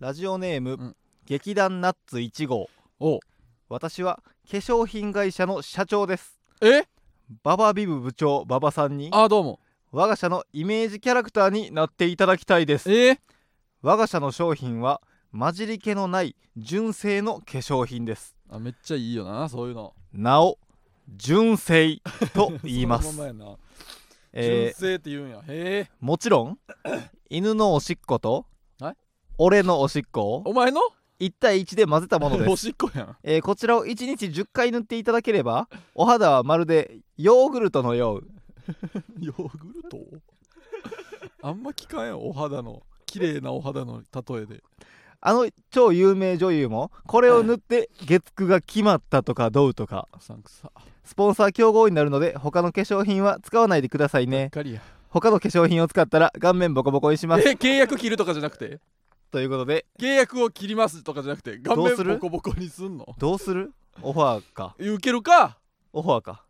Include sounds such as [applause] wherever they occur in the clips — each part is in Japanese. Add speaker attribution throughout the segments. Speaker 1: ラジオネーム、
Speaker 2: うん
Speaker 1: 劇団ナッツ1号
Speaker 2: お
Speaker 1: 私は化粧品会社の社長です
Speaker 2: え
Speaker 1: ババビブ部長ババさんに
Speaker 2: あどうも
Speaker 1: 我が社のイメージキャラクターになっていただきたいです
Speaker 2: え
Speaker 1: 我が社の商品は混じり気のない純正の化粧品です
Speaker 2: あめっちゃいいよなそういうの
Speaker 1: なお純正と言いま
Speaker 2: [laughs] そ
Speaker 1: す
Speaker 2: のまんまやな
Speaker 1: えー
Speaker 2: 純正って言うんやへえ
Speaker 1: もち
Speaker 2: [laughs]
Speaker 1: ろん犬のおしっこと
Speaker 2: はい
Speaker 1: 俺のおしっこを
Speaker 2: お前の
Speaker 1: 1対1で混ぜたもので
Speaker 2: お
Speaker 1: す、
Speaker 2: しっこやん
Speaker 1: えーこちらを1日10回塗っていただければお肌はまるでヨーグルトのよう
Speaker 2: ヨーグルトあんま聞かんやんお肌の綺麗なお肌の例えで
Speaker 1: あの超有名女優もこれを塗って月9が決まったとかどうとか
Speaker 2: うさんくさ
Speaker 1: スポンサー競合になるので他の化粧品は使わないでください
Speaker 2: ばっ
Speaker 1: ね
Speaker 2: かりや
Speaker 1: 他の化粧品を使ったら顔面ボコボコにします
Speaker 2: え契約切るとかじゃなくて
Speaker 1: ということで
Speaker 2: 契約を切りますとかじゃなくて顔
Speaker 1: ど
Speaker 2: 面
Speaker 1: うする
Speaker 2: ボコボコにすんの
Speaker 1: どうするオファーか
Speaker 2: 受けるか
Speaker 1: オファーか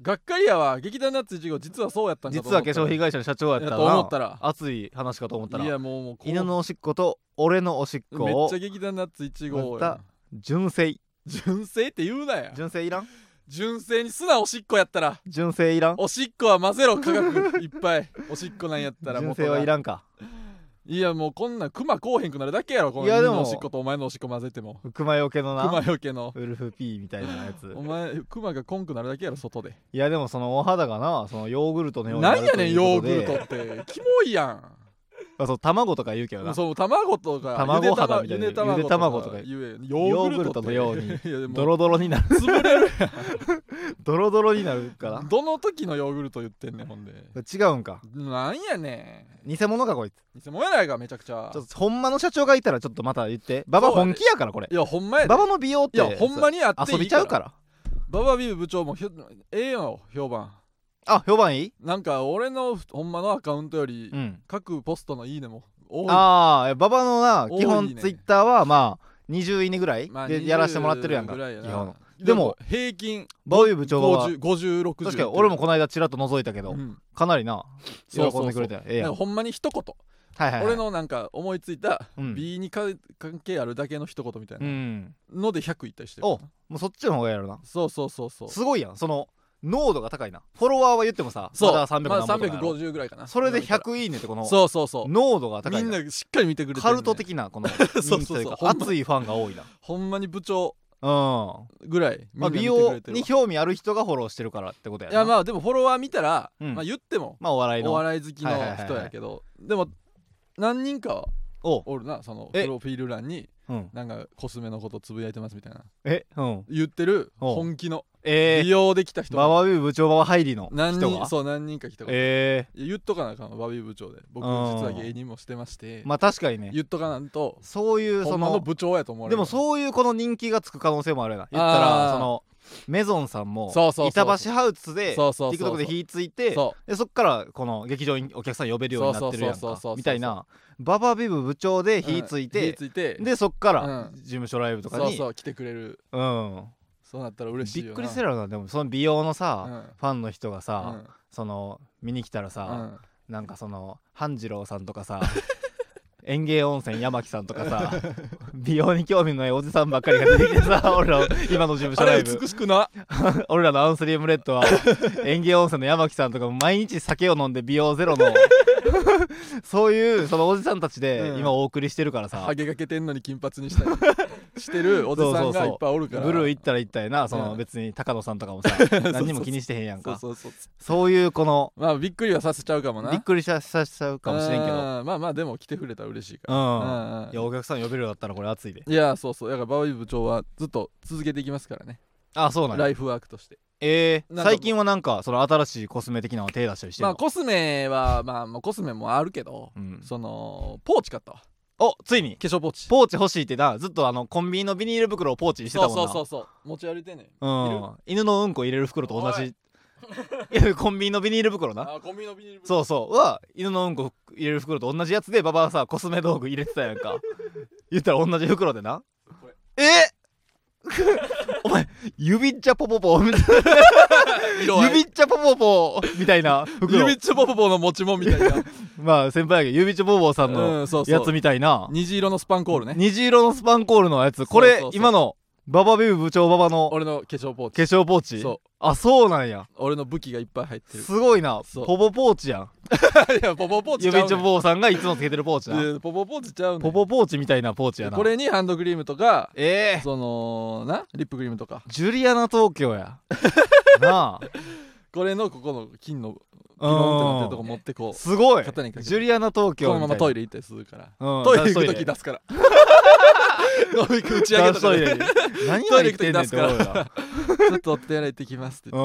Speaker 2: がっかりやわ劇団ナッツ1号実はそうやったんかと
Speaker 1: 実
Speaker 2: 思
Speaker 1: は
Speaker 2: っ
Speaker 1: 化
Speaker 2: た
Speaker 1: 粧品会社の社長やった
Speaker 2: や
Speaker 1: な
Speaker 2: と思ったら
Speaker 1: 熱い話かと思った
Speaker 2: い
Speaker 1: ら
Speaker 2: やもうもうこう
Speaker 1: 犬のおしっこと俺のおしっこ
Speaker 2: めっ
Speaker 1: を
Speaker 2: ちゃ劇団ナッツ1号
Speaker 1: や
Speaker 2: や
Speaker 1: った純正
Speaker 2: 純正って言うなや
Speaker 1: 純正いらん
Speaker 2: 純正に素なおしっこやったら
Speaker 1: 純正いらん
Speaker 2: おしっこは混ぜろ
Speaker 1: [laughs]
Speaker 2: 科学いっぱいおしっこなんやったら
Speaker 1: 純
Speaker 2: 元
Speaker 1: 正
Speaker 2: が
Speaker 1: はいらんか
Speaker 2: いやもうこんなんクマこうへんくなるだけやろこの
Speaker 1: いや
Speaker 2: 犬
Speaker 1: でも
Speaker 2: のおしっことお前のおしっこ混ぜても
Speaker 1: 熊よけの
Speaker 2: ク
Speaker 1: な
Speaker 2: マよけの
Speaker 1: ウルフピーみたいなやつ
Speaker 2: お前クマがこんくなるだけやろ外で
Speaker 1: いやでもそのお肌がなそのヨーグルトのようにな
Speaker 2: なん
Speaker 1: る
Speaker 2: やねんヨーグルト
Speaker 1: ト
Speaker 2: ってキモいやん
Speaker 1: あそう卵とか言うけどな
Speaker 2: そう卵とか
Speaker 1: 卵
Speaker 2: ゆで
Speaker 1: 肌みたいな
Speaker 2: 卵
Speaker 1: ゆで卵とか
Speaker 2: ゆで卵とか言え
Speaker 1: ヨーグルトのように
Speaker 2: ヨーグルトっていやでも
Speaker 1: ドロドロになる
Speaker 2: 潰れる
Speaker 1: ドロドロになるか
Speaker 2: どの時のヨーグルト言ってんねんほんで
Speaker 1: ら違うんか
Speaker 2: なんやね
Speaker 1: 偽物かこいつ
Speaker 2: ん偽物やないかめちゃくちゃ
Speaker 1: ちょっとほんまの社長がいたらちょっとまた言ってババ
Speaker 2: そうやね
Speaker 1: 本気やからこれ
Speaker 2: いやほんまやで
Speaker 1: ババの美容っ
Speaker 2: い
Speaker 1: て
Speaker 2: やほんまにあってい
Speaker 1: 遊
Speaker 2: い
Speaker 1: びちゃうから
Speaker 2: ババビブ部長もひょええよ評判
Speaker 1: あ評判いい
Speaker 2: なんか俺のほんまのアカウントより
Speaker 1: うん
Speaker 2: 各ポストのいいねも多い
Speaker 1: ああ馬場のな
Speaker 2: 多いね
Speaker 1: 基本ツイッターはまあ20位ねぐらい
Speaker 2: まあ
Speaker 1: で
Speaker 2: 20
Speaker 1: やらせてもらってるやんか
Speaker 2: ぐらいやな
Speaker 1: 基本
Speaker 2: で
Speaker 1: で
Speaker 2: も
Speaker 1: も
Speaker 2: 平均
Speaker 1: 馬場部長は
Speaker 2: 50 5060
Speaker 1: 確かに俺もこの間ちらっと覗いたけど
Speaker 2: うん
Speaker 1: かなりな喜
Speaker 2: そうそうそうん
Speaker 1: でくれたよええや
Speaker 2: な
Speaker 1: ん
Speaker 2: んかほんまに一言
Speaker 1: はいはいはい
Speaker 2: 俺のなんか思いついた
Speaker 1: うん
Speaker 2: 美にか関係あるだけの一言みたいうなんので100いったりしてる
Speaker 1: おもうそっちの方がやるな
Speaker 2: そうそうそうそう
Speaker 1: すごいやんその濃度が高いなフォロワーは言ってもさ
Speaker 2: そう
Speaker 1: まだ300何
Speaker 2: まあ
Speaker 1: 本とかやろ
Speaker 2: 350ぐらいかな
Speaker 1: それで100いいねってこの
Speaker 2: そうそうそう
Speaker 1: 濃度が高
Speaker 2: み
Speaker 1: い
Speaker 2: ん
Speaker 1: な
Speaker 2: なしっかり見てくれて
Speaker 1: カ
Speaker 2: るね
Speaker 1: ルト的なこ
Speaker 2: [laughs]
Speaker 1: の
Speaker 2: うそう
Speaker 1: 人気というか
Speaker 2: ほんま
Speaker 1: 熱いファンが多いな
Speaker 2: ほんまに部長
Speaker 1: うん
Speaker 2: ぐらいみん
Speaker 1: ま
Speaker 2: な
Speaker 1: あ
Speaker 2: 見
Speaker 1: 美
Speaker 2: てく
Speaker 1: 容
Speaker 2: れてるわ
Speaker 1: に興味ある人がフォローしてるからってことや
Speaker 2: い
Speaker 1: な
Speaker 2: やまあでもフォロワー見たら、
Speaker 1: うん
Speaker 2: まあ言っても
Speaker 1: まあお笑い
Speaker 2: お
Speaker 1: の
Speaker 2: 笑い好きの
Speaker 1: はいはいはいはい
Speaker 2: 人やけどでも何人かは
Speaker 1: おう
Speaker 2: おるなその
Speaker 1: え
Speaker 2: プロフィール欄に
Speaker 1: うん
Speaker 2: なんかコスメのことつぶやいてますみたいな
Speaker 1: えうん
Speaker 2: 言ってる
Speaker 1: おう
Speaker 2: 本気の
Speaker 1: え
Speaker 2: 利
Speaker 1: え
Speaker 2: 用できた人
Speaker 1: バ
Speaker 2: が
Speaker 1: バビ部長ババ入りの
Speaker 2: 何
Speaker 1: 人
Speaker 2: 人
Speaker 1: が
Speaker 2: そう何人か来たから
Speaker 1: え
Speaker 2: いや言っとかなあかんわバビー部長で僕
Speaker 1: うん
Speaker 2: 実は芸人もしてまして
Speaker 1: えまあ確かにね
Speaker 2: 言っとかなんと
Speaker 1: そういう
Speaker 2: ほ
Speaker 1: そ
Speaker 2: んまの
Speaker 1: の
Speaker 2: 部長やと思われ
Speaker 1: で
Speaker 2: る
Speaker 1: もそういうこの人気がつく可能性もあるよな言った
Speaker 2: あー
Speaker 1: らそのメゾンさんも
Speaker 2: そうそうそう
Speaker 1: 板橋ハウスで
Speaker 2: そうそうそうそ
Speaker 1: TikTok
Speaker 2: う
Speaker 1: で火ついて
Speaker 2: そ
Speaker 1: でそっからこの劇場にお客さん呼べるようになってるやん
Speaker 2: そうそうそうそうそうそ
Speaker 1: か
Speaker 2: う
Speaker 1: みたいなババビブ部長で
Speaker 2: う
Speaker 1: 火つい
Speaker 2: うん
Speaker 1: て
Speaker 2: 火、ついて
Speaker 1: でそっから
Speaker 2: うん
Speaker 1: 事務所ライブとかに、
Speaker 2: そううそう来てくれる
Speaker 1: ん、
Speaker 2: そうなったら嬉しい
Speaker 1: びっ
Speaker 2: よ
Speaker 1: く
Speaker 2: な
Speaker 1: りするよなでもその美容のさ、
Speaker 2: うん
Speaker 1: ファンの人が
Speaker 2: う
Speaker 1: さ、
Speaker 2: ん
Speaker 1: その見に来たら
Speaker 2: う
Speaker 1: さ、
Speaker 2: ん
Speaker 1: なんかその半次郎さんとかさ園芸温泉山木さんとかさ美容に興味のないおじさんばっかりが出てきて
Speaker 2: [laughs]
Speaker 1: さ俺らの今の事務所
Speaker 2: あ
Speaker 1: ラ
Speaker 2: れ
Speaker 1: イブ
Speaker 2: 美しくな
Speaker 1: 俺らのアンスリームレッドは園芸温泉の山木さんとかも毎日酒を飲んで美容ゼロ
Speaker 2: [laughs]
Speaker 1: のそういうそのおじさんたちで
Speaker 2: うん
Speaker 1: 今お送りしてるからさ、
Speaker 2: ハゲがけてんのに金髪にした
Speaker 1: [laughs]
Speaker 2: りしてるおじさんがいっぱいおるから
Speaker 1: ブルー行ったら行ったやなその
Speaker 2: うん
Speaker 1: 別に高野さんとかも
Speaker 2: [laughs]
Speaker 1: さ何にも気にしてへんやんかそう
Speaker 2: そうそうそう
Speaker 1: いうこの
Speaker 2: まあびっくりはさせちゃうかもな
Speaker 1: びっくりしちゃさせちゃうかもしれんけど
Speaker 2: うんまあまあでも来てくれたら嬉しいか
Speaker 1: う
Speaker 2: ら
Speaker 1: ん、
Speaker 2: うんうん
Speaker 1: いやお客さん呼べるようだったらこれ熱いで
Speaker 2: いやそうそうだからババビ部長はずっと続けていきますからね
Speaker 1: あそうなん
Speaker 2: ラ
Speaker 1: や
Speaker 2: イフワークとして
Speaker 1: えー
Speaker 2: なんか
Speaker 1: 最近はなんかその新しいコスメ的なの手出したりしてる
Speaker 2: まあ
Speaker 1: の、
Speaker 2: コスメはまあまあコスメもあるけど
Speaker 1: うん、
Speaker 2: そのポーチ買ったわ
Speaker 1: おついに
Speaker 2: 化粧ポーチ
Speaker 1: ポーチ欲しいってなずっとあのコンビニのビニール袋をポーチにしてた
Speaker 2: そ
Speaker 1: も
Speaker 2: うん
Speaker 1: な
Speaker 2: そうそうそう持ち歩いてんねん
Speaker 1: うん、犬のうんこ入れる袋と同じいやコンビニのビニール袋な
Speaker 2: あコンビニのビニール袋
Speaker 1: そうそうは犬のうんこ入れる袋と同じやつでババはさコスメ道具
Speaker 2: [laughs]
Speaker 1: 入れてたやんか言ったら同じ袋でな
Speaker 2: こ
Speaker 1: え [laughs] お前指っちゃポポ
Speaker 2: [laughs]
Speaker 1: ポみたいな指っちゃポポポみたいな袋
Speaker 2: 指ちょぼぼぼの持ち物みたいな、
Speaker 1: まあ先輩やけど指っちゃポポポさんの
Speaker 2: うん、そうそう
Speaker 1: やつみたいな
Speaker 2: 虹色のスパンコールね
Speaker 1: [laughs] 虹色のスパンコールのやつこ
Speaker 2: そう
Speaker 1: れ
Speaker 2: そうそう
Speaker 1: 今のババベブ部長ババの
Speaker 2: 俺の化粧ポー
Speaker 1: 化
Speaker 2: チ
Speaker 1: 粧ポーチ
Speaker 2: そう
Speaker 1: あそうなんや
Speaker 2: 俺の武器がいっぱい入っ
Speaker 1: [laughs]
Speaker 2: てる
Speaker 1: すごいな
Speaker 2: そう
Speaker 1: ポポポーチやん
Speaker 2: いやポポポーチち
Speaker 1: 指
Speaker 2: ゃ
Speaker 1: っ
Speaker 2: う
Speaker 1: ち
Speaker 2: ね
Speaker 1: ゃ
Speaker 2: ん
Speaker 1: ポポさんがいつもつけてるポーチ
Speaker 2: い
Speaker 1: な
Speaker 2: やポポポーチちゃうねん
Speaker 1: ポポポーチみたいなポーチやな
Speaker 2: これにハンドクリームとか
Speaker 1: ええ
Speaker 2: そのなリップクリームとか
Speaker 1: ジュリアナ東京
Speaker 2: [laughs]
Speaker 1: やなあ
Speaker 2: これのここの金のピ
Speaker 1: う
Speaker 2: ロンってなってるとこ
Speaker 1: ん
Speaker 2: 持ってこう
Speaker 1: すごい
Speaker 2: 肩にかけて
Speaker 1: ジュリアナ東京
Speaker 2: このままトイ
Speaker 1: レ
Speaker 2: レ行ったりするから
Speaker 1: うん
Speaker 2: トイレ行く
Speaker 1: 出
Speaker 2: 時
Speaker 1: し
Speaker 2: 出すから飲み食い打ち上げ
Speaker 1: 出
Speaker 2: と
Speaker 1: し
Speaker 2: か
Speaker 1: トイ
Speaker 2: で
Speaker 1: レに何
Speaker 2: ト
Speaker 1: を
Speaker 2: イ
Speaker 1: 言っ
Speaker 2: レ行く時
Speaker 1: てんねん
Speaker 2: 出
Speaker 1: っ
Speaker 2: す
Speaker 1: て
Speaker 2: から
Speaker 1: 思うよ
Speaker 2: ちょっとお手洗い行ってきますって言っ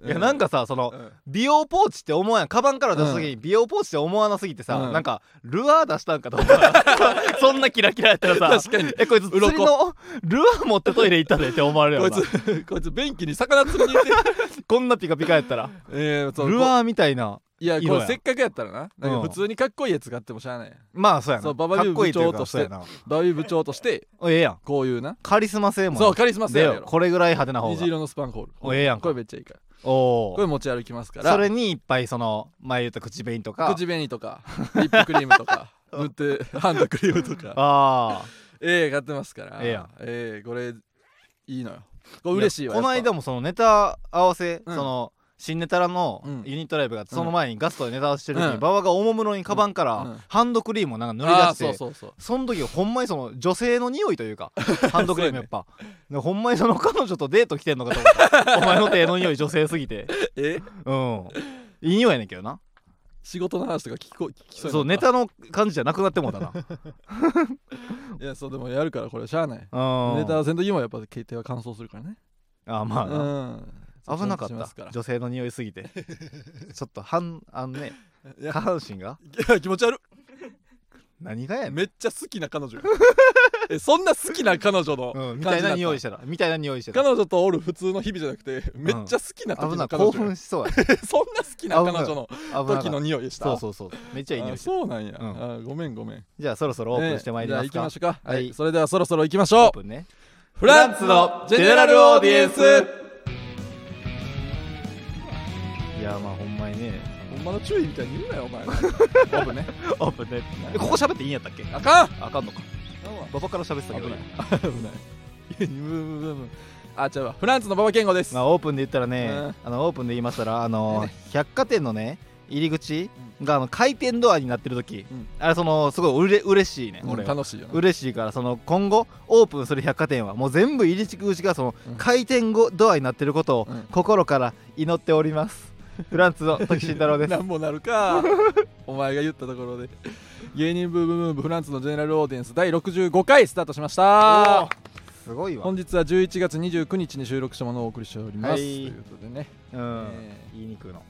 Speaker 2: て
Speaker 1: うんいや
Speaker 2: うん
Speaker 1: なんかさその
Speaker 2: うん
Speaker 1: 美容ポーチって思わんやんカバンから出す時に美容ポーチって思わなすぎてさ、
Speaker 2: うん
Speaker 1: なんかルアー出したんかと思った [laughs] そんなキラキラやったらさ
Speaker 2: 確かに
Speaker 1: えこいつ釣り
Speaker 2: 鱗
Speaker 1: のルアー持ってトイレ行ったでって思われる
Speaker 2: こ
Speaker 1: よ
Speaker 2: い
Speaker 1: なこ
Speaker 2: つこいつ便器に魚釣りに行って
Speaker 1: [laughs] んなピカピカやったら
Speaker 2: えーそう
Speaker 1: ル
Speaker 2: こ
Speaker 1: アーみたいない
Speaker 2: や
Speaker 1: 色
Speaker 2: こ
Speaker 1: や
Speaker 2: れせっかくやったらななんか普通にかっこいいやつがあってもしゃあないやん
Speaker 1: まあそうやな
Speaker 2: そうババビ
Speaker 1: か
Speaker 2: ュ
Speaker 1: っ
Speaker 2: ー
Speaker 1: こいいという
Speaker 2: 部長
Speaker 1: か
Speaker 2: とし
Speaker 1: そ
Speaker 2: て
Speaker 1: うやな
Speaker 2: ダビ部長として
Speaker 1: おええやん
Speaker 2: こういうな
Speaker 1: カリスマ性も
Speaker 2: そうカリスマ性
Speaker 1: で
Speaker 2: や
Speaker 1: よ
Speaker 2: ろ
Speaker 1: これぐらい派手な方
Speaker 2: 虹
Speaker 1: が
Speaker 2: 色のスパンコール
Speaker 1: おええやんか
Speaker 2: これめっちゃいいから
Speaker 1: お
Speaker 2: これ
Speaker 1: お
Speaker 2: 持ち歩きますから
Speaker 1: それにいっぱいその前言った口紅とか
Speaker 2: 口紅とかリップクリーム
Speaker 1: [laughs]
Speaker 2: とか塗ってハンドクリームとか
Speaker 1: ああ
Speaker 2: ええ買ってますから
Speaker 1: ええやん
Speaker 2: ええこれいいのよこれ嬉しいわ
Speaker 1: やこの
Speaker 2: やっぱ
Speaker 1: 間もそのネタ合わせ、
Speaker 2: うん
Speaker 1: その新ネタの
Speaker 2: うん
Speaker 1: ユニットライブがあってその前にガストでネタ合わせしてる時に、
Speaker 2: うん
Speaker 1: 馬場がおもむろにカバンか
Speaker 2: うんう
Speaker 1: ら
Speaker 2: ん
Speaker 1: ハンドクリームをなんか塗り出
Speaker 2: ああ
Speaker 1: して、
Speaker 2: そうそうそう
Speaker 1: その時ほんまにその女性の匂いと
Speaker 2: [laughs]
Speaker 1: いうかハンドクリームやっぱでほんまにその彼女とデート来てんのかと思ったお前の手の匂い女性すぎて
Speaker 2: え
Speaker 1: うんいい匂いやねんけどな
Speaker 2: 仕事の話とか聞こ聞き
Speaker 1: そ
Speaker 2: そううになった
Speaker 1: ネタの感じじゃなくなってもうたなうん
Speaker 2: いやそうでもやるからこれしゃあないネタせんときもやっぱ携帯は乾燥するからね
Speaker 1: あまあな、
Speaker 2: うん
Speaker 1: 危なかっ
Speaker 2: しますら
Speaker 1: た女性の匂いすぎてちょっとはんあのね
Speaker 2: いや
Speaker 1: 下半身が
Speaker 2: い [laughs] や気持ち悪
Speaker 1: 何がやね
Speaker 2: い
Speaker 1: ん
Speaker 2: めっちゃ好きな
Speaker 1: [laughs]
Speaker 2: 彼女えそんな好きな彼女の
Speaker 1: うん、み
Speaker 2: 感
Speaker 1: た
Speaker 2: じ
Speaker 1: い
Speaker 2: だった
Speaker 1: な匂いしてたみたいな匂いしてた
Speaker 2: 彼女とおる普通の日々じゃなくてめっちゃ好きな
Speaker 1: 危
Speaker 2: 時
Speaker 1: な
Speaker 2: の
Speaker 1: い
Speaker 2: 彼
Speaker 1: 興
Speaker 2: 女、
Speaker 1: 奮しそうや
Speaker 2: そんな好きな彼女の
Speaker 1: 危なかった
Speaker 2: 時の匂いした
Speaker 1: そうそうそうめっちゃいい匂
Speaker 2: あ
Speaker 1: いしてた
Speaker 2: そうなんや、
Speaker 1: うん
Speaker 2: あごめんごめん
Speaker 1: じゃあそろそろオープンしてまいります
Speaker 2: ねじゃあ
Speaker 1: か、
Speaker 2: 行きましょうかは
Speaker 1: はいい
Speaker 2: それではそろそろ行きまし
Speaker 1: オ
Speaker 2: ょう
Speaker 1: ープンね
Speaker 2: フランツのジェネラルオーディエンス
Speaker 1: いやまあほんまにね
Speaker 2: ほんまの注意みたいに言うなよお前オープンね
Speaker 1: オープンねえここ喋っていいんやったっけ
Speaker 2: あかん
Speaker 1: あかんのか馬場から喋ってたけど
Speaker 2: 危ない危ないブブブブあ違うわフランツの馬場健吾です
Speaker 1: まあオープンで言ったらね、
Speaker 2: うん
Speaker 1: あのオープンで言いましたらあの百貨店のね入り口があの回転ドアになってる時、
Speaker 2: うん
Speaker 1: あれそのすごいうれ嬉しいね、
Speaker 2: うん
Speaker 1: 俺は
Speaker 2: 楽しいよな
Speaker 1: 嬉しいからその今後オープンする百貨店はもう全部入り口がその
Speaker 2: うん
Speaker 1: 回転後ドアになってることを
Speaker 2: うん
Speaker 1: 心から祈っており
Speaker 2: [laughs]
Speaker 1: ます、フランツの時慎太郎です
Speaker 2: なんもな
Speaker 1: [laughs]
Speaker 2: るかお前が言ったところで芸人ブームブームフランツのジェネラルオーディエンス第65回スタートしまし
Speaker 1: お
Speaker 2: た
Speaker 1: ーすごいわ
Speaker 2: 本日は11月29日に収録したものをお送りしております、
Speaker 1: はい
Speaker 2: ということでね
Speaker 1: うん、
Speaker 2: え
Speaker 1: 言いにくいの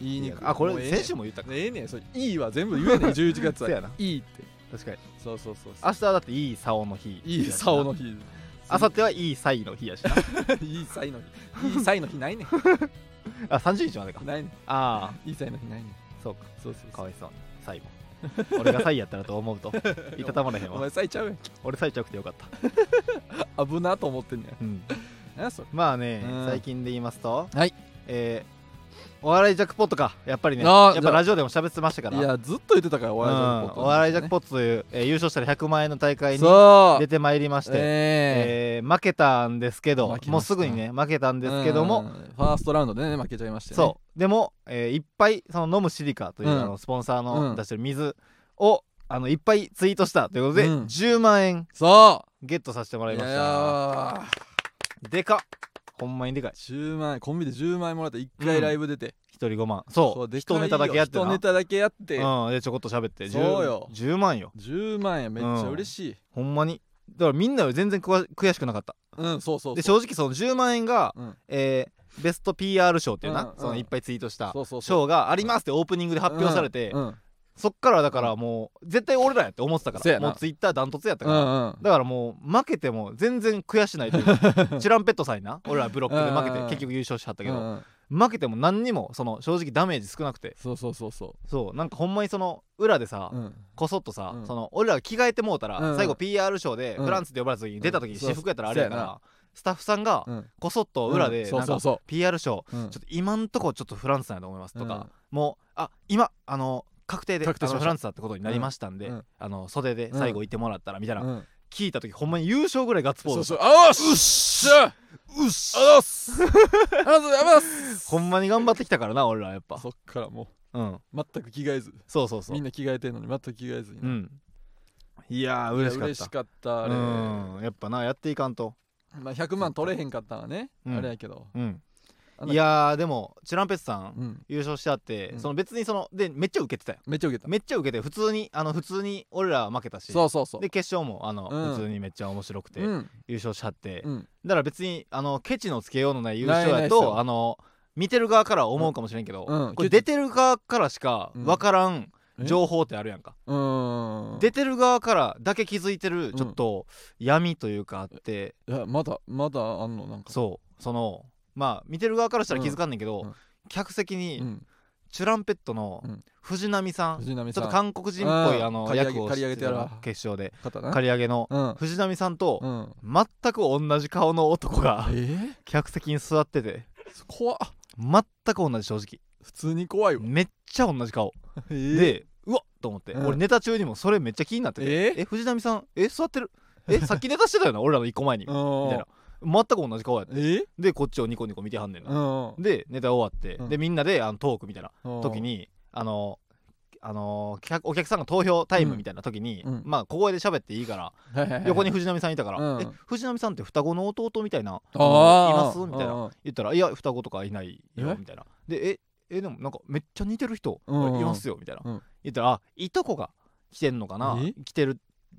Speaker 2: 言いにくい
Speaker 1: あこ
Speaker 2: もうえ
Speaker 1: れ
Speaker 2: えねん
Speaker 1: 先週も言ったか
Speaker 2: ええねんそれいいは全部言えねん11月は
Speaker 1: [laughs] そうやない
Speaker 2: いって
Speaker 1: 確かに
Speaker 2: そうそうそうそう
Speaker 1: 明日はだっていい竿の日
Speaker 2: いい竿の日
Speaker 1: 明後日はいい歳の日やしな
Speaker 2: [laughs] いい歳の日いい歳の日ないね
Speaker 1: あ30日までか
Speaker 2: んないね
Speaker 1: ああ
Speaker 2: んいい歳の日ないねん
Speaker 1: そうか
Speaker 2: そうそう
Speaker 1: か
Speaker 2: そう
Speaker 1: わいそう最後俺が歳やったらと思
Speaker 2: [laughs]
Speaker 1: うといたたまれへん
Speaker 2: お
Speaker 1: わ
Speaker 2: 前咲いちゃう
Speaker 1: 俺歳ちゃくてよかった、
Speaker 2: やん危なと思ってんね
Speaker 1: うん、
Speaker 2: んなそれ
Speaker 1: まあね、
Speaker 2: うん
Speaker 1: 最近で言いますと、
Speaker 2: はい
Speaker 1: えーお笑いジャックポットかやっぱりね
Speaker 2: あ
Speaker 1: や
Speaker 2: ー
Speaker 1: っぱラジオでも喋ってましたから
Speaker 2: いやずっと言ってたからお
Speaker 1: うん
Speaker 2: 笑いジャックポット
Speaker 1: お笑いジャックポットという、えー優勝したら100万円の大会に
Speaker 2: そう
Speaker 1: 出てまいりまして、
Speaker 2: ええ
Speaker 1: えー負けたんですけど
Speaker 2: 負けました
Speaker 1: もうすぐにね負けたんですけど
Speaker 2: うん
Speaker 1: も、
Speaker 2: ファーストラウンドでね負けちゃいましてね
Speaker 1: そうでも、えーいっぱいその飲むシリカという、
Speaker 2: うん
Speaker 1: あのスポンサー
Speaker 2: うん
Speaker 1: の出してる水を、あのいっぱいツイートしたということで、
Speaker 2: うん
Speaker 1: 10万円
Speaker 2: そ
Speaker 1: ゲットさせても
Speaker 2: う
Speaker 1: らいまし
Speaker 2: いや
Speaker 1: た
Speaker 2: ー
Speaker 1: でかっほんまにでかい
Speaker 2: 10万円コンビで10万円もらって1回ライブ出て、
Speaker 1: 一人5万そう
Speaker 2: でかい
Speaker 1: 一
Speaker 2: よ
Speaker 1: ネタだけやってな
Speaker 2: 一ネタだけやって、
Speaker 1: うん、でちょこっと喋って10
Speaker 2: そうよ
Speaker 1: 10万よ
Speaker 2: 10万円めっちゃ嬉しい
Speaker 1: ほんまにだからみんなより全然くわ悔しくなかった
Speaker 2: うん、そうそう
Speaker 1: で
Speaker 2: そう
Speaker 1: 正直その10万円が、
Speaker 2: うん
Speaker 1: えーベスト PR 賞っていう
Speaker 2: うん
Speaker 1: な
Speaker 2: う、ん
Speaker 1: そのいっぱいツイートした
Speaker 2: そうそうそう
Speaker 1: 賞がありますってオープニングで発表されて、
Speaker 2: うんうん
Speaker 1: そっからだからもう絶対俺らやって思ってたか
Speaker 2: そうや
Speaker 1: ら
Speaker 2: な
Speaker 1: もうツイッターダントツやった
Speaker 2: う
Speaker 1: から、
Speaker 2: んうん
Speaker 1: だからもう負けても全然悔しないというかチュランペットさんにな俺らブロックで負け
Speaker 2: うんうん
Speaker 1: て結局優勝しはったけ
Speaker 2: う
Speaker 1: ど
Speaker 2: んうん
Speaker 1: 負けても何にもその正直ダメージ少なくて
Speaker 2: そうそうそうそ
Speaker 1: そうなんかほんまにその裏でさ
Speaker 2: う、うん、
Speaker 1: こそっとさ、
Speaker 2: うん
Speaker 1: その俺らが着替えてもうたら、
Speaker 2: うん
Speaker 1: 最後 PR ショーで
Speaker 2: うん
Speaker 1: フランスで呼ばれた時に出た時に私服やったらあれやから、スタッフさんが
Speaker 2: うん
Speaker 1: こそっと裏で
Speaker 2: そう
Speaker 1: なん
Speaker 2: そう
Speaker 1: か
Speaker 2: そ
Speaker 1: PR ショー
Speaker 2: う、うん
Speaker 1: ちょっと今んとこちょっとフランスなんやと思いますと
Speaker 2: うん
Speaker 1: か、もうあ今あの確定で
Speaker 2: 確定し
Speaker 1: あの
Speaker 2: ました
Speaker 1: フランスだってことになりましたんで、
Speaker 2: うん
Speaker 1: あの袖で最後いてもらったらみたいな、
Speaker 2: うん
Speaker 1: 聞いた時ほんまに優勝ぐらいガッツポー
Speaker 2: そ
Speaker 1: ズ
Speaker 2: うそうあーすっしゃうっしゃあすありがとうございま
Speaker 1: [laughs]
Speaker 2: す
Speaker 1: ほんまに頑張ってきたからな俺らやっぱ
Speaker 2: そっからも
Speaker 1: うん
Speaker 2: う全く着替えず
Speaker 1: そうそうそう
Speaker 2: みんな着替えてんのに全く着替えずに
Speaker 1: う
Speaker 2: な、
Speaker 1: んいやー嬉しかった
Speaker 2: 嬉しかったあれ、
Speaker 1: うんやっぱなやっていかんと
Speaker 2: まあ、100万取れへんかったらね、
Speaker 1: うん
Speaker 2: あれやけど
Speaker 1: うん
Speaker 2: あの
Speaker 1: いやーでもチュランペッツさん、
Speaker 2: うん
Speaker 1: 優勝しちゃって、
Speaker 2: うん
Speaker 1: その別にそのでめっちゃ受けてたよ
Speaker 2: めっちゃ受けた
Speaker 1: めっちゃ受けて普通にあの普通に俺らは負けたし
Speaker 2: そうそうそう
Speaker 1: で決勝もあの、
Speaker 2: うん
Speaker 1: 普通にめっちゃ面白くて、
Speaker 2: うん
Speaker 1: 優勝しちゃって、
Speaker 2: うん
Speaker 1: だから別にあのケチのつけようのない優勝
Speaker 2: ないない
Speaker 1: や
Speaker 2: です
Speaker 1: と
Speaker 2: よ
Speaker 1: あの見てる側からは思うかもしれんけど、
Speaker 2: うん
Speaker 1: これ出てる側からしか分からん
Speaker 2: うん
Speaker 1: 情報ってあるやんか、
Speaker 2: うん
Speaker 1: 出てる側からだけ気づいてる
Speaker 2: ん
Speaker 1: ちょっと闇というかあって、
Speaker 2: いやまだまだあんのなんか
Speaker 1: そうそのまあ見てる側からしたら気づかんねんけど、
Speaker 2: うんうん
Speaker 1: 客席に、
Speaker 2: ん、
Speaker 1: チュランペットの
Speaker 2: うん
Speaker 1: 藤波さん、
Speaker 2: 藤波
Speaker 1: ち
Speaker 2: さ
Speaker 1: ょっ
Speaker 2: ん
Speaker 1: と韓国人っぽい
Speaker 2: うん
Speaker 1: あの
Speaker 2: 刈り上げ
Speaker 1: 役を
Speaker 2: 刈り上げてやるわ
Speaker 1: してた決勝で
Speaker 2: 方な
Speaker 1: 刈り上げの
Speaker 2: うん
Speaker 1: 藤波さんと
Speaker 2: うん
Speaker 1: 全く同じ顔の男が
Speaker 2: えー、
Speaker 1: 客席に座ってて
Speaker 2: 怖っ
Speaker 1: 全く同じ正直
Speaker 2: 普通に怖いわ
Speaker 1: めっちゃ同じ顔
Speaker 2: え
Speaker 1: でうわっと思って
Speaker 2: うん
Speaker 1: 俺ネタ中にもそれめっちゃ気になってて
Speaker 2: えー
Speaker 1: え藤波さんえ座ってるえさっきネタしてたよな俺らの一個前にみ
Speaker 2: [laughs] う
Speaker 1: たい
Speaker 2: ん
Speaker 1: な全く同じ顔やって
Speaker 2: えー
Speaker 1: でこっちをニコニコ見てはんねん
Speaker 2: う
Speaker 1: なんでネタ終わって
Speaker 2: うん
Speaker 1: でみんなであのトークみたいな
Speaker 2: うん
Speaker 1: 時にあのあの客お客さんが投票タイムみたいな時に、
Speaker 2: うん
Speaker 1: まあ小声で喋っていいから、
Speaker 2: はいはいはい
Speaker 1: 横に藤波さんいたから「
Speaker 2: うん
Speaker 1: え藤波さんって双子の弟みたいな
Speaker 2: あー
Speaker 1: います?」みたいな
Speaker 2: うん
Speaker 1: 言ったら「いや双子とかいない
Speaker 2: え
Speaker 1: よ」みたいな「でええでもなんかめっちゃ似てる人い
Speaker 2: うん
Speaker 1: ますよ」みたいな、
Speaker 2: うん
Speaker 1: 言ったらあ「いとこが来てんのかな
Speaker 2: え
Speaker 1: 来てる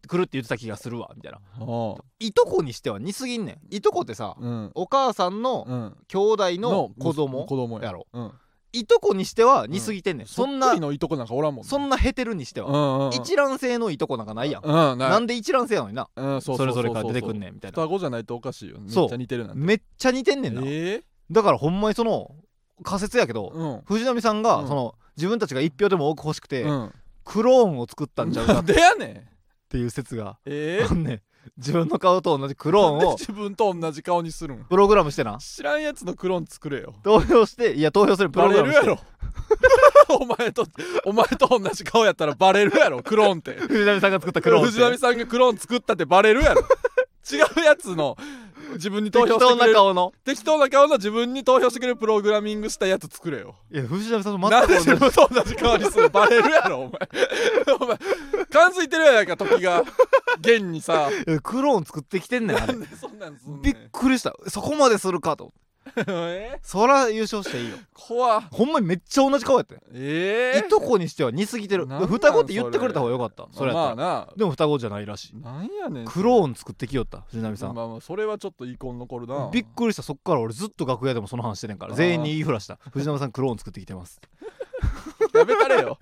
Speaker 1: 来るって言ってた気がするわ」みたいな
Speaker 2: あ
Speaker 1: 「いとこにしては似すぎんねんいとこってさ、
Speaker 2: ーうん
Speaker 1: お母さんの
Speaker 2: うん
Speaker 1: 兄弟の子供
Speaker 2: 子供
Speaker 1: やろ
Speaker 2: うん
Speaker 1: いとこにしては似すぎてんねん、
Speaker 2: そ
Speaker 1: そ
Speaker 2: ん
Speaker 1: ん
Speaker 2: な
Speaker 1: な
Speaker 2: のいとこなんかおらんもんね
Speaker 1: そんなヘテルにしては、
Speaker 2: うんうんうん
Speaker 1: 一卵性のいとこなんかないやん、
Speaker 2: うん
Speaker 1: ないんで一卵性なのにな
Speaker 2: うん
Speaker 1: そうれ
Speaker 2: う
Speaker 1: ぞれ
Speaker 2: う
Speaker 1: から
Speaker 2: う
Speaker 1: 出てくんねんみたいな
Speaker 2: 双子じゃないとおかしいよねめっち
Speaker 1: そう
Speaker 2: ゃ似てるなんて
Speaker 1: めっちゃ似てんねんな、
Speaker 2: え
Speaker 1: だからほんまにその仮説やけど、
Speaker 2: ーうん
Speaker 1: 藤波さん
Speaker 2: う
Speaker 1: が
Speaker 2: ん
Speaker 1: その自分たちが一票でも多く欲しくて、
Speaker 2: うん
Speaker 1: クローンを作ったんちゃうか
Speaker 2: な
Speaker 1: っ
Speaker 2: んでやねん
Speaker 1: ていう説が
Speaker 2: えー
Speaker 1: あんねん自分の顔と同じクロー
Speaker 2: なんで
Speaker 1: ンを
Speaker 2: 自分と同じ顔にするん
Speaker 1: プログラムしてな
Speaker 2: 知らんやつのクローン作れよ
Speaker 1: 投票していや投票するプ
Speaker 2: バ
Speaker 1: ログ
Speaker 2: レ
Speaker 1: ラ
Speaker 2: る
Speaker 1: ム
Speaker 2: や
Speaker 1: して
Speaker 2: ろ [laughs] お前とお前と同じ顔やったらバレるやろクローンって
Speaker 1: 藤波さんが作ったクローンって
Speaker 2: 藤波さんがクローン作ったってバレるやろ違うやつの自分に投票
Speaker 1: 適
Speaker 2: して
Speaker 1: 当な
Speaker 2: くれる
Speaker 1: 顔の
Speaker 2: 適当な顔の自分に投票してくれるプログラミングしたやつ作れよ
Speaker 1: いや藤波さんと
Speaker 2: なんで
Speaker 1: 全く
Speaker 2: 自
Speaker 1: 同じ
Speaker 2: 分と同じ顔にするのバレるやろお前 [laughs] お前感づいてるやないか
Speaker 1: [laughs]
Speaker 2: 時が現にさ
Speaker 1: いやクローン作ってきてんねんあ
Speaker 2: な
Speaker 1: れ
Speaker 2: んでそんなんすんね
Speaker 1: びっ
Speaker 2: ん
Speaker 1: くりしたそこまでするかと思って
Speaker 2: え
Speaker 1: そら優勝していいよ
Speaker 2: [laughs] 怖っ
Speaker 1: [laughs] ほんまにめっちゃ同じ顔やってん
Speaker 2: ええ
Speaker 1: いとこにしては似すぎてる
Speaker 2: なんなん
Speaker 1: 双子って言ってくれた方がよかったそれやった
Speaker 2: まあ
Speaker 1: ら
Speaker 2: な
Speaker 1: でも双子じゃないらしい
Speaker 2: なんやねん
Speaker 1: クローン作ってきよった藤波さん
Speaker 2: まあまあそれはちょっと遺恨残るな
Speaker 1: びっくりしたそっから俺ずっと楽屋でもその話してねんから
Speaker 2: あー
Speaker 1: 全員に言いふら [laughs] した藤波さんクローン作ってきてます
Speaker 2: やめたれよ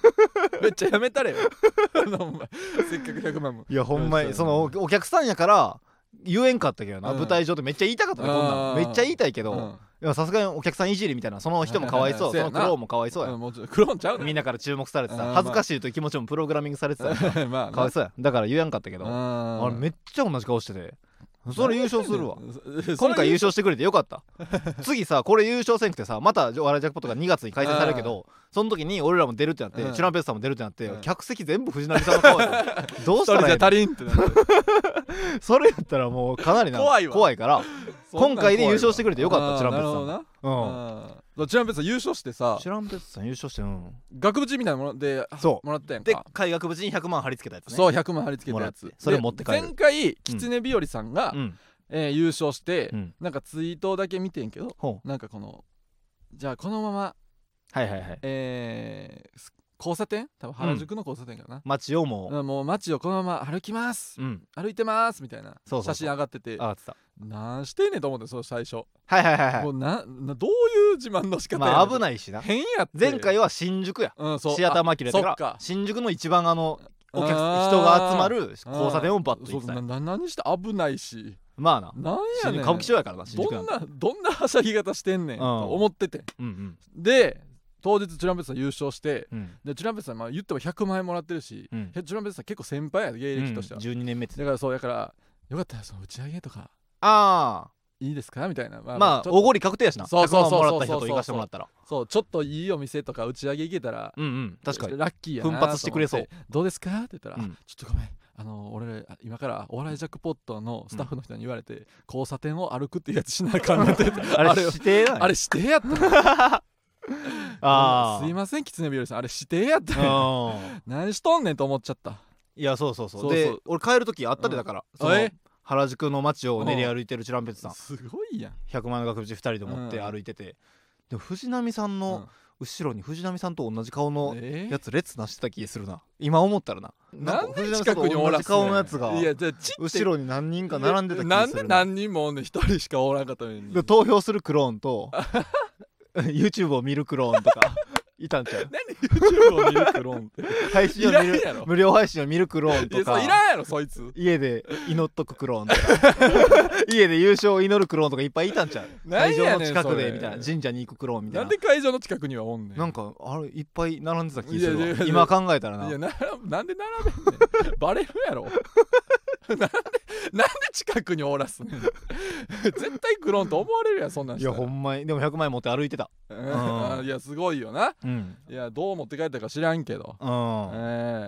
Speaker 2: [laughs] めっちゃやめたれよ [laughs] あのお前せっかく100万も
Speaker 1: いやほんま
Speaker 2: うん
Speaker 1: に
Speaker 2: そ
Speaker 1: そうのおお客さんやから言えんかったけどな、
Speaker 2: うん
Speaker 1: 舞台上でめっちゃ言いたかったねこんな
Speaker 2: あ
Speaker 1: ん
Speaker 2: ー
Speaker 1: めっちゃ言いたいけど
Speaker 2: うん
Speaker 1: いやさすがにお客さんいじりみたいなその人もかわい [laughs] そう
Speaker 2: はい
Speaker 1: そ
Speaker 2: はいは
Speaker 1: のク
Speaker 2: い
Speaker 1: ローンもかわいそう
Speaker 2: う
Speaker 1: や
Speaker 2: んもうちょっとクローンちゃう
Speaker 1: みんなから注目されて
Speaker 2: うん
Speaker 1: さ恥ずかしいという気持ちもプログラミングされてたか
Speaker 2: な [laughs] まあ
Speaker 1: らかわいそうやだから言えんかったけど
Speaker 2: あ
Speaker 1: あれめっちゃ同じ顔しててそれ優勝す
Speaker 2: [laughs]
Speaker 1: るわ今
Speaker 2: 今
Speaker 1: 回優
Speaker 2: 回
Speaker 1: 勝してくれてよかった次さこれ優勝せんくてさまた「笑いジャックポット」が2月に開催されるけどその時に俺らも出るってなって、
Speaker 2: うん
Speaker 1: チュランペースさんも出るってなって、
Speaker 2: うん
Speaker 1: 客席全部藤波さんの顔 [laughs] やったどう
Speaker 2: 一
Speaker 1: した
Speaker 2: 人
Speaker 1: ら
Speaker 2: じ
Speaker 1: い
Speaker 2: ゃ
Speaker 1: いの
Speaker 2: 足りんってなって
Speaker 1: それやったらもうかなりな
Speaker 2: 怖いわ
Speaker 1: から今回で優勝してくれてよかった
Speaker 2: そん
Speaker 1: チュランペット
Speaker 2: なん
Speaker 1: さん
Speaker 2: 怖いわ
Speaker 1: う
Speaker 2: あー
Speaker 1: ん
Speaker 2: なるほどなうんチュランペットさん優勝してさ
Speaker 1: チュランペースさん優勝してうん
Speaker 2: 額縁みたいなもので
Speaker 1: そ
Speaker 2: もらったやん
Speaker 1: うで
Speaker 2: か
Speaker 1: 海学部に100万貼り付けたやつね
Speaker 2: そう100万貼り付けたや
Speaker 1: も
Speaker 2: つ
Speaker 1: らってそれ持って帰る
Speaker 2: で前回狐日和さんが
Speaker 1: ん
Speaker 2: えー優勝して
Speaker 1: うん
Speaker 2: なんかツイートだけ見てんけど
Speaker 1: ほ
Speaker 2: なんかこのじゃあこのまま
Speaker 1: うはいはいはい
Speaker 2: えーす交差点多分原宿の交差点かな、
Speaker 1: 街をもう
Speaker 2: うんもう街をこのまま歩きます
Speaker 1: うん、
Speaker 2: 歩いてますみたい
Speaker 1: そ
Speaker 2: な
Speaker 1: うそうそう
Speaker 2: 写真上がってて
Speaker 1: 上がってた
Speaker 2: なんしてんねんと思ってその最初、
Speaker 1: はいはいはい
Speaker 2: も
Speaker 1: は
Speaker 2: うななどういう自慢の仕
Speaker 1: い
Speaker 2: 方やねん
Speaker 1: まあ危ないしな
Speaker 2: 変やって
Speaker 1: 前回は新宿や
Speaker 2: うんそう
Speaker 1: シアターマキュレーだ
Speaker 2: あそっ
Speaker 1: か
Speaker 2: から
Speaker 1: 新宿の一番あのお客
Speaker 2: あー
Speaker 1: 人が集まる交差点をバッと行
Speaker 2: そ
Speaker 1: っ
Speaker 2: う
Speaker 1: てた
Speaker 2: な
Speaker 1: よ
Speaker 2: な何して危ないし
Speaker 1: まあな
Speaker 2: なんや
Speaker 1: 新
Speaker 2: ね
Speaker 1: 宿
Speaker 2: ん
Speaker 1: 歌舞伎町やからな新宿
Speaker 2: ど
Speaker 1: なんんて
Speaker 2: などんなはしゃぎ方してんね
Speaker 1: う
Speaker 2: ん
Speaker 1: ん
Speaker 2: と思ってて、
Speaker 1: うんうん
Speaker 2: で当日チュランペットさん優勝して
Speaker 1: うん
Speaker 2: でチュランペットさんまあ言っても100万円もらってるし、
Speaker 1: うん
Speaker 2: へチュランペットさん結構先輩やで芸歴としては、
Speaker 1: 12年目って
Speaker 2: だからそうやからよかったらその打ち上げとか
Speaker 1: あ
Speaker 2: いいですかみたいなま
Speaker 1: あまあ
Speaker 2: ちょ
Speaker 1: おごり確定やしな
Speaker 2: そうそうそうそう
Speaker 1: 100万もらった人と行かしてもらったら
Speaker 2: そうちょっといいお店とか打ち上げ行けたら
Speaker 1: うんうん確かに
Speaker 2: ラッキーやな
Speaker 1: 奮発してくれそう
Speaker 2: と思ってどうですかって言ったら、
Speaker 1: うん
Speaker 2: あちょっとごめんあの俺あ今からお笑いジャックポットのスタッフの人に言われて、交差点を歩くっていうやつしなあかんなって
Speaker 1: [laughs] あ
Speaker 2: あ
Speaker 1: れ
Speaker 2: れ
Speaker 1: 指定なんや
Speaker 2: あれしてやった
Speaker 1: あー
Speaker 2: すいませんキツネ日和さんあれしてやった
Speaker 1: うん
Speaker 2: 何しとんねんと思っちゃった
Speaker 1: いやそうそうそう
Speaker 2: そうそう
Speaker 1: で俺帰る時あったでだから、
Speaker 2: うん
Speaker 1: その
Speaker 2: え
Speaker 1: 原宿の街を練り歩いてるチュランペットさん
Speaker 2: すごいやん
Speaker 1: 100万円の額縁2人で持って
Speaker 2: うん
Speaker 1: 歩いてて、でも藤波さんの後ろに藤波さんと同じ顔
Speaker 2: うん
Speaker 1: の
Speaker 2: え
Speaker 1: やつ列なしてた気するな今思ったらな
Speaker 2: なんで
Speaker 1: 藤波さ
Speaker 2: 近
Speaker 1: んと
Speaker 2: くにお
Speaker 1: 同
Speaker 2: ら
Speaker 1: じ
Speaker 2: すねん
Speaker 1: 顔のやつが
Speaker 2: いやじゃあちって
Speaker 1: 後ろに何人か並んでた気
Speaker 2: なん
Speaker 1: す
Speaker 2: で
Speaker 1: るな
Speaker 2: 何人もおんねん一人しかおらんかった
Speaker 1: [laughs]
Speaker 2: のに
Speaker 1: で投票するクローンと [laughs] YouTube を見るクローンとかいたんちゃう
Speaker 2: 何 YouTube を見るクローンって
Speaker 1: 配信を見
Speaker 2: いらん
Speaker 1: る
Speaker 2: やろ
Speaker 1: 無料配信を見るクローン
Speaker 2: い
Speaker 1: と
Speaker 2: やそ
Speaker 1: か
Speaker 2: れいらんやろそいつ
Speaker 1: 家で祈っとくクローンとか
Speaker 2: [laughs]
Speaker 1: 家で優勝を祈るクローンとかいっぱいいたんちゃう
Speaker 2: なん
Speaker 1: 会場
Speaker 2: や
Speaker 1: の
Speaker 2: ねん
Speaker 1: 近く
Speaker 2: そ
Speaker 1: で
Speaker 2: れ
Speaker 1: みたいな神社に行くクローンみたい
Speaker 2: なん
Speaker 1: な
Speaker 2: で会場の近くにはおんねん
Speaker 1: なんかあれいっぱい並んでた気する
Speaker 2: いやいや
Speaker 1: わ
Speaker 2: いや
Speaker 1: 今考えたら
Speaker 2: いや
Speaker 1: な
Speaker 2: ならなんで並べん
Speaker 1: [laughs]
Speaker 2: ねんバレるやろ [laughs] なんでなんで近くにおらすねん [laughs] 絶対クローンと思われるやんそんなん
Speaker 1: い
Speaker 2: した
Speaker 1: や
Speaker 2: ら
Speaker 1: ほんまにでも100万円持って歩いてた
Speaker 2: うんいやすごいよな
Speaker 1: うん
Speaker 2: いやどう持って帰ったか知らんけど、
Speaker 1: う
Speaker 2: え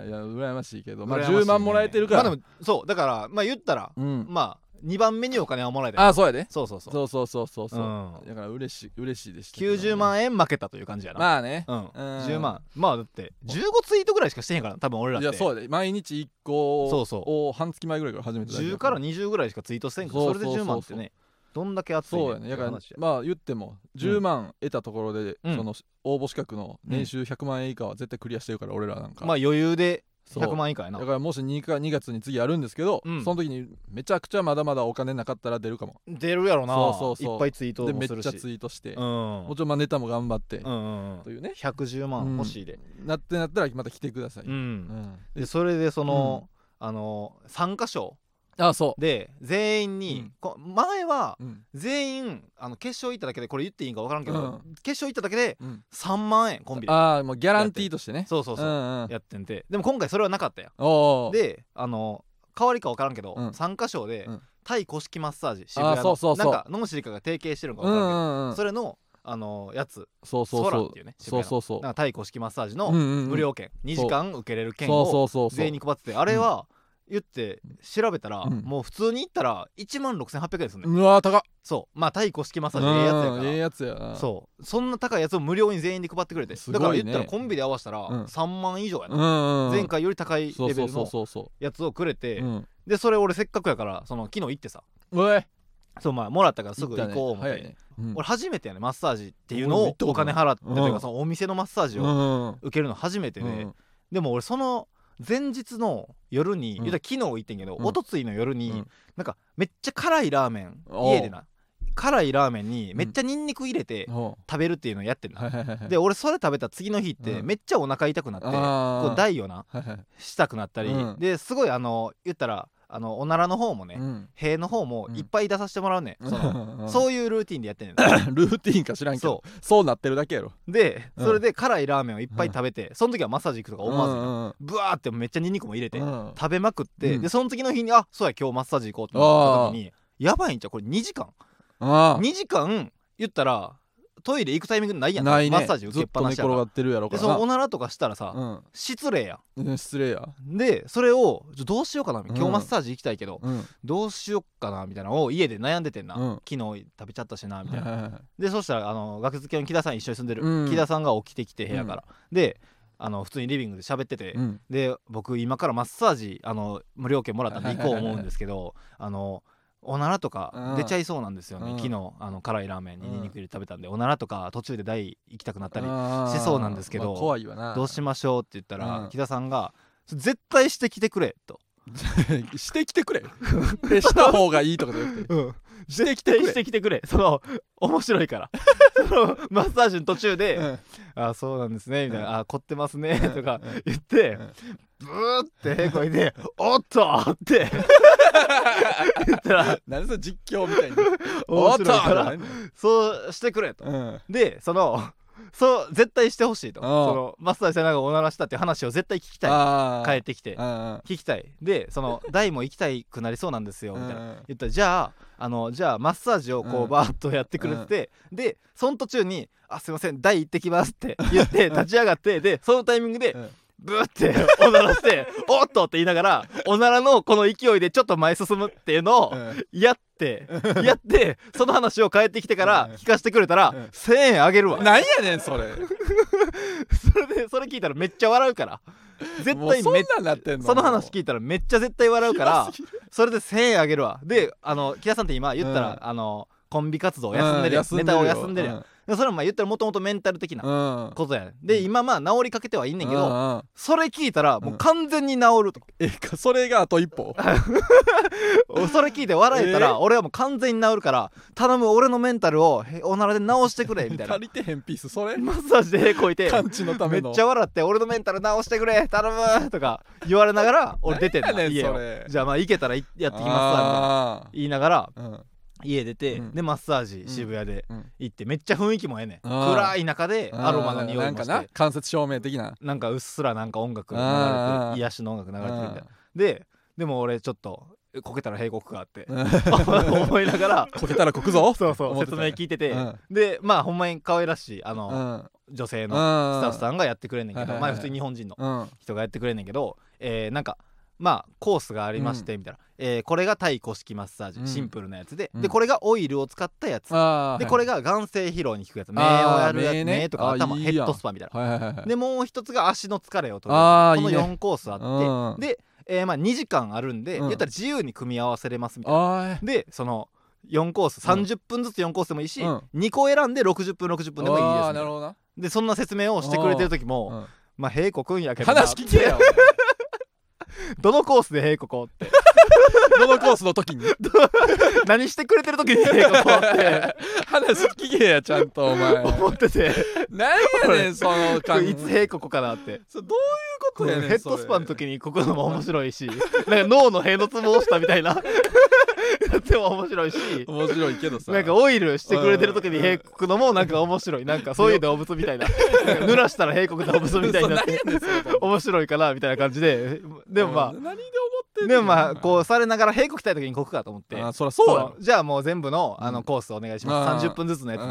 Speaker 1: ん
Speaker 2: えいや羨ましいけどまあ
Speaker 1: 羨ましいね
Speaker 2: 10万もらえてるから、
Speaker 1: まあでもそうだからまあ言ったら
Speaker 2: うん
Speaker 1: まあ2番目にお金はもらえたよ
Speaker 2: あそうやで
Speaker 1: そうそうそう
Speaker 2: そうそうそうそうそう、
Speaker 1: うん
Speaker 2: だから嬉しい嬉しいでしたけどね
Speaker 1: 90万円負けたという感じやな
Speaker 2: まあね
Speaker 1: うん
Speaker 2: うん
Speaker 1: 10万まあだって15ツイートぐらいしかしてへんから多分俺らっ
Speaker 2: い
Speaker 1: て
Speaker 2: やそうやで毎日1個を
Speaker 1: そうそう
Speaker 2: 半月前ぐらいから始めて
Speaker 1: 10から
Speaker 2: ね
Speaker 1: 20ぐらいしかツイートしてんから
Speaker 2: そ
Speaker 1: そうれ
Speaker 2: そう
Speaker 1: で
Speaker 2: そう
Speaker 1: 10
Speaker 2: そう
Speaker 1: 万ってねどんだけ熱い
Speaker 2: そうやねだから
Speaker 1: って話や
Speaker 2: まあ言っても10万得たところで、
Speaker 1: うん
Speaker 2: その応募資格の年収100万円以下は絶対クリアしてるから俺らなんか、
Speaker 1: まあ余裕で
Speaker 2: そう
Speaker 1: 100万円以下やな
Speaker 2: だからもし 2, か2月に次やるんですけど、
Speaker 1: うん
Speaker 2: その時にめちゃくちゃまだまだお金なかったら出るかも
Speaker 1: 出るやろな
Speaker 2: そうそうそう
Speaker 1: いっぱいツイート
Speaker 2: で
Speaker 1: も
Speaker 2: めっ
Speaker 1: す
Speaker 2: ち
Speaker 1: る
Speaker 2: ゃ
Speaker 1: し
Speaker 2: ツイートして、
Speaker 1: うん
Speaker 2: もちろんまあネタも頑張って、
Speaker 1: うんうんう
Speaker 2: と
Speaker 1: ん
Speaker 2: いうね
Speaker 1: 110万欲しいで
Speaker 2: なってなったらまた来てください、
Speaker 1: うん、
Speaker 2: うん
Speaker 1: でそれでその、あの参加賞
Speaker 2: あそう、
Speaker 1: で全員に、
Speaker 2: うん
Speaker 1: こ前は
Speaker 2: うん
Speaker 1: 全員あの決勝行っただけでこれ言っていいんか分からんけど、
Speaker 2: うん
Speaker 1: 決勝行っただけで
Speaker 2: うん
Speaker 1: 3万円コンビで
Speaker 2: ああもうギャランティーとしてね
Speaker 1: そうそうそう、
Speaker 2: んうん、
Speaker 1: やってんてでも今回それはなかったよ
Speaker 2: おお
Speaker 1: であの代わりか分からんけど、
Speaker 2: うん
Speaker 1: 参加賞で、
Speaker 2: うん
Speaker 1: タイ古式マッサージ渋谷の
Speaker 2: そうそうそう
Speaker 1: なんかノンシリカが提携してるのか
Speaker 2: う
Speaker 1: 分
Speaker 2: ん
Speaker 1: からん
Speaker 2: う
Speaker 1: けど、
Speaker 2: んうん
Speaker 1: それのあのやつ
Speaker 2: そうそ
Speaker 1: ソ
Speaker 2: うそ
Speaker 1: ラ
Speaker 2: う
Speaker 1: っていうね
Speaker 2: そうそうそう
Speaker 1: なんかタイ古式マッサージの
Speaker 2: うんうんうん
Speaker 1: 無料券、2時間受けれる券
Speaker 2: そう
Speaker 1: を
Speaker 2: そうそうそう
Speaker 1: 全員に配っててあれは言って調べたら、
Speaker 2: うん
Speaker 1: もう普通に行ったら1万6800円ですね、
Speaker 2: うわー高っ
Speaker 1: そうまあ太鼓式マッサージええやつやか
Speaker 2: う
Speaker 1: ら、
Speaker 2: んええやつやな
Speaker 1: そうそんな高いやつを無料に全員で配ってくれて、
Speaker 2: すごい
Speaker 1: だ
Speaker 2: ね
Speaker 1: から言ったらコンビで合わせたら
Speaker 2: うん
Speaker 1: 3万以上やな、
Speaker 2: うんうんうん
Speaker 1: 前回より高い
Speaker 2: そ
Speaker 1: レ
Speaker 2: う
Speaker 1: ベ
Speaker 2: そう
Speaker 1: ル
Speaker 2: そう
Speaker 1: の
Speaker 2: そうそ
Speaker 1: やつをくれて
Speaker 2: ううん
Speaker 1: でそれ俺せっかくやからその昨日行ってさ
Speaker 2: おい
Speaker 1: そうまあもらったからすぐ
Speaker 2: 行
Speaker 1: 行
Speaker 2: ったね
Speaker 1: こう思って、
Speaker 2: 早いねうん
Speaker 1: 俺初めてやねマッサージっていうの
Speaker 2: 俺
Speaker 1: を
Speaker 2: も行った
Speaker 1: お
Speaker 2: ことな
Speaker 1: 金
Speaker 2: い
Speaker 1: 払って、という
Speaker 2: う
Speaker 1: か
Speaker 2: ん
Speaker 1: そのお店のマッサージ
Speaker 2: うん
Speaker 1: を
Speaker 2: うんうん
Speaker 1: 受けるの初めてで、
Speaker 2: うん
Speaker 1: でも俺その前日の夜に、
Speaker 2: うん
Speaker 1: 言うたら昨日行ってんけど、
Speaker 2: うん
Speaker 1: 一昨日の夜に、
Speaker 2: うん
Speaker 1: なんかめっちゃ辛いラーメン
Speaker 2: おう
Speaker 1: 家でな辛いラーメンにめっちゃニンニク入れて
Speaker 2: お
Speaker 1: 食べるっていうのをやってる
Speaker 2: うはいはいはいはい
Speaker 1: で俺それ食べた次の日って
Speaker 2: うん
Speaker 1: めっちゃお腹痛くなって、
Speaker 2: あー
Speaker 1: こう台をな
Speaker 2: はいはい
Speaker 1: したくなったり、
Speaker 2: うん
Speaker 1: ですごいあの言ったらあのおならの方もね、
Speaker 2: うん
Speaker 1: 塀の方も
Speaker 2: うん
Speaker 1: いっぱい出させてもらうね、ん、その
Speaker 2: [laughs] う
Speaker 1: そういうルーティンでやってんねん
Speaker 2: ルーティンか知らんけど
Speaker 1: そ
Speaker 2: そうなってるだけやろ
Speaker 1: うで
Speaker 2: うん
Speaker 1: それで辛いラーメンをいっぱい食べて、その時はマッサージ行くとか思わず、
Speaker 2: わ
Speaker 1: ブワーってめっちゃニンニクも入れて、
Speaker 2: うん
Speaker 1: 食べまくって、
Speaker 2: うん
Speaker 1: でその次の日にあそうや今日マッサージ行こうってなった時にやばいんちゃうこれ2時間
Speaker 2: あ
Speaker 1: 2時間言ったらトイレ行くタイミングないや
Speaker 2: あ
Speaker 1: ん
Speaker 2: ないね
Speaker 1: マッサージ受けっぱなし
Speaker 2: ず
Speaker 1: や
Speaker 2: っと寝
Speaker 1: か
Speaker 2: 転が
Speaker 1: ら
Speaker 2: ってるやろか
Speaker 1: で
Speaker 2: ら
Speaker 1: そ
Speaker 2: な
Speaker 1: のおならとかしたらさ、失礼やん
Speaker 2: うん失礼や
Speaker 1: でそれをちょどうしようかな今日
Speaker 2: うん
Speaker 1: マッサージ行きたいけど、
Speaker 2: うん
Speaker 1: どうしようかなみたいなのを家で悩んでてんな、
Speaker 2: うん
Speaker 1: 昨日食べちゃったしなみた
Speaker 2: はいい
Speaker 1: な、
Speaker 2: はいはい
Speaker 1: でそしたらあの学付けの木田さん一緒に住んでる、
Speaker 2: うん
Speaker 1: 木田さんが起きてきて部屋から、であの普通にリビングで喋ってて、
Speaker 2: うん
Speaker 1: で僕今からマッサージあの無料券もらったんで
Speaker 2: はい
Speaker 1: 行
Speaker 2: はい
Speaker 1: こう
Speaker 2: はいはい
Speaker 1: 思うんですけどあのおならと
Speaker 2: う
Speaker 1: か
Speaker 2: ん
Speaker 1: 出ちゃいそうなんですよね、
Speaker 2: うん
Speaker 1: 昨日あの辛いラーメンに
Speaker 2: うん
Speaker 1: ニンニク入れて食べたんで、おならとか途中で台行きたくなったり
Speaker 2: し
Speaker 1: しそうなんですけど
Speaker 2: 怖いわな
Speaker 1: どうしましょうって言ったら、
Speaker 2: うん
Speaker 1: 木田さんが「絶対してきてくれ」と。
Speaker 2: [laughs] してき
Speaker 1: [laughs]
Speaker 2: てくれえした方がいいとかじゃな [laughs] くて
Speaker 1: してき
Speaker 2: てくれ
Speaker 1: してきてくれその面白いから
Speaker 2: [laughs]
Speaker 1: そのマッサージの途中で「 [laughs] あそうなんですね」みたいな「あ凝ってますね」とか言
Speaker 2: [laughs]
Speaker 1: って
Speaker 2: うん
Speaker 1: ブーってへこいで「おっと!」って
Speaker 2: [laughs]
Speaker 1: 言ったら
Speaker 2: 何それ実況みたいに
Speaker 1: [laughs] 面
Speaker 2: 終
Speaker 1: 白い
Speaker 2: わ
Speaker 1: か
Speaker 2: った
Speaker 1: らそうしてくれと。
Speaker 2: うん
Speaker 1: でその [laughs] そう絶対してほしいと
Speaker 2: うん
Speaker 1: そのマスターしたなんかおならしたっていう話を絶対聞きたい
Speaker 2: あー
Speaker 1: 帰ってきて
Speaker 2: うん
Speaker 1: 聞きたいでそ
Speaker 2: [laughs]
Speaker 1: の大も行きたいくなりそうなんですよ
Speaker 2: う
Speaker 1: み
Speaker 2: ん
Speaker 1: たいな
Speaker 2: うん
Speaker 1: 言ったらじゃああのじゃあマッサージをこ
Speaker 2: うん
Speaker 1: うバーッとやってくれてて、でその途中に「あすいません第行ってきます」って言って
Speaker 2: [laughs] うん
Speaker 1: 立ち上がってでそのタイミングで
Speaker 2: うん
Speaker 1: ブーっておなら
Speaker 2: [laughs]
Speaker 1: して「おっと!」って言いながらおならのこの勢いでちょっと前進むっていうのを
Speaker 2: うん
Speaker 1: や
Speaker 2: [laughs]
Speaker 1: って、やってその話を帰ってきてから
Speaker 2: うん
Speaker 1: 聞かせてくれたら、
Speaker 2: うん
Speaker 1: 1,000円あげるわ
Speaker 2: なんや [laughs] ねんそれ
Speaker 1: それでそれ聞いたらめっちゃ笑うから絶
Speaker 2: もう
Speaker 1: 対
Speaker 2: そん
Speaker 1: めっ
Speaker 2: なんなってんの
Speaker 1: その話聞いたらめっちゃ絶対笑うから
Speaker 2: 暇すぎる
Speaker 1: それで1000円あげるわであの木田さんって今言ったら、
Speaker 2: うん
Speaker 1: あのコンビ活動を休んでるやん、
Speaker 2: う
Speaker 1: ネタを休んでるやん、でそれもまあ言ったらもともとメンタル的
Speaker 2: う
Speaker 1: なん
Speaker 2: うん
Speaker 1: ことやねんで
Speaker 2: うん
Speaker 1: 今まあ治りかけてはいんねんけど、
Speaker 2: うんうん
Speaker 1: それ聞いたらもう完全に治ると、
Speaker 2: えかそれがあと一歩
Speaker 1: それ聞いて笑えたら、
Speaker 2: えー
Speaker 1: 俺はもう完全に治るから頼む俺のメンタルをへおならで治してくれみたいな
Speaker 2: 足りてへんピースそれ
Speaker 1: マッサージでへこいて
Speaker 2: 感知のた
Speaker 1: め
Speaker 2: め
Speaker 1: っ
Speaker 2: の
Speaker 1: ちゃ笑って俺のメンタル治してくれ頼むとか言われなが
Speaker 2: [laughs]
Speaker 1: ら俺出てん
Speaker 2: なんや
Speaker 1: だ
Speaker 2: ねん
Speaker 1: 家を
Speaker 2: それ
Speaker 1: じゃあまあ行けたらいやってきますわみたいな
Speaker 2: あ
Speaker 1: 言いながら
Speaker 2: ーうん
Speaker 1: 家出て、
Speaker 2: うん
Speaker 1: でマッサージ渋谷で
Speaker 2: うん
Speaker 1: 行ってめっちゃ雰囲気もええねん
Speaker 2: あー
Speaker 1: 暗い中でアロマの匂い
Speaker 2: なん
Speaker 1: も
Speaker 2: か
Speaker 1: して
Speaker 2: な間接照明的な
Speaker 1: なんかうっすらなんか音楽流れ
Speaker 2: あー
Speaker 1: て癒しの音楽流れてるみたいな
Speaker 2: う
Speaker 1: ででも俺ちょっとこけたら閉国かって [laughs]
Speaker 2: ん
Speaker 1: 思いなが
Speaker 2: [laughs]
Speaker 1: ら
Speaker 2: こけたらこくぞ
Speaker 1: そうそう
Speaker 2: 思って
Speaker 1: 説
Speaker 2: た
Speaker 1: 明聞いてて、
Speaker 2: うん
Speaker 1: でまあほんまに可愛らしいあ
Speaker 2: う
Speaker 1: の、
Speaker 2: んうん
Speaker 1: 女性のス
Speaker 2: タ
Speaker 1: タッフさんがやってくれんねんけど、
Speaker 2: はいはい
Speaker 1: ま
Speaker 2: はい
Speaker 1: あ普通に日本人の
Speaker 2: うん
Speaker 1: 人がやってくれんねんけど、えーなんかまあコースがありましてみたいな、えーこれがタイ古式マッサージ、
Speaker 2: うん
Speaker 1: シンプルなやつで、
Speaker 2: うん
Speaker 1: でこれがオイルを使ったやつ、
Speaker 2: あー
Speaker 1: でこれが眼性疲労に効くやつ目を
Speaker 2: あ
Speaker 1: や
Speaker 2: ー
Speaker 1: るやつ
Speaker 2: 目
Speaker 1: 目,、
Speaker 2: ね
Speaker 1: とか
Speaker 2: あー
Speaker 1: 頭
Speaker 2: いい
Speaker 1: ヘ
Speaker 2: やん
Speaker 1: ッドスパみたいな、
Speaker 2: はいはいはいはい
Speaker 1: でもう一つが足の疲れを取る
Speaker 2: あー
Speaker 1: この
Speaker 2: いいね
Speaker 1: 4コースあって
Speaker 2: うん
Speaker 1: で、えーまあ、2時間あるんで、
Speaker 2: うん
Speaker 1: 言ったら自由に組み合わせれますみたいな
Speaker 2: あー
Speaker 1: でその4コース30分ずつ4コースでもいいし、
Speaker 2: うん
Speaker 1: 2個選んで60分60分でもいいですみ
Speaker 2: あー
Speaker 1: た
Speaker 2: ない
Speaker 1: な
Speaker 2: るほどな
Speaker 1: でそんな説明をしてくれてる時も、
Speaker 2: うん
Speaker 1: まあ平子くんやけどな
Speaker 2: 話聞
Speaker 1: [laughs]
Speaker 2: けよ
Speaker 1: どのコースで平子こうって
Speaker 2: どのコースの時に
Speaker 1: 何してくれてる時に平子こう
Speaker 2: [laughs]
Speaker 1: って
Speaker 2: 話聞けやちゃんとお前
Speaker 1: 思ってて
Speaker 2: なんやねんその
Speaker 1: こ
Speaker 2: 感
Speaker 1: れいつ平子こかなって
Speaker 2: そうどういうこ
Speaker 1: ことの
Speaker 2: やねん
Speaker 1: ヘッドスパの時にここのも面白いしなんか脳の辺のツボをしたみたいなやっても面白いし
Speaker 2: それ面白いけどさ
Speaker 1: なんかオイルしてくれてる時に平子のもなんか面白いなんかそういう動物みたいななんか濡らしたら平子動物みたいに
Speaker 2: [laughs]
Speaker 1: なって
Speaker 2: そうなんやねんそれ
Speaker 1: 面白いかなみたいな感じででもまあ
Speaker 2: うん何で思ってんね
Speaker 1: で
Speaker 2: ん
Speaker 1: もまあこうされながら平子来たい時にこくかと思って
Speaker 2: あそりゃそうや
Speaker 1: そのじゃあもう全部のあのコースお願いします、
Speaker 2: うん
Speaker 1: 30分ずつのやつ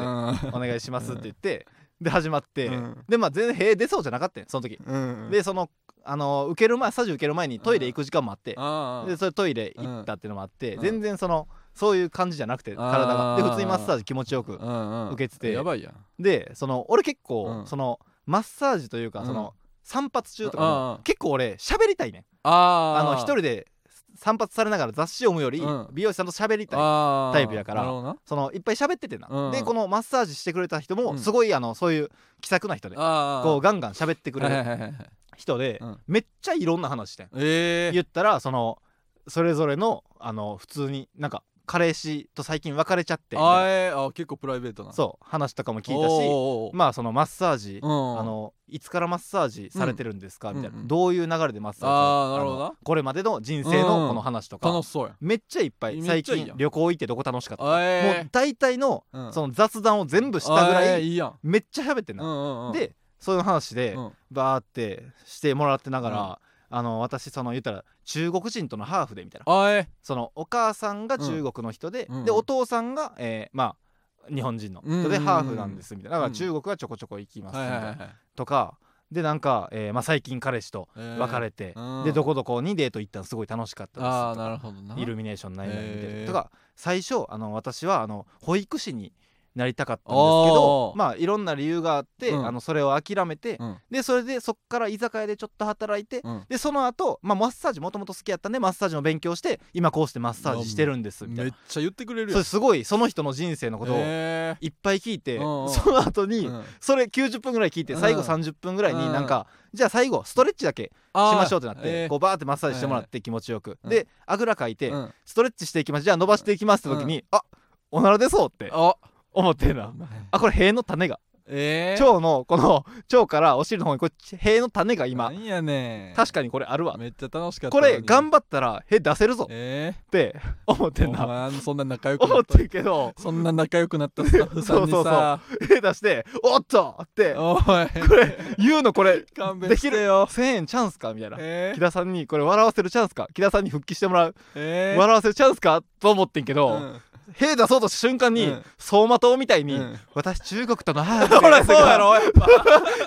Speaker 1: で
Speaker 2: ろ
Speaker 1: お願いしますって言って、で始まって、
Speaker 2: うん
Speaker 1: でまあ全然塀出そうじゃなかったよその時、
Speaker 2: うんうん
Speaker 1: でそのあの受ける前スタジオ受ける前にトイレ行く時間もあって、
Speaker 2: あー
Speaker 1: でそれトイレ行ったっていうのもあって、
Speaker 2: うん
Speaker 1: 全然そのそういう感じじゃなくて体がで
Speaker 2: あー
Speaker 1: 普通にマッサージ気持ちよく
Speaker 2: うんうん
Speaker 1: 受けてて
Speaker 2: やばいやん
Speaker 1: でその俺結構、
Speaker 2: うん
Speaker 1: そのマッサージというか
Speaker 2: うん
Speaker 1: その、散髪中とか
Speaker 2: うんう
Speaker 1: も
Speaker 2: ん
Speaker 1: 結構俺喋りたいねん
Speaker 2: あ
Speaker 1: あ
Speaker 2: ー
Speaker 1: の一人で散髪されながら雑誌読むより、
Speaker 2: うん
Speaker 1: 美容師さんと喋りたい
Speaker 2: あー
Speaker 1: タイプやから
Speaker 2: なるほどな
Speaker 1: そのいっぱい喋っててな、
Speaker 2: うん
Speaker 1: でこのマッサージしてくれた人
Speaker 2: う
Speaker 1: も
Speaker 2: ん
Speaker 1: すごい、あのそういう気さくな人で
Speaker 2: あー
Speaker 1: こうガンガン喋ってくれ
Speaker 2: はい
Speaker 1: る
Speaker 2: はいはいはい
Speaker 1: 人で、
Speaker 2: うん
Speaker 1: めっちゃいろんな話してん、
Speaker 2: ええ
Speaker 1: 言ったらそのそれぞれのあの普通になんか彼氏と最近別れちゃってみ
Speaker 2: あ
Speaker 1: たい
Speaker 2: ーえーあ結構プライベートな
Speaker 1: なそう話とかも聞いた
Speaker 2: おー
Speaker 1: し
Speaker 2: おーおー
Speaker 1: まあそのマッサージ、
Speaker 2: うん
Speaker 1: あのいつからマッサージされてるんですか、
Speaker 2: うん
Speaker 1: みたいな、
Speaker 2: うんうん
Speaker 1: どういう流れでマッサージ
Speaker 2: あー
Speaker 1: を
Speaker 2: なるほどな
Speaker 1: あのこれまでの人生のこの話とか、
Speaker 2: 楽しそうやん
Speaker 1: めっちゃいっぱい
Speaker 2: めっ
Speaker 1: 最
Speaker 2: ちゃいいやん
Speaker 1: 近旅行行ってどこ楽しかった、
Speaker 2: あえ
Speaker 1: もう大体の
Speaker 2: ーうん
Speaker 1: その雑談を全部したぐら
Speaker 2: あー
Speaker 1: い
Speaker 2: いいやん
Speaker 1: めっちゃ喋ってん
Speaker 2: う
Speaker 1: な、
Speaker 2: んうんうん
Speaker 1: でそういう話で
Speaker 2: うん
Speaker 1: バーってしてもらってながら、あの私その言ったら中国人とのハーフでみたいな
Speaker 2: あえ
Speaker 1: そのお母さんが中国の人で、
Speaker 2: うん
Speaker 1: で
Speaker 2: うん
Speaker 1: お父さんが、えーまあ日本人の人で
Speaker 2: うん
Speaker 1: ハーフなんですみたいなだから
Speaker 2: うん
Speaker 1: 中国はちょこちょこ行きますみ
Speaker 2: は
Speaker 1: た
Speaker 2: い
Speaker 1: いな、
Speaker 2: はいはい
Speaker 1: とかでなんか、えーまあ、最近彼氏と別れて、
Speaker 2: えーうん
Speaker 1: でどこどこにデート行ったのすごい楽しかったですと
Speaker 2: あ
Speaker 1: か
Speaker 2: あなるほどな
Speaker 1: イルミネーションないないみたいな、
Speaker 2: へー
Speaker 1: とか最初あの私はあの保育士になりたかったんですけど
Speaker 2: おー
Speaker 1: まあいろんな理由があって、
Speaker 2: うん
Speaker 1: あのそれを諦めて、
Speaker 2: うん
Speaker 1: でそれでそっから居酒屋でちょっと働いて、
Speaker 2: うん
Speaker 1: でその後、まあマッサージもともと好きやったんでマッサージの勉強して今こうしてマッサージしてるんですみたい
Speaker 2: めっ
Speaker 1: な
Speaker 2: ちゃ言ってくれ
Speaker 1: そ
Speaker 2: るや
Speaker 1: れ
Speaker 2: ん
Speaker 1: すごいその人の人生のことを
Speaker 2: え
Speaker 1: いっぱい聞いて、
Speaker 2: うんうん
Speaker 1: その後に、
Speaker 2: ーうん
Speaker 1: それ90分ぐらい聞いて最後
Speaker 2: うん
Speaker 1: 30分ぐらいになんか、じゃあ最後ストレッチだけし
Speaker 2: あー
Speaker 1: ましょうってなって、
Speaker 2: えー
Speaker 1: こうバーってマッサージしてもらって気持ちよく、
Speaker 2: うん
Speaker 1: であぐらかいて、
Speaker 2: うん
Speaker 1: ストレッチしていきますじゃあ伸ばしていきますって時に、あおなら出そうって
Speaker 2: あ
Speaker 1: 思ってんなあこれ塀の種が
Speaker 2: えー、
Speaker 1: 腸のこの腸からお尻の方にこれ塀の種が今
Speaker 2: なんやねん
Speaker 1: 確かにこれあるわ
Speaker 2: めっちゃ楽しかった
Speaker 1: こ
Speaker 2: のに
Speaker 1: れ頑張ったら塀出せるぞっ
Speaker 2: え
Speaker 1: て思っ
Speaker 2: ー、
Speaker 1: てんな
Speaker 2: お前そんな仲良く
Speaker 1: 思
Speaker 2: な
Speaker 1: っ
Speaker 2: った
Speaker 1: てんけど
Speaker 2: そんな仲良くなったスタッフさんにさ
Speaker 1: 塀出して「おっと!」って
Speaker 2: おい
Speaker 1: これ言うのこれ
Speaker 2: 勘弁
Speaker 1: でき
Speaker 2: し
Speaker 1: るよ
Speaker 2: てよ
Speaker 1: 1000円チャンスかみたいな
Speaker 2: え
Speaker 1: 木
Speaker 2: ー、
Speaker 1: 田さんにこれ笑わせるチャンスか木田さんに復帰してもらう
Speaker 2: えー、
Speaker 1: 笑わせるチャンスかと思ってんけ
Speaker 2: う
Speaker 1: ど
Speaker 2: ん
Speaker 1: 塀出そうとした瞬間に
Speaker 2: うん
Speaker 1: 走馬灯みたいに
Speaker 2: うん
Speaker 1: 「私中国との母みたいな
Speaker 2: ほらそうやろやっぱ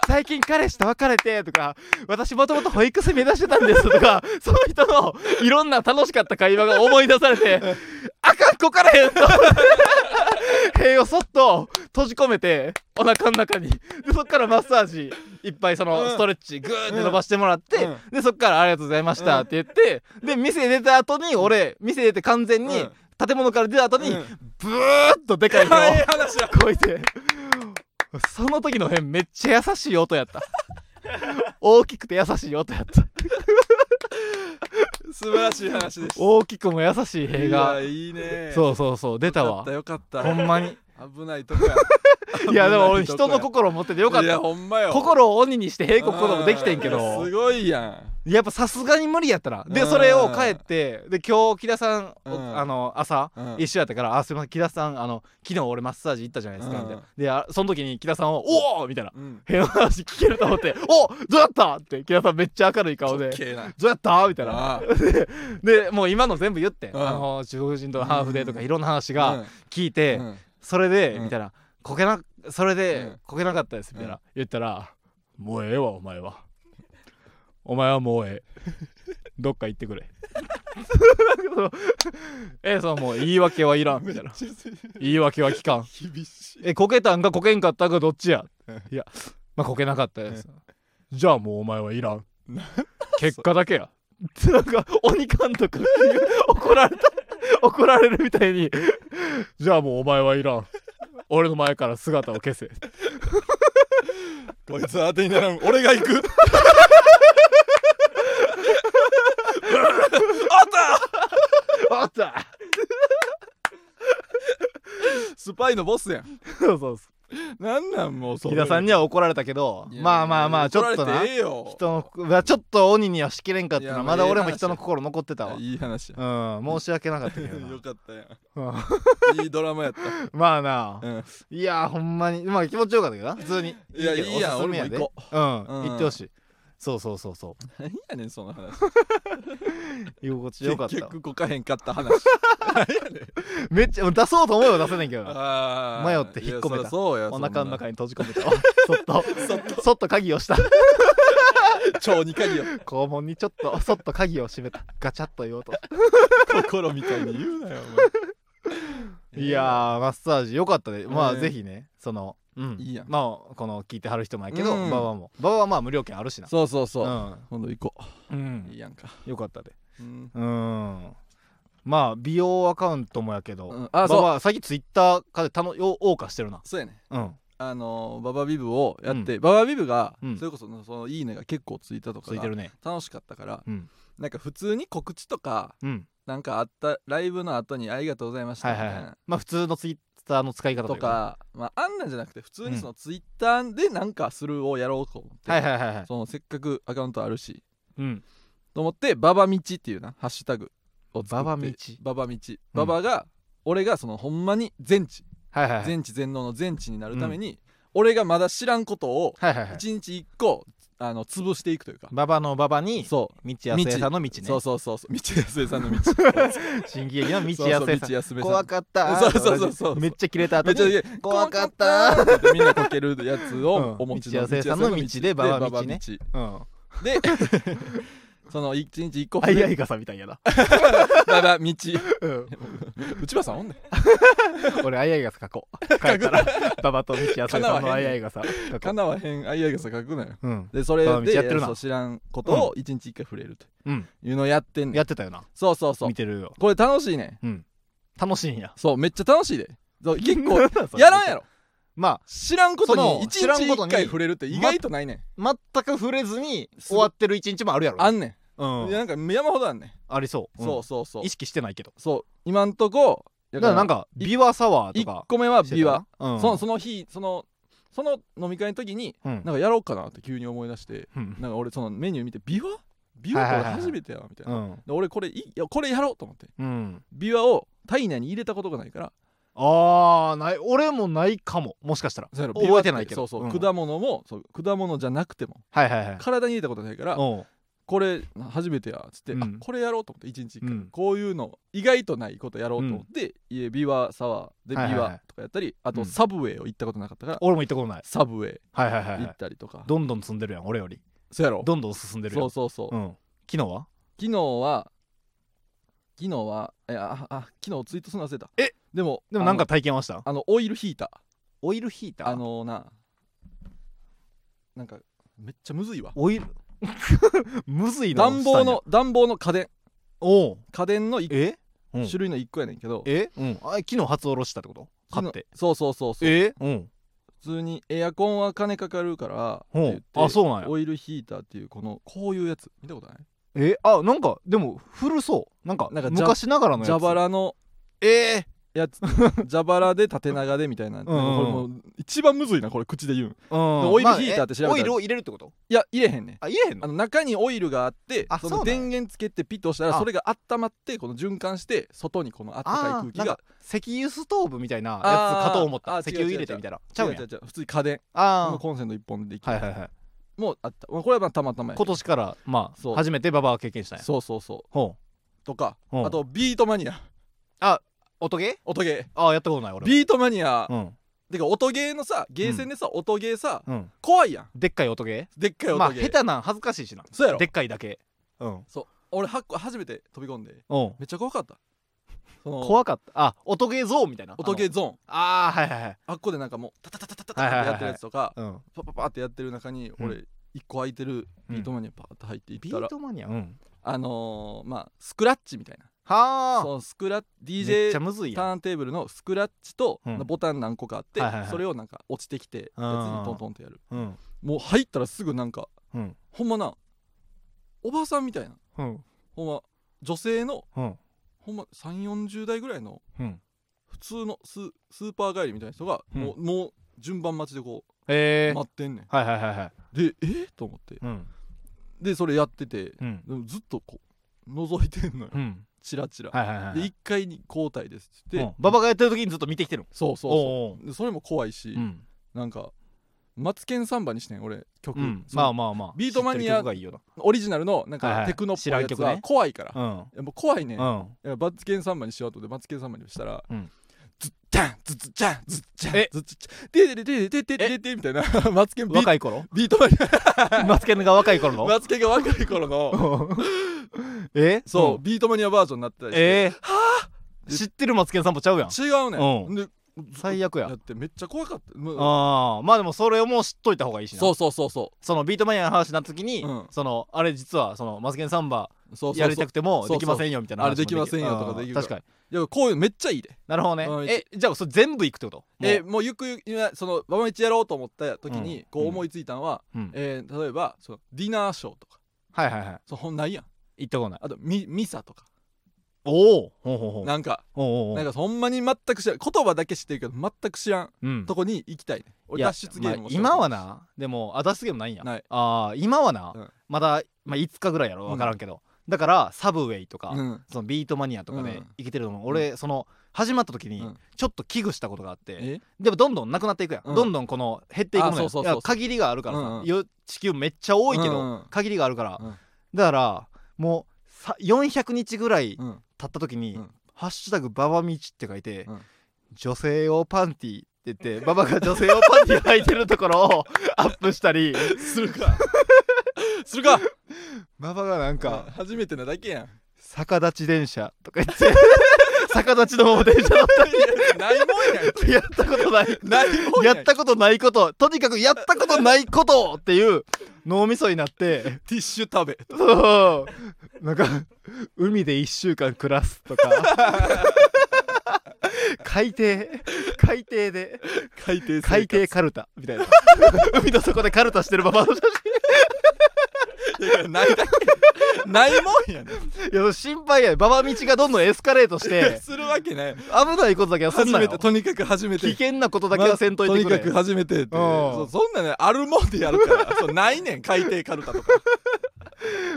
Speaker 1: 最近彼氏と別れて」とか「私もともと保育士目指してたんです」と
Speaker 2: [laughs]
Speaker 1: かその人のいろんな楽しかった会話が思い出されて「あかんこからへん」と塀をそっと [laughs] 閉じ込めてお腹の中にでそっからマッサージいっぱいその
Speaker 2: うん
Speaker 1: ストレッチグーって伸ばしてもらって、
Speaker 2: うん
Speaker 1: でそっから「ありがとうございました」って言ってで店出た後に俺店出て完全に、
Speaker 2: うん
Speaker 1: 建物から出た後に、
Speaker 2: うん
Speaker 1: ブーッとでかい手を
Speaker 2: [laughs] ええ話だ
Speaker 1: こいてその時の辺めっちゃ優しい音やった大きくて優しい音やった
Speaker 2: 素晴らしい話でした
Speaker 1: 大きくも優しい塀が
Speaker 2: いやいいね
Speaker 1: そううそうそう出たわ
Speaker 2: よかった
Speaker 1: ほ
Speaker 2: よか
Speaker 1: んま
Speaker 2: [laughs]
Speaker 1: に
Speaker 2: った危ないとこや
Speaker 1: [laughs] いやでも俺
Speaker 2: 危ないと
Speaker 1: 人
Speaker 2: こや
Speaker 1: の心持っててよかっ
Speaker 2: いや
Speaker 1: た
Speaker 2: ほんまよ
Speaker 1: 心を鬼にして塀こくこともできてんけ
Speaker 2: う
Speaker 1: ど
Speaker 2: すごいや
Speaker 1: やっぱさすがに無理やったらで
Speaker 2: うん
Speaker 1: それを帰ってで今日木田さんお
Speaker 2: うん
Speaker 1: あの朝
Speaker 2: ん、うん
Speaker 1: 一緒やったから「あすいません木田さんあの昨日俺マッサージ行ったじゃないですか」
Speaker 2: うん
Speaker 1: みたいなであその時に木田さんを「おお!」みたいな
Speaker 2: うん、
Speaker 1: 塀の話聞けると思
Speaker 2: [laughs]
Speaker 1: って「おどうやった?」って木田さんめっちゃ明るい顔で
Speaker 2: 滑稽な
Speaker 1: どうやったみたいな。
Speaker 2: あ
Speaker 1: で、もう今の全部言って、
Speaker 2: うん
Speaker 1: あの中国人とのハーフでとか
Speaker 2: うん
Speaker 1: いろんな話
Speaker 2: あ
Speaker 1: が聞いて、
Speaker 2: うんうん
Speaker 1: それで、
Speaker 2: うん
Speaker 1: みたいな、こけな、それで、
Speaker 2: うん
Speaker 1: こけなかったです、みたいな、言ったら、もうええわ、お前は。お前はもうええ。どっか行って
Speaker 2: [laughs]
Speaker 1: くれ。ええ、そのもう言い訳はいらん、みたいな。言い訳は聞かん。
Speaker 2: 厳しい
Speaker 1: え、こけたんかこけんかったんかどっち [laughs] や
Speaker 2: うん
Speaker 1: いや、まあ、こけなかったです。じゃあもうお前はいらん
Speaker 2: な。
Speaker 1: [laughs] 結果だけや。 [laughs] なんか鬼監督っていう [laughs] 怒られた怒られるみたいに [laughs] じゃあもうお前はいらん俺の前から姿を [laughs] 消せ
Speaker 2: こいつは当てにならん俺が行くあった
Speaker 1: あった
Speaker 2: [laughs] スパイのボスやん
Speaker 1: そうそうそ
Speaker 2: なんなんもうそうれ
Speaker 1: 木田さんには怒られたけど
Speaker 2: いや
Speaker 1: まあまあまあちょっと
Speaker 2: 怒ら
Speaker 1: な
Speaker 2: れてええよ
Speaker 1: 人の心はちょっと鬼にはしきれんかった
Speaker 2: い
Speaker 1: な
Speaker 2: や
Speaker 1: まだ俺
Speaker 2: まあ
Speaker 1: も
Speaker 2: ええ話
Speaker 1: 人の心残ってたわ
Speaker 2: いい話や
Speaker 1: うん申し訳なかったけどな
Speaker 2: よかったや
Speaker 1: うん
Speaker 2: んいいドラマやった
Speaker 1: まあな
Speaker 2: うん
Speaker 1: いやーほんまにまあ気持ちよかったけどな普通に
Speaker 2: いや
Speaker 1: けど
Speaker 2: いいや
Speaker 1: おすすめで
Speaker 2: 俺も
Speaker 1: う
Speaker 2: うんん
Speaker 1: 行ってほしいそうそうそうそう
Speaker 2: 何やねんその話
Speaker 1: 居心地よかった
Speaker 2: [laughs] 結局こかへんかった話
Speaker 1: めっちゃ出そうと思えば出せないけどな
Speaker 2: あ
Speaker 1: 迷
Speaker 2: ー
Speaker 1: って引っ込めた
Speaker 2: いやそりゃそうや
Speaker 1: お腹の中
Speaker 2: に
Speaker 1: に閉じ込めたわそっと
Speaker 2: そっと
Speaker 1: そっと鍵をした
Speaker 2: 腸に鍵を
Speaker 1: [laughs] 肛門にちょっとそっと鍵を閉めたガチャッと言おうと
Speaker 2: 心みたいに言うなよお前
Speaker 1: いやーマッサージよかったでまあ
Speaker 2: ええ
Speaker 1: ぜひねそのうん
Speaker 2: いいやん
Speaker 1: まあこの聞いてはる人もやけど
Speaker 2: うん
Speaker 1: 馬場も馬場はまあ無料券あるしな
Speaker 2: そうそうそう、
Speaker 1: うん
Speaker 2: 今度行こ
Speaker 1: う
Speaker 2: う、い
Speaker 1: ん
Speaker 2: いやんか、
Speaker 1: よかったで
Speaker 2: うん、
Speaker 1: うんまあ美容アカウントもやけど、
Speaker 2: うん
Speaker 1: あ
Speaker 2: あ
Speaker 1: そ
Speaker 2: そうう
Speaker 1: まあ最近ツイッターかでたのよ謳歌してるな
Speaker 2: そうやね
Speaker 1: うん
Speaker 2: あのーババビブをやって、ババビブが、
Speaker 1: うん
Speaker 2: それこそその「いいね」が結構ついたとか
Speaker 1: つ
Speaker 2: が
Speaker 1: いてるね
Speaker 2: 楽しかったから
Speaker 1: うん
Speaker 2: なんか普通に告知とか
Speaker 1: うん
Speaker 2: なんかあったライブの後に「ありがとうございました」
Speaker 1: は
Speaker 2: み
Speaker 1: いは
Speaker 2: たい
Speaker 1: い
Speaker 2: な、
Speaker 1: はいまあ普通のツイッターの使い方とい
Speaker 2: と
Speaker 1: う
Speaker 2: か、まあ、あんなんじゃなくて普通にそのツイッターでなんかするをやろうと思って、
Speaker 1: はいはいはいはい
Speaker 2: そのせっかくアカウントあるし
Speaker 1: うん
Speaker 2: と思って「ババ道」っていうなハッシュタグを作
Speaker 1: バ
Speaker 2: って
Speaker 1: バ道
Speaker 2: ババ道ババが、俺がそのほんまに全知
Speaker 1: はいはいはい
Speaker 2: 全知全能の全知になるために、俺がまだ知らんことを
Speaker 1: はいはいはい
Speaker 2: 一日一個あの潰していくというか、
Speaker 1: ババのババに
Speaker 2: そう
Speaker 1: 道康江さんの道ね
Speaker 2: そうそうそうそう道安江
Speaker 1: [laughs]
Speaker 2: さんの道
Speaker 1: 新喜劇の道
Speaker 2: そう
Speaker 1: 康
Speaker 2: そう
Speaker 1: 江さん
Speaker 2: 道安江さん
Speaker 1: 怖かった
Speaker 2: そうそうそうそう
Speaker 1: めっちゃキレた後
Speaker 2: めっちゃ
Speaker 1: に
Speaker 2: いや
Speaker 1: 怖かった
Speaker 2: 怖かってみんなこけるやつを
Speaker 1: うん
Speaker 2: お持ちの
Speaker 1: 道安江さんの道でババ道ねうん
Speaker 2: で [laughs] その一日一個
Speaker 1: あいやいかさみたいやな
Speaker 2: ババ道
Speaker 1: うん
Speaker 2: 内場さ
Speaker 1: [laughs]
Speaker 2: んおんねん
Speaker 1: 俺あいあいがさ書こう書いた
Speaker 2: [laughs]
Speaker 1: らババと道康江さん
Speaker 2: 叶
Speaker 1: の
Speaker 2: わ
Speaker 1: あ
Speaker 2: へ
Speaker 1: い
Speaker 2: んね
Speaker 1: あいがさ書こ
Speaker 2: かなわへんあいやいがさ書くなよ
Speaker 1: ううん
Speaker 2: でそれ
Speaker 1: ババ道
Speaker 2: で
Speaker 1: やってるな
Speaker 2: そう知らんことを一日一回触れると
Speaker 1: うん
Speaker 2: いうのをやってんねん
Speaker 1: やってたよな
Speaker 2: そうそうそう
Speaker 1: 見てるよ
Speaker 2: これ楽しいねん
Speaker 1: うん楽しいんや
Speaker 2: そうめっちゃ楽しいで [laughs] そう
Speaker 1: [laughs]
Speaker 2: 結構
Speaker 1: 構
Speaker 2: やらんやろ
Speaker 1: ま
Speaker 2: 知らんこと
Speaker 1: その
Speaker 2: に一
Speaker 1: 知らん
Speaker 2: 日
Speaker 1: こと
Speaker 2: 一
Speaker 1: に
Speaker 2: 回触れるって意外とないねん
Speaker 1: あ全く触れずに
Speaker 2: す
Speaker 1: 終わってる一日もあるやろ
Speaker 2: あんね
Speaker 1: うん
Speaker 2: んいやなんか山ほどあんね
Speaker 1: ありそう、
Speaker 2: ん
Speaker 1: ん
Speaker 2: そうそうそう
Speaker 1: 意識してないけど
Speaker 2: そう今んとこ
Speaker 1: だか
Speaker 2: だからら
Speaker 1: なんかビワサワーと
Speaker 2: 1
Speaker 1: か
Speaker 2: 個目は
Speaker 1: して
Speaker 2: 琵
Speaker 1: た
Speaker 2: 琶
Speaker 1: なうん
Speaker 2: そのその日そのその飲み会の時に
Speaker 1: うん
Speaker 2: なんかやろうかなって急に思い出して
Speaker 1: うん
Speaker 2: なんか俺そのメニュー見てビワビワこれ初めてやなみたいな、
Speaker 1: うん
Speaker 2: で俺これいいいやこれやろうと思って
Speaker 1: うん
Speaker 2: ビワを体内に入れたことがないから
Speaker 1: あーない俺もないかももしかしたら
Speaker 2: そうやろ
Speaker 1: 覚え
Speaker 2: ビワって
Speaker 1: ないけど
Speaker 2: そうそう、
Speaker 1: うん
Speaker 2: 果物もそう果物じゃなくても
Speaker 1: はいはいはい
Speaker 2: 体に入れたことないから
Speaker 1: おう
Speaker 2: これ初めてやっつって、
Speaker 1: うん
Speaker 2: あこれやろうと思って一日一回、
Speaker 1: うん
Speaker 2: こういうの意外とないことやろうと思って、家ビワサワーでビ
Speaker 1: はいはいはい
Speaker 2: ワとかやったり、あ
Speaker 1: う
Speaker 2: と
Speaker 1: ん
Speaker 2: サブウェイを行ったことなかったから、
Speaker 1: 俺も行ったことない
Speaker 2: サブウェイ
Speaker 1: はいはいはい
Speaker 2: 行
Speaker 1: はい
Speaker 2: ったりとか、
Speaker 1: どんどん積んでるやん俺より
Speaker 2: そうやろ
Speaker 1: どんどん進んでるや
Speaker 2: そ
Speaker 1: ん
Speaker 2: うそうそう、
Speaker 1: うん昨日は
Speaker 2: 昨日は昨日はえああ昨日ツイートするの忘れた
Speaker 1: え
Speaker 2: でも
Speaker 1: でもなんか体験はした
Speaker 2: あのあのオイルヒータ
Speaker 1: オイルヒータ
Speaker 2: ーあのななんかめっちゃむずいわ
Speaker 1: オイル [laughs] むずいな
Speaker 2: 暖房の暖房の家電
Speaker 1: おう
Speaker 2: 家電の一
Speaker 1: えうん
Speaker 2: 種類の一個やねんけど
Speaker 1: えうんあ昨日初おろしたってこと買って
Speaker 2: 昨日そうそうそうそう
Speaker 1: えうん
Speaker 2: 普通にエアコンは金かかるから
Speaker 1: ほう
Speaker 2: って言って
Speaker 1: あそうなんや
Speaker 2: オイルヒーターっていうこのこういうやつ見たことない
Speaker 1: えあなんかでも古そうなんか
Speaker 2: なんかじゃ
Speaker 1: 昔ながらのやつ
Speaker 2: 蛇腹の
Speaker 1: ええ [laughs]
Speaker 2: やつ蛇腹で縦長でみたいな
Speaker 1: うん
Speaker 2: これもう一番むずいなこれ口で言うん
Speaker 1: うん
Speaker 2: オイルヒーターって調べたら
Speaker 1: まあえオイルを入れるってこと
Speaker 2: いや入れへんねん
Speaker 1: あ入れへん
Speaker 2: あ
Speaker 1: の
Speaker 2: の中にオイルがあって
Speaker 1: あ
Speaker 2: そ
Speaker 1: そ
Speaker 2: の
Speaker 1: うなんや
Speaker 2: 電源つけてピッと押したら
Speaker 1: あ
Speaker 2: それが温まってこの循環して外にこのあった
Speaker 1: あ
Speaker 2: かい空
Speaker 1: ー
Speaker 2: 気
Speaker 1: なん
Speaker 2: が
Speaker 1: か石油ストーブみたいなやつかと思っ
Speaker 2: あー
Speaker 1: た
Speaker 2: あー
Speaker 1: 石
Speaker 2: 違
Speaker 1: 油
Speaker 2: う
Speaker 1: 入れてみたいなちゃ
Speaker 2: 違う
Speaker 1: う
Speaker 2: 違
Speaker 1: や
Speaker 2: うん違う普通に家電
Speaker 1: あ
Speaker 2: のコンセント1本ででき
Speaker 1: あは
Speaker 2: る
Speaker 1: いはいはい
Speaker 2: もうあったまあこれはまあたまたまや
Speaker 1: 今年からま
Speaker 2: そ
Speaker 1: あ
Speaker 2: う
Speaker 1: 初めてババアは経験したんや
Speaker 2: そうそうそう
Speaker 1: ほう
Speaker 2: とか
Speaker 1: うん
Speaker 2: あとビートマニア
Speaker 1: 音ゲー
Speaker 2: 音ゲ
Speaker 1: ああやったことない俺
Speaker 2: ー
Speaker 1: は
Speaker 2: ビートマニア
Speaker 1: うん
Speaker 2: てか音ゲーのさゲーセンでさ音ゲーさ
Speaker 1: うん
Speaker 2: 怖いやん
Speaker 1: でっかい音ゲ
Speaker 2: でっかい
Speaker 1: ーまあ
Speaker 2: 音ゲ
Speaker 1: 下
Speaker 2: ー
Speaker 1: 手なん恥ずかしいしな
Speaker 2: そうやろ
Speaker 1: でっかいだけうん
Speaker 2: そう俺はっこ初めて飛び込んで
Speaker 1: うん
Speaker 2: めっちゃ怖かったその
Speaker 1: 怖かったあ音ゲーゾーンみたいな
Speaker 2: 音ゲーゾーン
Speaker 1: あのあーはいはいはい
Speaker 2: あっこでなんかもうタタタタタタタってやってるやつとか
Speaker 1: うん
Speaker 2: パパパってやってる中に
Speaker 1: ん
Speaker 2: 俺一個空いてるビートマニアパーって入っていっ
Speaker 1: ビ
Speaker 2: たら
Speaker 1: ートマニアうん
Speaker 2: あのーまあスクラッチみたいな
Speaker 1: はあ
Speaker 2: そのスクラッ
Speaker 1: めっちゃ
Speaker 2: DJ
Speaker 1: むずい
Speaker 2: タ
Speaker 1: やん
Speaker 2: ーンテーブルのスクラッチと
Speaker 1: うん
Speaker 2: ボタン何個かあって
Speaker 1: はいはいはい
Speaker 2: それをなんか落ちてきて
Speaker 1: うん
Speaker 2: やつにトントンってやる
Speaker 1: うん
Speaker 2: もう入ったらすぐなんか
Speaker 1: うん
Speaker 2: ほんまなおばさんみたいな
Speaker 1: うん
Speaker 2: ほんま女性の
Speaker 1: うん
Speaker 2: ほんま3 4 0代ぐらいの
Speaker 1: うん
Speaker 2: 普通のススーパー帰りみたいな人が
Speaker 1: うん
Speaker 2: もう,、もう順番待ちでこう
Speaker 1: ええ
Speaker 2: 待ってんねん
Speaker 1: はいはいはいはい
Speaker 2: でえーと思って
Speaker 1: うん
Speaker 2: でそれやってて
Speaker 1: うん
Speaker 2: でもずっとこう覗いてんのよ
Speaker 1: うん
Speaker 2: チラチラ、
Speaker 1: はいはいはい
Speaker 2: で1階に交代ですって言って、
Speaker 1: ババがやってる時にずっと見てきてる
Speaker 2: そうそうそう
Speaker 1: おうおう
Speaker 2: でそれも怖いし、
Speaker 1: うん
Speaker 2: なんか「マツケンサンバ」にしてん俺曲、
Speaker 1: うん
Speaker 2: そ
Speaker 1: ま
Speaker 2: の
Speaker 1: あまあまあ
Speaker 2: ビートマニア
Speaker 1: 知ってる曲がいいよ
Speaker 2: オリジナルのなん
Speaker 1: はいは
Speaker 2: か
Speaker 1: い
Speaker 2: テクノっぽ
Speaker 1: 知
Speaker 2: い
Speaker 1: らん
Speaker 2: やつ
Speaker 1: 曲
Speaker 2: は
Speaker 1: ね
Speaker 2: 怖いから、
Speaker 1: なうん
Speaker 2: いやもう怖いね、ん、い
Speaker 1: うん
Speaker 2: やマツケンサンバにしようと思ってマツケンサンバにしたら、
Speaker 1: うん
Speaker 2: ズッチャンズッチャンズッチャン
Speaker 1: え
Speaker 2: ズッチャンでででででででででみたいなマツケンビ
Speaker 1: 若い
Speaker 2: [laughs]
Speaker 1: 頃
Speaker 2: ビートマニ
Speaker 1: マツケンが若い頃
Speaker 2: ア
Speaker 1: の
Speaker 2: マツケンが若い頃の
Speaker 1: [laughs] え
Speaker 2: そう、ビートマニアバージョンになってた
Speaker 1: うん
Speaker 2: りして、
Speaker 1: ええ知ってるマツケンさんもちゃうやん
Speaker 2: 違うね、
Speaker 1: うん
Speaker 2: で
Speaker 1: 最悪や
Speaker 2: だってめっちゃ怖かった、もう
Speaker 1: ああまあでもそれも知っといた方がいいしな
Speaker 2: そうそうそうそう
Speaker 1: そのビートマニアの話になった時に、
Speaker 2: うん
Speaker 1: そのあれ実はそのマツケンサンバ
Speaker 2: そうそうそう
Speaker 1: やりたくても
Speaker 2: そうそう
Speaker 1: できませんよみたいな
Speaker 2: あれできませんよとかでき
Speaker 1: る
Speaker 2: る
Speaker 1: 確かに
Speaker 2: いやこういうのめっちゃいいで
Speaker 1: なるほどね、
Speaker 2: うん
Speaker 1: えじゃあそれ全部いくってこと
Speaker 2: え
Speaker 1: も
Speaker 2: もうゆくゆくいやそのババミチやろうと思った時に、
Speaker 1: うん
Speaker 2: こう思いついたのは、
Speaker 1: う、うん、
Speaker 2: えー例えばそのディナーショーとか
Speaker 1: はいはいはい
Speaker 2: そうほんないやん
Speaker 1: 行ったことない
Speaker 2: あとミミサとか
Speaker 1: おおほうほうほう
Speaker 2: なんか
Speaker 1: おうおうおう
Speaker 2: なんかほんまに全く知らん言葉だけ知ってるけど全く知らん
Speaker 1: うん
Speaker 2: とこに行きたいね
Speaker 1: い
Speaker 2: 俺
Speaker 1: や
Speaker 2: 脱出ゲーム
Speaker 1: ま
Speaker 2: を
Speaker 1: あ
Speaker 2: しようと
Speaker 1: 今
Speaker 2: 思
Speaker 1: は
Speaker 2: う
Speaker 1: なでもあ脱出ゲームないんや
Speaker 2: ない
Speaker 1: ああ今はな、
Speaker 2: うん
Speaker 1: まだ、まあ、5日ぐらいやろ分からんけど、だからサブウェイとか、
Speaker 2: うん
Speaker 1: そのビートマニアとか
Speaker 2: う
Speaker 1: で
Speaker 2: ん
Speaker 1: 生きてるのも、俺その始まった時
Speaker 2: う
Speaker 1: に
Speaker 2: ん
Speaker 1: ちょっと危惧したことがあって、
Speaker 2: え
Speaker 1: でもどんどんなくなっていくやん、
Speaker 2: うん
Speaker 1: どんどんこの減っていく
Speaker 2: あ
Speaker 1: の
Speaker 2: そう
Speaker 1: よ
Speaker 2: そうそう
Speaker 1: いや限りがあるからさ、
Speaker 2: うんうん
Speaker 1: よ地球めっちゃ多いけど、
Speaker 2: うんうん
Speaker 1: 限りがあるから、
Speaker 2: うん
Speaker 1: だからもうさ400日ぐらい経っ
Speaker 2: うん
Speaker 1: た時に「
Speaker 2: うん
Speaker 1: ハッシュタグババ道」って書いて、
Speaker 2: うん
Speaker 1: 女性用パンティって言ってババが女性用パンティ履いてるところ
Speaker 2: [laughs]
Speaker 1: をアップしたり
Speaker 2: するかするか
Speaker 1: ババがなん
Speaker 2: か
Speaker 1: か
Speaker 2: 初めてなだけやん [laughs]
Speaker 1: 「逆立ち電車」とか言って逆立ちの電車乗
Speaker 2: [laughs]
Speaker 1: ったり
Speaker 2: ないもんやん
Speaker 1: やったことない
Speaker 2: ないもんや
Speaker 1: や
Speaker 2: ん
Speaker 1: ったことないこととにかくやったことないことっていう脳みそになって [laughs]
Speaker 2: ティッシュ食べ
Speaker 1: そうなんか海で1週間暮らすと
Speaker 2: [laughs]
Speaker 1: か海底海底で
Speaker 2: 海底生活
Speaker 1: 海底カルタみたいな海の底でカルタしてるままの写
Speaker 2: いやいやないだけないもんやねん
Speaker 1: いや心配や馬場道がどんどんエスカレートし
Speaker 2: [laughs]
Speaker 1: て
Speaker 2: するわけない
Speaker 1: 危ないことだけはすん
Speaker 2: 初
Speaker 1: な
Speaker 2: め
Speaker 1: よ
Speaker 2: てとにかく初めて
Speaker 1: 危険なことだけはせんといてく
Speaker 2: ま
Speaker 1: れ、
Speaker 2: あとにかく初めてってそうそんなねあるもんでやるからそうないねん海底カルタとか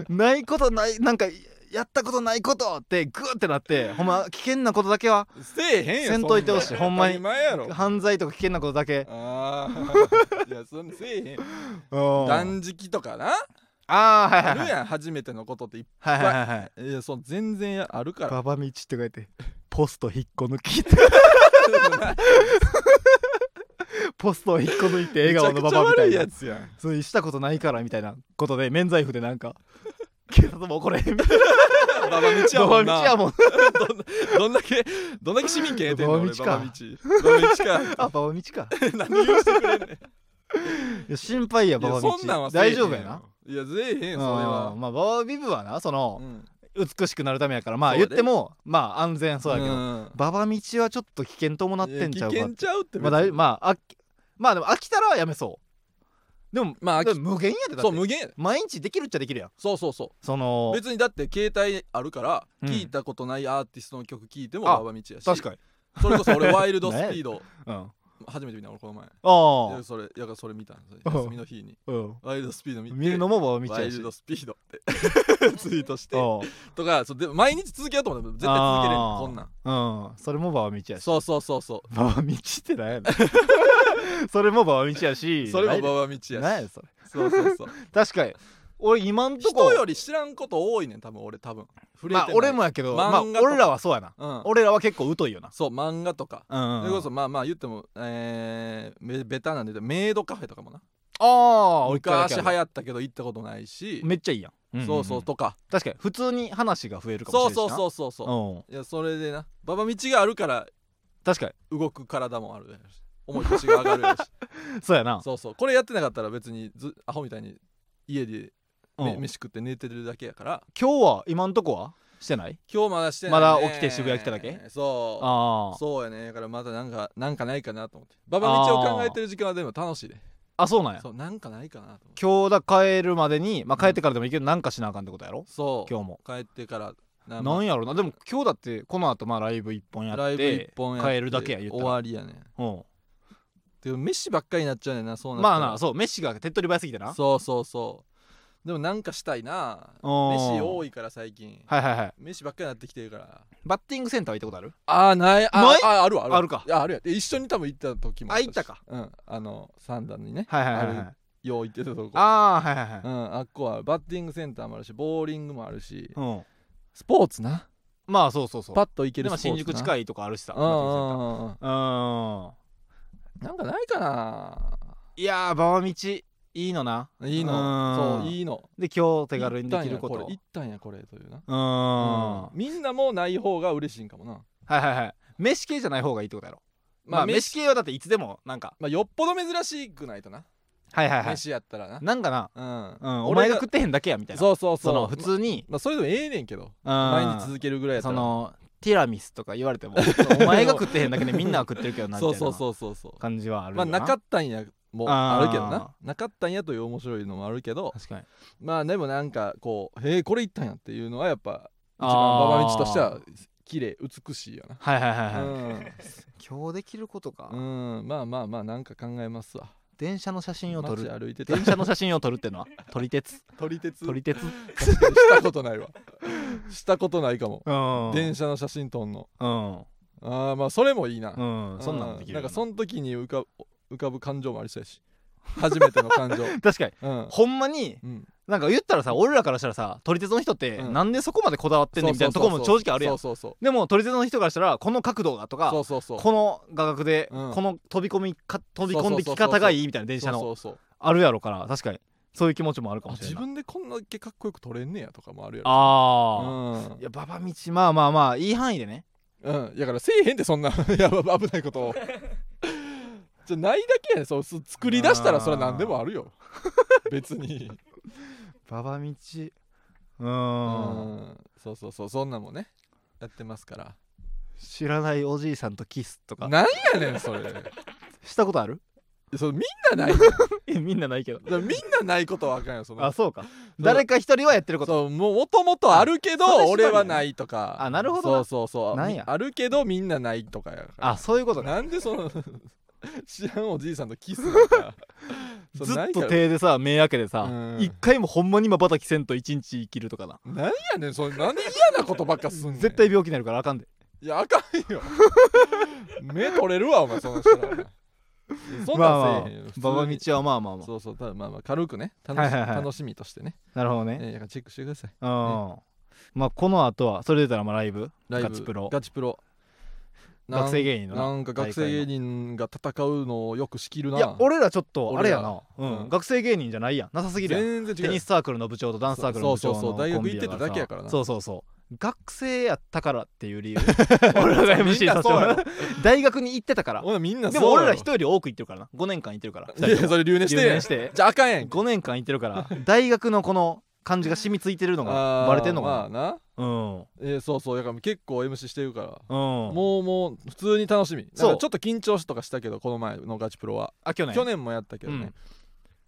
Speaker 1: ないことないなんかやったことないことってグーってなってほんま危険なことだけは
Speaker 2: せえへんよ
Speaker 1: せんといてほしいほんまに
Speaker 2: 当たり前やろ
Speaker 1: 犯罪とか危険なことだけ
Speaker 2: あー [laughs] いやそんなせえへんよ
Speaker 1: うん
Speaker 2: 断食とかな
Speaker 1: あーは
Speaker 2: あ
Speaker 1: いは
Speaker 2: る
Speaker 1: いはい
Speaker 2: やん初めてのことっていっ
Speaker 1: はいはいはい
Speaker 2: ぱいいやそう全然やあるから
Speaker 1: 馬場道って書いてポスト引っこ抜き [laughs]
Speaker 2: [laughs]
Speaker 1: ポストを引っこ抜いて笑顔の馬場みたい
Speaker 2: [laughs] めちゃ
Speaker 1: な
Speaker 2: くちゃ悪いやつやん
Speaker 1: それしたことないからみたいなことで免罪符でなんか警察も怒れへんみたい
Speaker 2: ババ道
Speaker 1: な
Speaker 2: やも
Speaker 1: 馬場
Speaker 2: ん
Speaker 1: 道や
Speaker 2: な
Speaker 1: もん
Speaker 2: どんだけどんだけ市民権得てんの俺
Speaker 1: 馬
Speaker 2: ババ
Speaker 1: 場
Speaker 2: 道ババ道か [laughs]
Speaker 1: あ馬場道か
Speaker 2: 何言うしてくれんねん
Speaker 1: いや心配や
Speaker 2: いや
Speaker 1: 馬場
Speaker 2: そんなんは
Speaker 1: 道
Speaker 2: せえへ
Speaker 1: 大
Speaker 2: んよ
Speaker 1: 丈夫やない
Speaker 2: やせえへんそれ
Speaker 1: う
Speaker 2: は
Speaker 1: んまあ馬場ビブはなその
Speaker 2: うん
Speaker 1: 美しくなるためやからまあ
Speaker 2: そう
Speaker 1: 言
Speaker 2: や
Speaker 1: っ
Speaker 2: で
Speaker 1: てもまあ安全そうやけ
Speaker 2: う
Speaker 1: ど
Speaker 2: ん
Speaker 1: 馬場道はちょっと危険伴ってんちゃう
Speaker 2: いや
Speaker 1: か
Speaker 2: 危険ちゃうって
Speaker 1: まあ
Speaker 2: 別
Speaker 1: だ
Speaker 2: に
Speaker 1: いまああまあでも飽きたらやめそうでも
Speaker 2: まあ飽
Speaker 1: で
Speaker 2: き
Speaker 1: も無限やでだ
Speaker 2: そ
Speaker 1: っ
Speaker 2: う
Speaker 1: て
Speaker 2: 無限やで
Speaker 1: 毎日できるっちゃできるやん
Speaker 2: そうそうそ
Speaker 1: そうの
Speaker 2: 別にだって携帯あるから
Speaker 1: うん
Speaker 2: 聞いたことないアーティストの曲聞いても
Speaker 1: あ
Speaker 2: ババ道やし
Speaker 1: 確かに
Speaker 2: それこそ俺ワイルドスピード
Speaker 1: うんあ
Speaker 2: 初めて見た俺この前い
Speaker 1: あ
Speaker 2: やそれやからそれ見たんそれ
Speaker 1: うん
Speaker 2: 休みの日に
Speaker 1: うん
Speaker 2: ワイルドスピード見て
Speaker 1: 見るのも馬場道
Speaker 2: ワ
Speaker 1: や
Speaker 2: イ
Speaker 1: し
Speaker 2: ルドスピードって
Speaker 1: [laughs]
Speaker 2: ツイートして
Speaker 1: うん
Speaker 2: とかそうで毎日続けようと思ったら絶対続けれん
Speaker 1: あー
Speaker 2: こんなん
Speaker 1: うん、それも馬場道
Speaker 2: [laughs]
Speaker 1: やし
Speaker 2: そうそうそうそう
Speaker 1: 馬場道ってなんやねん [laughs] それも馬場道やし
Speaker 2: それも
Speaker 1: 馬
Speaker 2: 馬場道
Speaker 1: なん
Speaker 2: や
Speaker 1: やねん
Speaker 2: し
Speaker 1: それ
Speaker 2: そうそう
Speaker 1: [laughs]
Speaker 2: そう
Speaker 1: 確かに俺今んとこ
Speaker 2: 人より知らんこと多いねん多分俺多分触れて
Speaker 1: ま
Speaker 2: な
Speaker 1: あ
Speaker 2: い
Speaker 1: 俺もやけど、
Speaker 2: 漫画
Speaker 1: まあ
Speaker 2: とか、
Speaker 1: 俺らはそうやな、
Speaker 2: うん
Speaker 1: 俺らは結構疎いよな
Speaker 2: そう漫画とか
Speaker 1: うん、
Speaker 2: それこそまあまあ言ってもえーめベタなんで言うとメイドカフェとかもな
Speaker 1: ああ俺一回だけ
Speaker 2: 昔
Speaker 1: や
Speaker 2: 流
Speaker 1: る
Speaker 2: 行ったけど行ったことないし
Speaker 1: めっちゃいいやん,んんん、
Speaker 2: そうそうとか
Speaker 1: 確かに普通に話が増えるかもし
Speaker 2: そ
Speaker 1: れ
Speaker 2: う
Speaker 1: ない
Speaker 2: そうそうそう
Speaker 1: う
Speaker 2: そ
Speaker 1: ん、
Speaker 2: ういやそれでな馬場道があるから
Speaker 1: 確か
Speaker 2: 動く体もあるやろし思い腰が上がるやろ
Speaker 1: [laughs]
Speaker 2: し
Speaker 1: にそうやな
Speaker 2: そうそうこれやってなかったら別にずアホみたいに家で
Speaker 1: うん、
Speaker 2: め
Speaker 1: 今
Speaker 2: 飯食って寝てるだけやから
Speaker 1: 日は今んとこはしてない
Speaker 2: 今日まだしてない、
Speaker 1: ま
Speaker 2: ね、
Speaker 1: だ起きて渋谷来ただけ
Speaker 2: そう
Speaker 1: あー
Speaker 2: そうやねだからまだなんかなんかないかなと思って馬場道を考えてる時間はでも楽しいね
Speaker 1: あそうなんや
Speaker 2: そうなんかないかなと思って
Speaker 1: 今日だ帰るまでに、まあ、帰ってからでもいいけどなんかしなあかんってことやろ
Speaker 2: そう
Speaker 1: 今日も
Speaker 2: 帰ってからな
Speaker 1: なんやろなでも今日だってこの後まあライブ一本や
Speaker 2: ラ
Speaker 1: っ
Speaker 2: イブ一
Speaker 1: て
Speaker 2: 本やって
Speaker 1: 帰るだけや言った
Speaker 2: 終
Speaker 1: ら
Speaker 2: わりやね
Speaker 1: うん
Speaker 2: でも飯ばっかりになっちゃうねんなそうなった
Speaker 1: ま
Speaker 2: ら
Speaker 1: あなそうメッシが手っ取り早すぎてな
Speaker 2: そうそうそうでもなんかしたいな
Speaker 1: うん
Speaker 2: 飯多いから最近
Speaker 1: はいはいはい
Speaker 2: 飯ばっかりになってきてるから
Speaker 1: バッティングセンター行ったことある
Speaker 2: あーないあ
Speaker 1: ない
Speaker 2: ああるわあるわ
Speaker 1: あるか
Speaker 2: いやあるやんで一緒に多分行った時も
Speaker 1: あ
Speaker 2: ったし
Speaker 1: 行ったか
Speaker 2: うんあの三段にね
Speaker 1: はいはいはいはい
Speaker 2: あよう行ってたとこ
Speaker 1: ああーはいはいは
Speaker 2: う
Speaker 1: い
Speaker 2: んあっこはバッティングセンターもあるしボーリングもあるし
Speaker 1: うん
Speaker 2: スポーツな
Speaker 1: まあそうそうそう
Speaker 2: パッと行け
Speaker 1: で
Speaker 2: るス
Speaker 1: も
Speaker 2: ポーツ
Speaker 1: 新
Speaker 2: な
Speaker 1: 宿近いとこあるしさ
Speaker 2: うん
Speaker 1: バッ
Speaker 2: う
Speaker 1: ティングセンター
Speaker 2: んうんうん
Speaker 1: うーん
Speaker 2: なんかないかない
Speaker 1: やー馬場道いいのない
Speaker 2: いの
Speaker 1: うん
Speaker 2: そういいの
Speaker 1: で今日手軽にできること
Speaker 2: いったんやこれいったんやこれというな
Speaker 1: うーんは
Speaker 2: みんなもない方が嬉しいんかもない
Speaker 1: はいはい飯系じゃない方がいいってことやろまあ飯
Speaker 2: 飯
Speaker 1: 系はだっていつでもなんか
Speaker 2: まあよっぽど珍しくないとな
Speaker 1: はいはいはい
Speaker 2: 飯やったらな
Speaker 1: なんかな
Speaker 2: うん
Speaker 1: うんお
Speaker 2: 俺
Speaker 1: 前
Speaker 2: が
Speaker 1: が食ってへんだけやみたいな
Speaker 2: そうそう
Speaker 1: そ
Speaker 2: そ
Speaker 1: の
Speaker 2: う
Speaker 1: 普通に
Speaker 2: まあそれでもええねんけど毎
Speaker 1: 毎
Speaker 2: 日続けるぐらいやった
Speaker 1: そ
Speaker 2: ら
Speaker 1: のティラミスとか言われてもお前が食ってへんだけでみんなは食ってるけどなみたい
Speaker 2: そう
Speaker 1: な
Speaker 2: そうそうそうそう
Speaker 1: 感じはある
Speaker 2: ま
Speaker 1: よ
Speaker 2: あなかったんやも
Speaker 1: あー
Speaker 2: あるけどななかったんやという面白いのもあるけど
Speaker 1: 確かに
Speaker 2: まあでもなんかこうへえこれいったんやっていうのはやっぱ一番
Speaker 1: あー
Speaker 2: 馬場道としては綺麗美しいやな
Speaker 1: はいはいはいはい、
Speaker 2: う
Speaker 1: 今日できることか、
Speaker 2: ん、うん、まあまあまあなんか考えますわ
Speaker 1: 電車の写真を撮
Speaker 2: 街
Speaker 1: る
Speaker 2: 歩いてて
Speaker 1: 電車の写真を撮るってのは撮り鉄
Speaker 2: [laughs] 撮り鉄
Speaker 1: 撮り鉄
Speaker 2: したことないわしたことないかも
Speaker 1: うん
Speaker 2: 電車の写真撮んの
Speaker 1: うん
Speaker 2: あーまあそれもいいな、う
Speaker 1: うんそんなんできるよ
Speaker 2: なんかその時に浮か浮かぶ感情もありそうやし初めての感情
Speaker 1: [laughs] 確かに
Speaker 2: うん、
Speaker 1: ほんまに
Speaker 2: うん、
Speaker 1: なんか言ったらさ俺らからしたらさ撮り鉄の人って、
Speaker 2: うん
Speaker 1: なんでそこまでこだわってんねんみたいなところも正直あるやん
Speaker 2: そうそう
Speaker 1: でも撮り鉄の人からしたらこの角度がとか
Speaker 2: そうそうそうそう
Speaker 1: この画角で、
Speaker 2: うん
Speaker 1: この飛び込みか飛び込んでき方がいいみたいな電車の
Speaker 2: そうそうそう
Speaker 1: あるやろから確かにそういう気持ちもあるか
Speaker 2: あ
Speaker 1: もしれ
Speaker 2: 自
Speaker 1: ない
Speaker 2: 分でこんだけかっこよく撮れんねやとかもあるやろ
Speaker 1: ああ、
Speaker 2: うん
Speaker 1: いや馬場道まあまあまあいい範囲でね
Speaker 2: うん、だからせえへんでそんな [laughs] やば危ないことを [laughs] じゃないだけやねんそうす作り出したらそれは何でもあるよ
Speaker 1: [laughs]
Speaker 2: 別に
Speaker 1: 馬場道う
Speaker 2: う
Speaker 1: ーん
Speaker 2: んそうそうそうそんなんもねやってますから
Speaker 1: 知らないおじいさんとキスとか
Speaker 2: なんやねんそれ
Speaker 1: したことある [laughs]
Speaker 2: それみんなない [laughs]
Speaker 1: えみんなないけど
Speaker 2: みんなないことはあかんよその
Speaker 1: あそうか誰か一人はやってること
Speaker 2: そうもうもともとあるけど
Speaker 1: あそれ縛り
Speaker 2: 俺はないとか
Speaker 1: あなるほどな
Speaker 2: そうそうそう
Speaker 1: なん
Speaker 2: み
Speaker 1: や
Speaker 2: あるけどみんなないとかやから
Speaker 1: あそういうことね
Speaker 2: なんでその [laughs] 知らんおじいさんとキスなんかそ
Speaker 1: [laughs]
Speaker 2: う
Speaker 1: ずっ
Speaker 2: な
Speaker 1: と
Speaker 2: いから
Speaker 1: 手でさ目開けてさ
Speaker 2: うん
Speaker 1: 一回もほんまにまばたきせんと一日生きるとかな
Speaker 2: なんやねんそれなんで嫌なことばっかすんねん
Speaker 1: 絶対病気になるからあかんで
Speaker 2: いやあかんよ [laughs] 目取れるわお前その人らお前そんなんせえへんよ、
Speaker 1: 馬場
Speaker 2: 普通に
Speaker 1: 道はまあまあまあ
Speaker 2: そうそうただまあまあ軽くね楽し,、
Speaker 1: はいはいはい
Speaker 2: 楽しみとしてね
Speaker 1: なるほどね
Speaker 2: えー、だからチェックしてください
Speaker 1: うんまあこの後はそれで言ったらまあライブ
Speaker 2: ライブ
Speaker 1: ガチプロ
Speaker 2: ガチプロなん
Speaker 1: 学生芸人の
Speaker 2: なんか学生芸
Speaker 1: 人
Speaker 2: 人が戦うのをよく仕切るない
Speaker 1: や俺らちょっとあれやな
Speaker 2: ら
Speaker 1: うん
Speaker 2: うん
Speaker 1: 学生芸人じゃないやんなさすぎるやん
Speaker 2: 全然違う
Speaker 1: テニスサークルの部長とダンスサークルの部長の
Speaker 2: そうそうそう大学
Speaker 1: コンビ
Speaker 2: 行ってただけやからな
Speaker 1: そうそうそう学生やったからっていう理
Speaker 2: [laughs]
Speaker 1: 由俺らが MC させてもらう大学に行ってたから
Speaker 2: ほなみんな
Speaker 1: でも俺ら
Speaker 2: 一
Speaker 1: 人より多く行ってるからな5年間行ってるから
Speaker 2: いやいやそれ留年して
Speaker 1: 留年して
Speaker 2: じゃああかんやん
Speaker 1: 5年間行ってるから大学のこの感じが染みついてるのがバレてんの
Speaker 2: あー
Speaker 1: か
Speaker 2: まあな
Speaker 1: なうん
Speaker 2: えー、そうそうだから結構 MC してるから
Speaker 1: うん
Speaker 2: もうもう普通に楽しみ
Speaker 1: そう
Speaker 2: なんかちょっと緊張しとかしたけどこの前のガチプロは、
Speaker 1: あ去年
Speaker 2: 去年もやったけどね、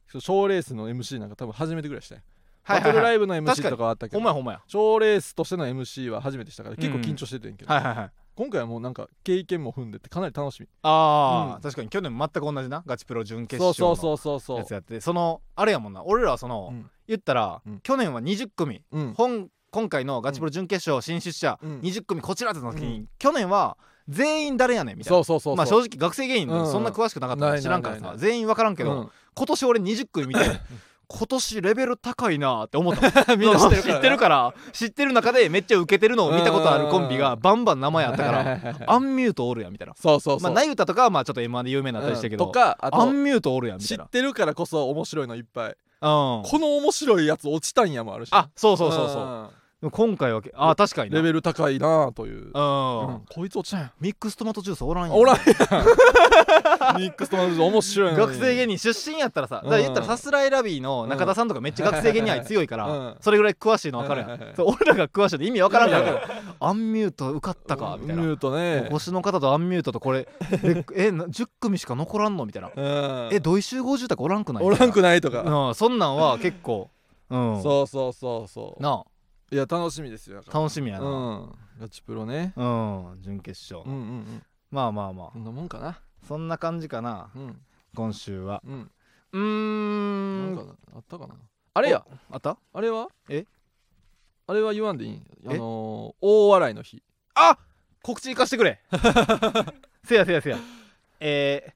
Speaker 2: そう賞レースの MC なんか多分初めてぐらいしたよ、
Speaker 1: はいはい
Speaker 2: バトル
Speaker 1: は
Speaker 2: ラ
Speaker 1: い
Speaker 2: イブの
Speaker 1: 確か
Speaker 2: MC
Speaker 1: に
Speaker 2: とかはあったけ
Speaker 1: ほんまや
Speaker 2: ど
Speaker 1: ほんまや
Speaker 2: 賞レースとしての MC は初めてしたから結構緊張してたんやけど、
Speaker 1: はいはいはい
Speaker 2: 今回はもうなんか経験も踏んでってかなり楽しみ
Speaker 1: あ
Speaker 2: う
Speaker 1: あ
Speaker 2: ん
Speaker 1: 確かに去年全く同じなガチプロ準決
Speaker 2: そう
Speaker 1: 勝
Speaker 2: そう
Speaker 1: の
Speaker 2: そうそ
Speaker 1: や
Speaker 2: うそう
Speaker 1: つやってそのあれやもんな俺らはその
Speaker 2: うん
Speaker 1: 言ったら
Speaker 2: うん
Speaker 1: 去年は20組
Speaker 2: うん
Speaker 1: 本今回のガチプロ準決勝進出者
Speaker 2: うん
Speaker 1: 20組こちらってなった時
Speaker 2: う
Speaker 1: に去年は全員誰やねんみたいな
Speaker 2: そうそうそうそう
Speaker 1: まあ正直学生芸人なんでそんな詳しくなかったか
Speaker 2: うんう
Speaker 1: ら
Speaker 2: ん
Speaker 1: 知らんから
Speaker 2: ないない
Speaker 1: さ
Speaker 2: ない
Speaker 1: 全員分からんけど今年俺20組見て今年レベル高いなーって思
Speaker 2: [laughs]
Speaker 1: った
Speaker 2: みんな知ってるから
Speaker 1: 知
Speaker 2: な
Speaker 1: ってるから知ってる中でめっちゃウケてるのを見たことあるコンビが
Speaker 2: うん
Speaker 1: バンバン名前あったから
Speaker 2: ら
Speaker 1: アンミュートおるやんみたいな
Speaker 2: [laughs] そうそう
Speaker 1: ま
Speaker 2: そ
Speaker 1: あ
Speaker 2: う
Speaker 1: ナユタとかはまあちょっと M1 で有名になったりしたけど、
Speaker 2: うんとかあ
Speaker 1: ア
Speaker 2: と
Speaker 1: ンミュートおるやんみた
Speaker 2: 知
Speaker 1: い
Speaker 2: っ
Speaker 1: な
Speaker 2: てるからこそ面白いのいっぱい
Speaker 1: うん
Speaker 2: この面白いやつ落ちたんやもあるし
Speaker 1: あそうそうそうそう、で
Speaker 2: ん
Speaker 1: も今回はけあ確かにな
Speaker 2: レベル高いなあという
Speaker 1: うん、
Speaker 2: うんこいつ落ちたんや
Speaker 1: ミックストマトジュースおらんやん
Speaker 2: おらんやん [laughs] ミックスとマジで面白いのに
Speaker 1: 学生芸人出身やったらさ、だから言ったら
Speaker 2: うん
Speaker 1: さすらいラビーの中田さんとかめっちゃ学生芸人
Speaker 2: [laughs]
Speaker 1: 愛強いから、
Speaker 2: うん
Speaker 1: それぐらい詳しいの分かるやん、
Speaker 2: はいはいはい
Speaker 1: そう俺らが詳しいの意味分からんか
Speaker 2: 意味
Speaker 1: らアンミュート受かったかみたいな、
Speaker 2: ミュートね
Speaker 1: 星の方とアンミュートとこれでえな10組しか残らんのみたいな、
Speaker 2: うん
Speaker 1: え土井集合住宅おらんくない
Speaker 2: おらんく
Speaker 1: な
Speaker 2: ないとか
Speaker 1: うん、そんなんは結構うん
Speaker 2: そうそうそうそう
Speaker 1: なあ
Speaker 2: いや楽しみですよだから
Speaker 1: 楽しみやな
Speaker 2: うんガチプロね
Speaker 1: うん、準決勝、
Speaker 2: うんうんうん
Speaker 1: まあまあま
Speaker 2: こんなもんかな
Speaker 1: あそんな感じかな
Speaker 2: うん
Speaker 1: 今週は
Speaker 2: うん
Speaker 1: う
Speaker 2: なん
Speaker 1: ー
Speaker 2: か
Speaker 1: ん
Speaker 2: なあったかなあれや
Speaker 1: あった
Speaker 2: あれは
Speaker 1: え
Speaker 2: あれは言わんでいいんあ
Speaker 1: え
Speaker 2: のー大洗の日
Speaker 1: あ告知行かしてくれ [laughs] せやせやせやえー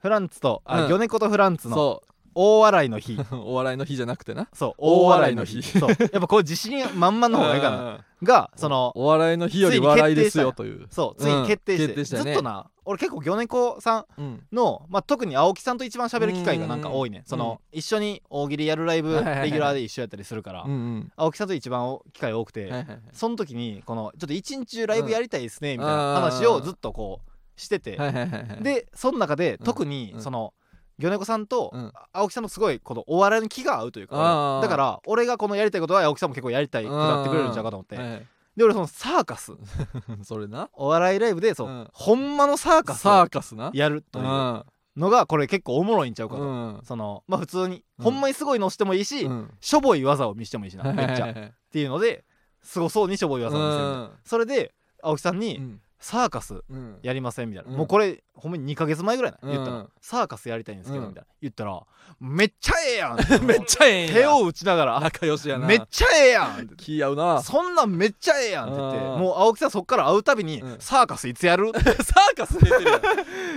Speaker 1: フランツとあ、
Speaker 2: うん
Speaker 1: 魚猫とフランツの
Speaker 2: そ
Speaker 1: 大洗の日
Speaker 2: う [laughs] 大洗の日じゃなくてな
Speaker 1: そう
Speaker 2: [laughs] 大洗の日
Speaker 1: そうやっぱこう自信満々の方がいいかな
Speaker 2: な
Speaker 1: がその
Speaker 2: お笑いの日より笑いですよという
Speaker 1: そうついに決定して,、
Speaker 2: うん決定したよ
Speaker 1: ず
Speaker 2: ね
Speaker 1: っとな俺結構魚猫さん
Speaker 2: うん
Speaker 1: の、まあ、特に青木さんと一番喋る機会がなんか多いね
Speaker 2: ん
Speaker 1: その、一緒に大喜利やるライブレ
Speaker 2: はいはいはい
Speaker 1: ギュラーで一緒やったりするから、
Speaker 2: うんうん
Speaker 1: 青木さんと一番お機会多くて、
Speaker 2: はいはいはい
Speaker 1: その時にこのちょっと一日中ライブやりたいですね、
Speaker 2: ん
Speaker 1: みたいな話をずっとこうしてて、
Speaker 2: はいはいはいはい
Speaker 1: でその中で
Speaker 2: うん
Speaker 1: 特に
Speaker 2: うん
Speaker 1: その、魚猫さんと
Speaker 2: うん
Speaker 1: 青木さんのすごいこのお笑いの気が合うという
Speaker 2: あ
Speaker 1: か
Speaker 2: ー
Speaker 1: だから俺がこのやりたいことは青木さんも結構やりたいくなってくれるんちゃうかと思って
Speaker 2: はいはい
Speaker 1: で俺そのサーカス
Speaker 2: それな
Speaker 1: お笑いライブでそう、
Speaker 2: うん
Speaker 1: ほんまのサーカス
Speaker 2: サ
Speaker 1: を
Speaker 2: ーカスな
Speaker 1: やるというのがこれ結構おもろいんちゃうかと、
Speaker 2: うんうん
Speaker 1: そのまあ普通に、
Speaker 2: うん
Speaker 1: ほんまにすごいのしてもいいし、
Speaker 2: うん
Speaker 1: しょぼい技を見せてもいいしな
Speaker 2: はい
Speaker 1: め
Speaker 2: は
Speaker 1: っ
Speaker 2: い
Speaker 1: ち
Speaker 2: は
Speaker 1: ゃ
Speaker 2: い
Speaker 1: っ。ていうのですごそうにしょぼい技を見せるみたいな、それで青木さんに、
Speaker 2: うん
Speaker 1: サーカス
Speaker 2: うん
Speaker 1: やりませんみたいな、
Speaker 2: うん
Speaker 1: もうこれほんまに2ヶ月前ぐらいな言ったら、
Speaker 2: うん
Speaker 1: サーカスやりたいんですけど、
Speaker 2: うん
Speaker 1: みたいな言ったらめっちゃええやんめ
Speaker 2: [laughs] めっちゃええんや
Speaker 1: 手を打ちながら
Speaker 2: 仲良しやな
Speaker 1: めっちゃええやんって
Speaker 2: 気合うな
Speaker 1: そんなんめっちゃええやんって言って
Speaker 2: うん
Speaker 1: もう青木さんそっから会うたびに、
Speaker 2: うん
Speaker 1: サーカスいつ
Speaker 2: [laughs]
Speaker 1: やるって
Speaker 2: サーカス出てるやん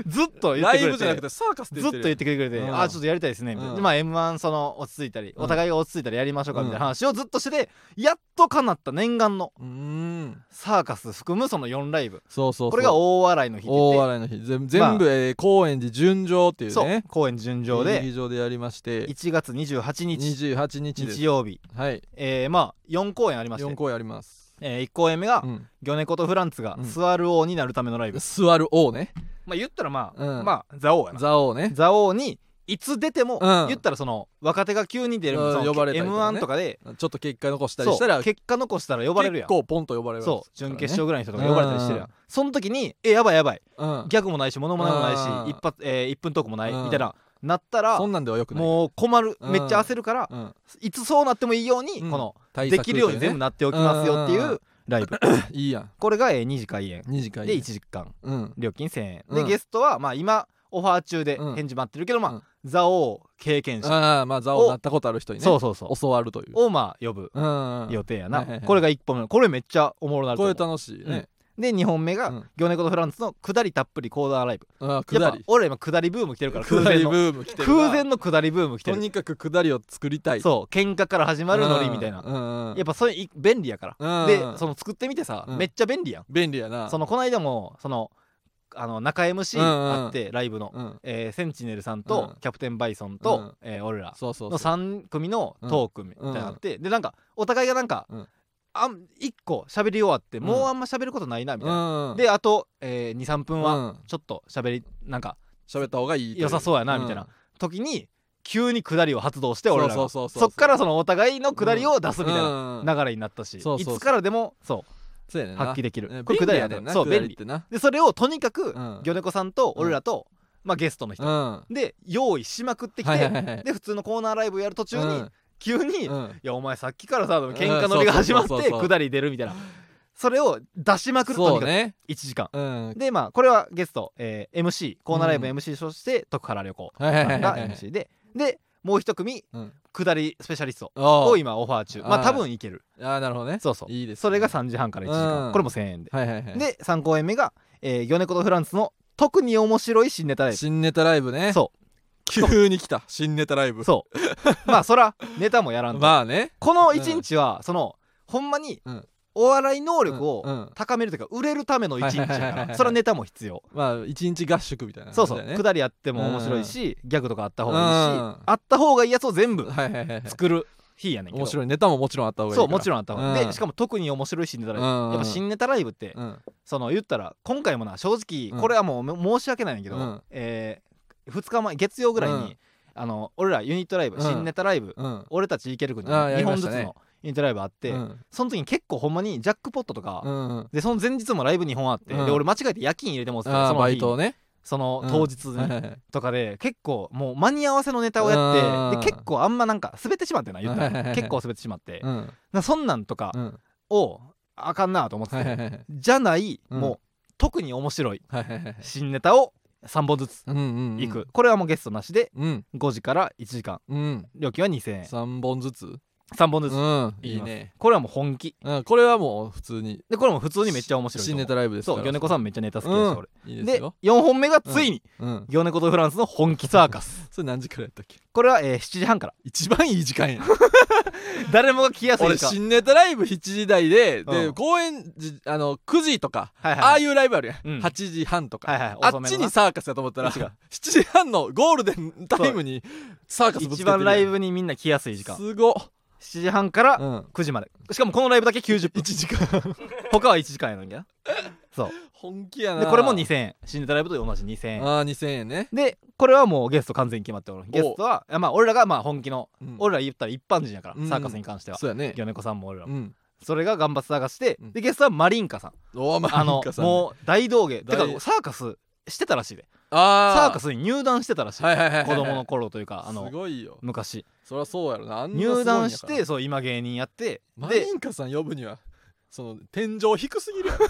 Speaker 1: ずっと言っ
Speaker 2: ラ
Speaker 1: て
Speaker 2: イ
Speaker 1: く
Speaker 2: ブ
Speaker 1: れ
Speaker 2: じゃなく
Speaker 1: て
Speaker 2: てサーカス出
Speaker 1: ず
Speaker 2: て
Speaker 1: っ
Speaker 2: る
Speaker 1: と言っててくれて、
Speaker 2: うん
Speaker 1: あちょっとやりたいですねみたいな、
Speaker 2: うん
Speaker 1: でまあ m 1その落ち着いたり、
Speaker 2: うん
Speaker 1: お互いが落ち着いたらやりましょうかみたいな
Speaker 2: う
Speaker 1: 話をずっとしててやっとかなった念願の
Speaker 2: うん
Speaker 1: サーカス含むその4ライブ
Speaker 2: そうそうそう
Speaker 1: これが大洗の日って言って
Speaker 2: 大洗の日全全部えー高円寺純情っていう
Speaker 1: そう
Speaker 2: ね
Speaker 1: 公演順情で
Speaker 2: 劇場でやりまして
Speaker 1: 1月28日
Speaker 2: 28日です
Speaker 1: 日曜日、
Speaker 2: はい
Speaker 1: えーまあ4公演ありまして
Speaker 2: 4公演あります
Speaker 1: え1公演目が
Speaker 2: うん
Speaker 1: 魚猫とフランツが
Speaker 2: うん
Speaker 1: 座る王になるためのライブ、
Speaker 2: 座る王ね
Speaker 1: まあ言ったらまあ、
Speaker 2: うん
Speaker 1: まあ座王やな
Speaker 2: 座王ね
Speaker 1: 座王にいつ出ても、
Speaker 2: うん
Speaker 1: 言ったらその若手が急に出る
Speaker 2: うん
Speaker 1: その
Speaker 2: 呼ばれたりと
Speaker 1: m
Speaker 2: かね
Speaker 1: 1とかで
Speaker 2: ちょっと結果残したり
Speaker 1: そう
Speaker 2: したら結
Speaker 1: 結果残したら呼ばれるやん
Speaker 2: 構ポンと呼ばれる
Speaker 1: そう準決勝ぐらいの人とか
Speaker 2: うん
Speaker 1: 呼ばれたりしてるやん、その時にえやばいやばい
Speaker 2: 勝
Speaker 1: ギャグもないし物もなもないし
Speaker 2: うん
Speaker 1: 一発、えー、1分トークもない
Speaker 2: うん
Speaker 1: みたいななったら
Speaker 2: そんなんではよくない
Speaker 1: もう困る、
Speaker 2: うん
Speaker 1: めっちゃ焦るから
Speaker 2: うん、
Speaker 1: いつそうなってもいいように、
Speaker 2: うん
Speaker 1: この
Speaker 2: 対
Speaker 1: で
Speaker 2: 策
Speaker 1: きるように全部なっておきますよって
Speaker 2: うんうん
Speaker 1: いうライブ [laughs]
Speaker 2: というねいいやん
Speaker 1: これがえー2時開演
Speaker 2: 2時間
Speaker 1: で1時間
Speaker 2: うん
Speaker 1: 料金1000円で
Speaker 2: うん
Speaker 1: ゲストはまあ今オファー中で
Speaker 2: うん
Speaker 1: 返事待ってるけど
Speaker 2: う
Speaker 1: ま
Speaker 2: ん
Speaker 1: あ蔵王経験者
Speaker 2: ああまあ座王なったことある人にね
Speaker 1: そうそうそう
Speaker 2: 教わるという
Speaker 1: をまあ呼ぶ
Speaker 2: うん
Speaker 1: 予定や
Speaker 2: は
Speaker 1: ない
Speaker 2: はいはい
Speaker 1: これが1本目これめっちゃおもろなると
Speaker 2: こ
Speaker 1: 思
Speaker 2: れ
Speaker 1: う
Speaker 2: 楽しいね、
Speaker 1: で2本目
Speaker 2: う
Speaker 1: が
Speaker 2: ん
Speaker 1: 「ギョネコとフランツ」の下りたっぷりコーナーライブ
Speaker 2: うん、
Speaker 1: や
Speaker 2: 下
Speaker 1: っぱ
Speaker 2: り
Speaker 1: 俺ら今下りブーム来てるから空
Speaker 2: 下り
Speaker 1: 前
Speaker 2: ブ
Speaker 1: の
Speaker 2: ーム来てるな
Speaker 1: 空前の下りブーム来て
Speaker 2: と
Speaker 1: る
Speaker 2: にかく下りを作りたい
Speaker 1: そう喧嘩から始まるノリみたいな
Speaker 2: うんうんうん
Speaker 1: やっぱそれい便利やから
Speaker 2: うん
Speaker 1: でその作ってみてさ
Speaker 2: うん
Speaker 1: めっちゃ便利やん
Speaker 2: 便利やな
Speaker 1: そのこの間もそのあの中 MC
Speaker 2: うんうん
Speaker 1: あってライブの
Speaker 2: うん、
Speaker 1: えーセンチネルさん
Speaker 2: う
Speaker 1: と
Speaker 2: ん
Speaker 1: キャプテンバイソン
Speaker 2: う
Speaker 1: と
Speaker 2: ん
Speaker 1: えー俺ら
Speaker 2: そうそう
Speaker 1: の
Speaker 2: そう
Speaker 1: 3組のトークみたいなのあってでなんかお互いがなんか
Speaker 2: うん
Speaker 1: あん1個喋り終わって
Speaker 2: うん
Speaker 1: もうあんま喋ることないなみたいな
Speaker 2: うんうん、
Speaker 1: であと23
Speaker 2: う
Speaker 1: 分
Speaker 2: ん
Speaker 1: はちょっと喋りなんか
Speaker 2: 喋った方がいいとい
Speaker 1: 良さそうやなみたいな時に急に下りを発動して俺ら
Speaker 2: そう
Speaker 1: が
Speaker 2: そうそう
Speaker 1: そっから
Speaker 2: そ
Speaker 1: そのお互いの下りを出すみたいな
Speaker 2: な
Speaker 1: 流れになったしい
Speaker 2: そうそうそう
Speaker 1: つからでもそ
Speaker 2: そうやね
Speaker 1: うん
Speaker 2: な
Speaker 1: 発揮でき
Speaker 2: え
Speaker 1: るこ
Speaker 2: 便
Speaker 1: れ下
Speaker 2: 利
Speaker 1: りや
Speaker 2: やね
Speaker 1: ね
Speaker 2: んな
Speaker 1: そ
Speaker 2: 下
Speaker 1: う
Speaker 2: り
Speaker 1: 便
Speaker 2: っ
Speaker 1: 利
Speaker 2: てな
Speaker 1: でそれをとにかく
Speaker 2: うん
Speaker 1: 魚猫さんと俺らとまあゲストの人
Speaker 2: うん
Speaker 1: で用意しまくってき
Speaker 2: はいはい
Speaker 1: て
Speaker 2: はいはい
Speaker 1: で普通のコーナーライブやる途中
Speaker 2: う
Speaker 1: に
Speaker 2: ん
Speaker 1: 急に「い
Speaker 2: うん
Speaker 1: やお前さっきからさ喧嘩
Speaker 2: うん
Speaker 1: 乗りが始まって
Speaker 2: そうそうそうそう
Speaker 1: 下り出る」みたいなそれを出しまくると
Speaker 2: そ
Speaker 1: に
Speaker 2: う
Speaker 1: かく
Speaker 2: ね
Speaker 1: 1時間
Speaker 2: うん
Speaker 1: でまあこれはゲストえー MC コーナーライブ
Speaker 2: う
Speaker 1: MC として徳原旅行
Speaker 2: はいはいは
Speaker 1: さ
Speaker 2: い
Speaker 1: んが
Speaker 2: はい
Speaker 1: MC ででもう一組
Speaker 2: うん
Speaker 1: 下りスペシャリスト
Speaker 2: お
Speaker 1: を
Speaker 2: う
Speaker 1: 今オファー中まあ
Speaker 2: あー
Speaker 1: 多分いける
Speaker 2: ああなるほどね
Speaker 1: そうそう
Speaker 2: いいですね
Speaker 1: それが3時半から1時間、
Speaker 2: うん
Speaker 1: これも1000円で、
Speaker 2: はいはいはい
Speaker 1: で3公演目が、えー、米子とフランスの特に面白い新ネタライ
Speaker 2: 新ネタライブね
Speaker 1: ブそ
Speaker 2: 急に来た新ネタライブ
Speaker 1: うそうまあそらネタもやらんと、
Speaker 2: [laughs] まあね
Speaker 1: この1日はそのほんまに
Speaker 2: うん
Speaker 1: お笑い能力を
Speaker 2: うんうん
Speaker 1: 高めるというか売れるための1日やか
Speaker 2: はいはいはいは
Speaker 1: ら
Speaker 2: い
Speaker 1: そらネタも必要
Speaker 2: まあ一日合宿みたいな
Speaker 1: そうそう、
Speaker 2: 感じだよね
Speaker 1: くだりあっても面白いし、ギャグとかあった方がいいし、
Speaker 2: うん
Speaker 1: あった方がいいやつを全部
Speaker 2: はいはいはいはい
Speaker 1: 作る日やねんけど
Speaker 2: 面白いネタももちろんあった方がいい
Speaker 1: そうもち
Speaker 2: ろ
Speaker 1: ろ
Speaker 2: ん
Speaker 1: んあった方がいい、
Speaker 2: う
Speaker 1: で
Speaker 2: ん
Speaker 1: しかも特に面白い新ネタライブ、
Speaker 2: うんうん
Speaker 1: やっぱ新ネタライブって、
Speaker 2: うん
Speaker 1: その言ったら今回もな正
Speaker 2: う
Speaker 1: 直
Speaker 2: ん
Speaker 1: これはもうめ申し訳ないんだけど、
Speaker 2: うん
Speaker 1: え2日前月曜ぐらいに、
Speaker 2: うん
Speaker 1: あの俺らユニットライブ、
Speaker 2: うん
Speaker 1: 新ネタライブ、
Speaker 2: うん
Speaker 1: 俺たちイケるくん
Speaker 2: あーや
Speaker 1: 2
Speaker 2: りま
Speaker 1: 本
Speaker 2: し
Speaker 1: ずつ
Speaker 2: たね
Speaker 1: のユニットライブあって、
Speaker 2: うん
Speaker 1: その時に結構ほんまにジャックポットとか、
Speaker 2: うんうん
Speaker 1: でその前日もライブ2本あって、
Speaker 2: うん
Speaker 1: で俺間違えて夜勤入れてもうてた
Speaker 2: あ
Speaker 1: そ
Speaker 2: あ
Speaker 1: の
Speaker 2: バ
Speaker 1: 日
Speaker 2: イトをね
Speaker 1: その
Speaker 2: うん
Speaker 1: 当日
Speaker 2: はいはいはい
Speaker 1: とかで結構もう間に合わせのネタをやって
Speaker 2: うん
Speaker 1: で結構あんまなんか滑ってしまってな言った
Speaker 2: はいはいは
Speaker 1: ら
Speaker 2: い
Speaker 1: 結構滑ってしまって、
Speaker 2: うん
Speaker 1: なそんなんとか
Speaker 2: うん
Speaker 1: をあかんなと思って
Speaker 2: はい
Speaker 1: て
Speaker 2: は。いはいはい
Speaker 1: じゃない、
Speaker 2: うん
Speaker 1: もう特に面白い
Speaker 2: はいはいはい
Speaker 1: 新ネタを3本ずつ
Speaker 2: うんうんうん
Speaker 1: いく、これはもうゲストなしで
Speaker 2: うん
Speaker 1: 5時から1時間
Speaker 2: うん
Speaker 1: 料金は2000円
Speaker 2: 3本ずつ
Speaker 1: 3本ずつ、
Speaker 2: うん
Speaker 1: いき
Speaker 2: いい
Speaker 1: ます
Speaker 2: ね
Speaker 1: これはもう本気
Speaker 2: うんこれはもう普通に
Speaker 1: でこれも普通にめっちゃ面白いと
Speaker 2: 新
Speaker 1: 思う
Speaker 2: ネタライブです
Speaker 1: そう
Speaker 2: から
Speaker 1: 魚猫さんめっちゃネタ好きだし、
Speaker 2: うん
Speaker 1: 俺
Speaker 2: いいで
Speaker 1: で
Speaker 2: すよ
Speaker 1: 4本目がついに [laughs]
Speaker 2: うん
Speaker 1: 魚猫とフランスの本気サーカス
Speaker 2: それ何時からやったっけ
Speaker 1: これは、えー7時半から
Speaker 2: 一番いい時間やん
Speaker 1: 誰もが来やすい
Speaker 2: 俺
Speaker 1: 時間
Speaker 2: 新ネタライブ7時台で
Speaker 1: う
Speaker 2: で
Speaker 1: ん
Speaker 2: 公演時あの9時とか
Speaker 1: はいはい
Speaker 2: ああいうライブあるや
Speaker 1: うん
Speaker 2: ん8時半と
Speaker 1: はいはい
Speaker 2: かあ
Speaker 1: 遅
Speaker 2: っ
Speaker 1: めの
Speaker 2: ち
Speaker 1: な
Speaker 2: にサーカスやと思ったら
Speaker 1: 違う
Speaker 2: 7時半のゴールデンタイムにサーカスぶ
Speaker 1: 一
Speaker 2: つけてるやん
Speaker 1: 番ライブにみんな来やすい時間
Speaker 2: すごっ
Speaker 1: 7時半から
Speaker 2: 1
Speaker 1: 9時までしかもこのライブだけ90分
Speaker 2: 時間
Speaker 1: 他は1時間やのになそう
Speaker 2: 本気やな
Speaker 1: でこれも2000円新ネタライブと同じ2000円
Speaker 2: ああ2000円ね
Speaker 1: でこれはもうゲスト完全に決まっておるゲストはまあ俺らがまあ本気の、
Speaker 2: うん
Speaker 1: 俺ら言ったら一般人やから、
Speaker 2: うん
Speaker 1: サーカスに関しては
Speaker 2: そうやね
Speaker 1: 米子さんも俺ら
Speaker 2: う
Speaker 1: も、
Speaker 2: ん
Speaker 1: それが頑張って探して、
Speaker 2: うん
Speaker 1: でゲストはマリンカさん
Speaker 2: おーまあ
Speaker 1: あの
Speaker 2: なんかさ
Speaker 1: もう大道芸て
Speaker 2: 大
Speaker 1: かサーカスしてたらしいでサ
Speaker 2: あ
Speaker 1: ーカ
Speaker 2: ス
Speaker 1: スに入団してたらしい、
Speaker 2: はいはいはいはい
Speaker 1: 子供の頃というかあ
Speaker 2: す
Speaker 1: の
Speaker 2: ごいよ
Speaker 1: 昔
Speaker 2: そりゃそうやろなあんなすごい
Speaker 1: 入
Speaker 2: んやから
Speaker 1: 団してそう今芸人やって
Speaker 2: マ
Speaker 1: で
Speaker 2: リンカさん呼ぶにはその天井低すぎるやろ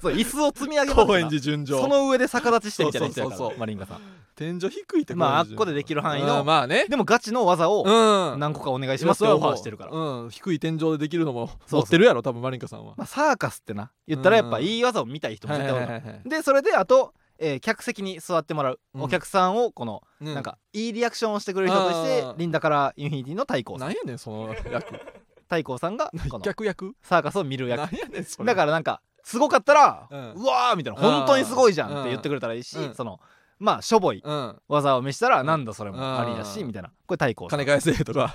Speaker 1: そう椅子を積み上げます
Speaker 2: 高円寺純情
Speaker 1: その上で逆立ちしてみたいな人やから
Speaker 2: そうそうそうそう
Speaker 1: マリンカさん
Speaker 2: 天井低いって
Speaker 1: まあ
Speaker 2: 高円寺純情
Speaker 1: あっこでできる範囲の
Speaker 2: うんまあね
Speaker 1: でもガチの技を
Speaker 2: うん
Speaker 1: 何個かお願いしますってオファーしてるから、
Speaker 2: うん低い天井でできるのも
Speaker 1: そうそう
Speaker 2: 持ってるやろ多分マリンカさんは
Speaker 1: まあ、サーカスってな言ったらやっぱいい技を見たい人も
Speaker 2: はい
Speaker 1: 絶
Speaker 2: は
Speaker 1: 対
Speaker 2: い
Speaker 1: お
Speaker 2: は
Speaker 1: るか
Speaker 2: いは
Speaker 1: ら
Speaker 2: い
Speaker 1: でそれであと、えー客席に座ってもらう、
Speaker 2: うん
Speaker 1: お客さんをこの、
Speaker 2: うん
Speaker 1: なんかいいリアクションをしてくれる人として
Speaker 2: あー
Speaker 1: リンダからインフィニティの太閤さ
Speaker 2: なんんやねんその役
Speaker 1: 太閤さんが [laughs] この
Speaker 2: 逆役
Speaker 1: サーカスを見る
Speaker 2: なん
Speaker 1: 役
Speaker 2: やねんそれ
Speaker 1: だからなんかすごかったら、う
Speaker 2: うん
Speaker 1: わーみたいな本当にすごいじゃんって
Speaker 2: うん
Speaker 1: 言ってくれたらいいし、
Speaker 2: うん
Speaker 1: そのまあしょぼい
Speaker 2: うん
Speaker 1: 技を見せたらなんだそれも
Speaker 2: うん
Speaker 1: ありだしみたいなこれ太閤さん
Speaker 2: 金返せと
Speaker 1: [laughs]
Speaker 2: か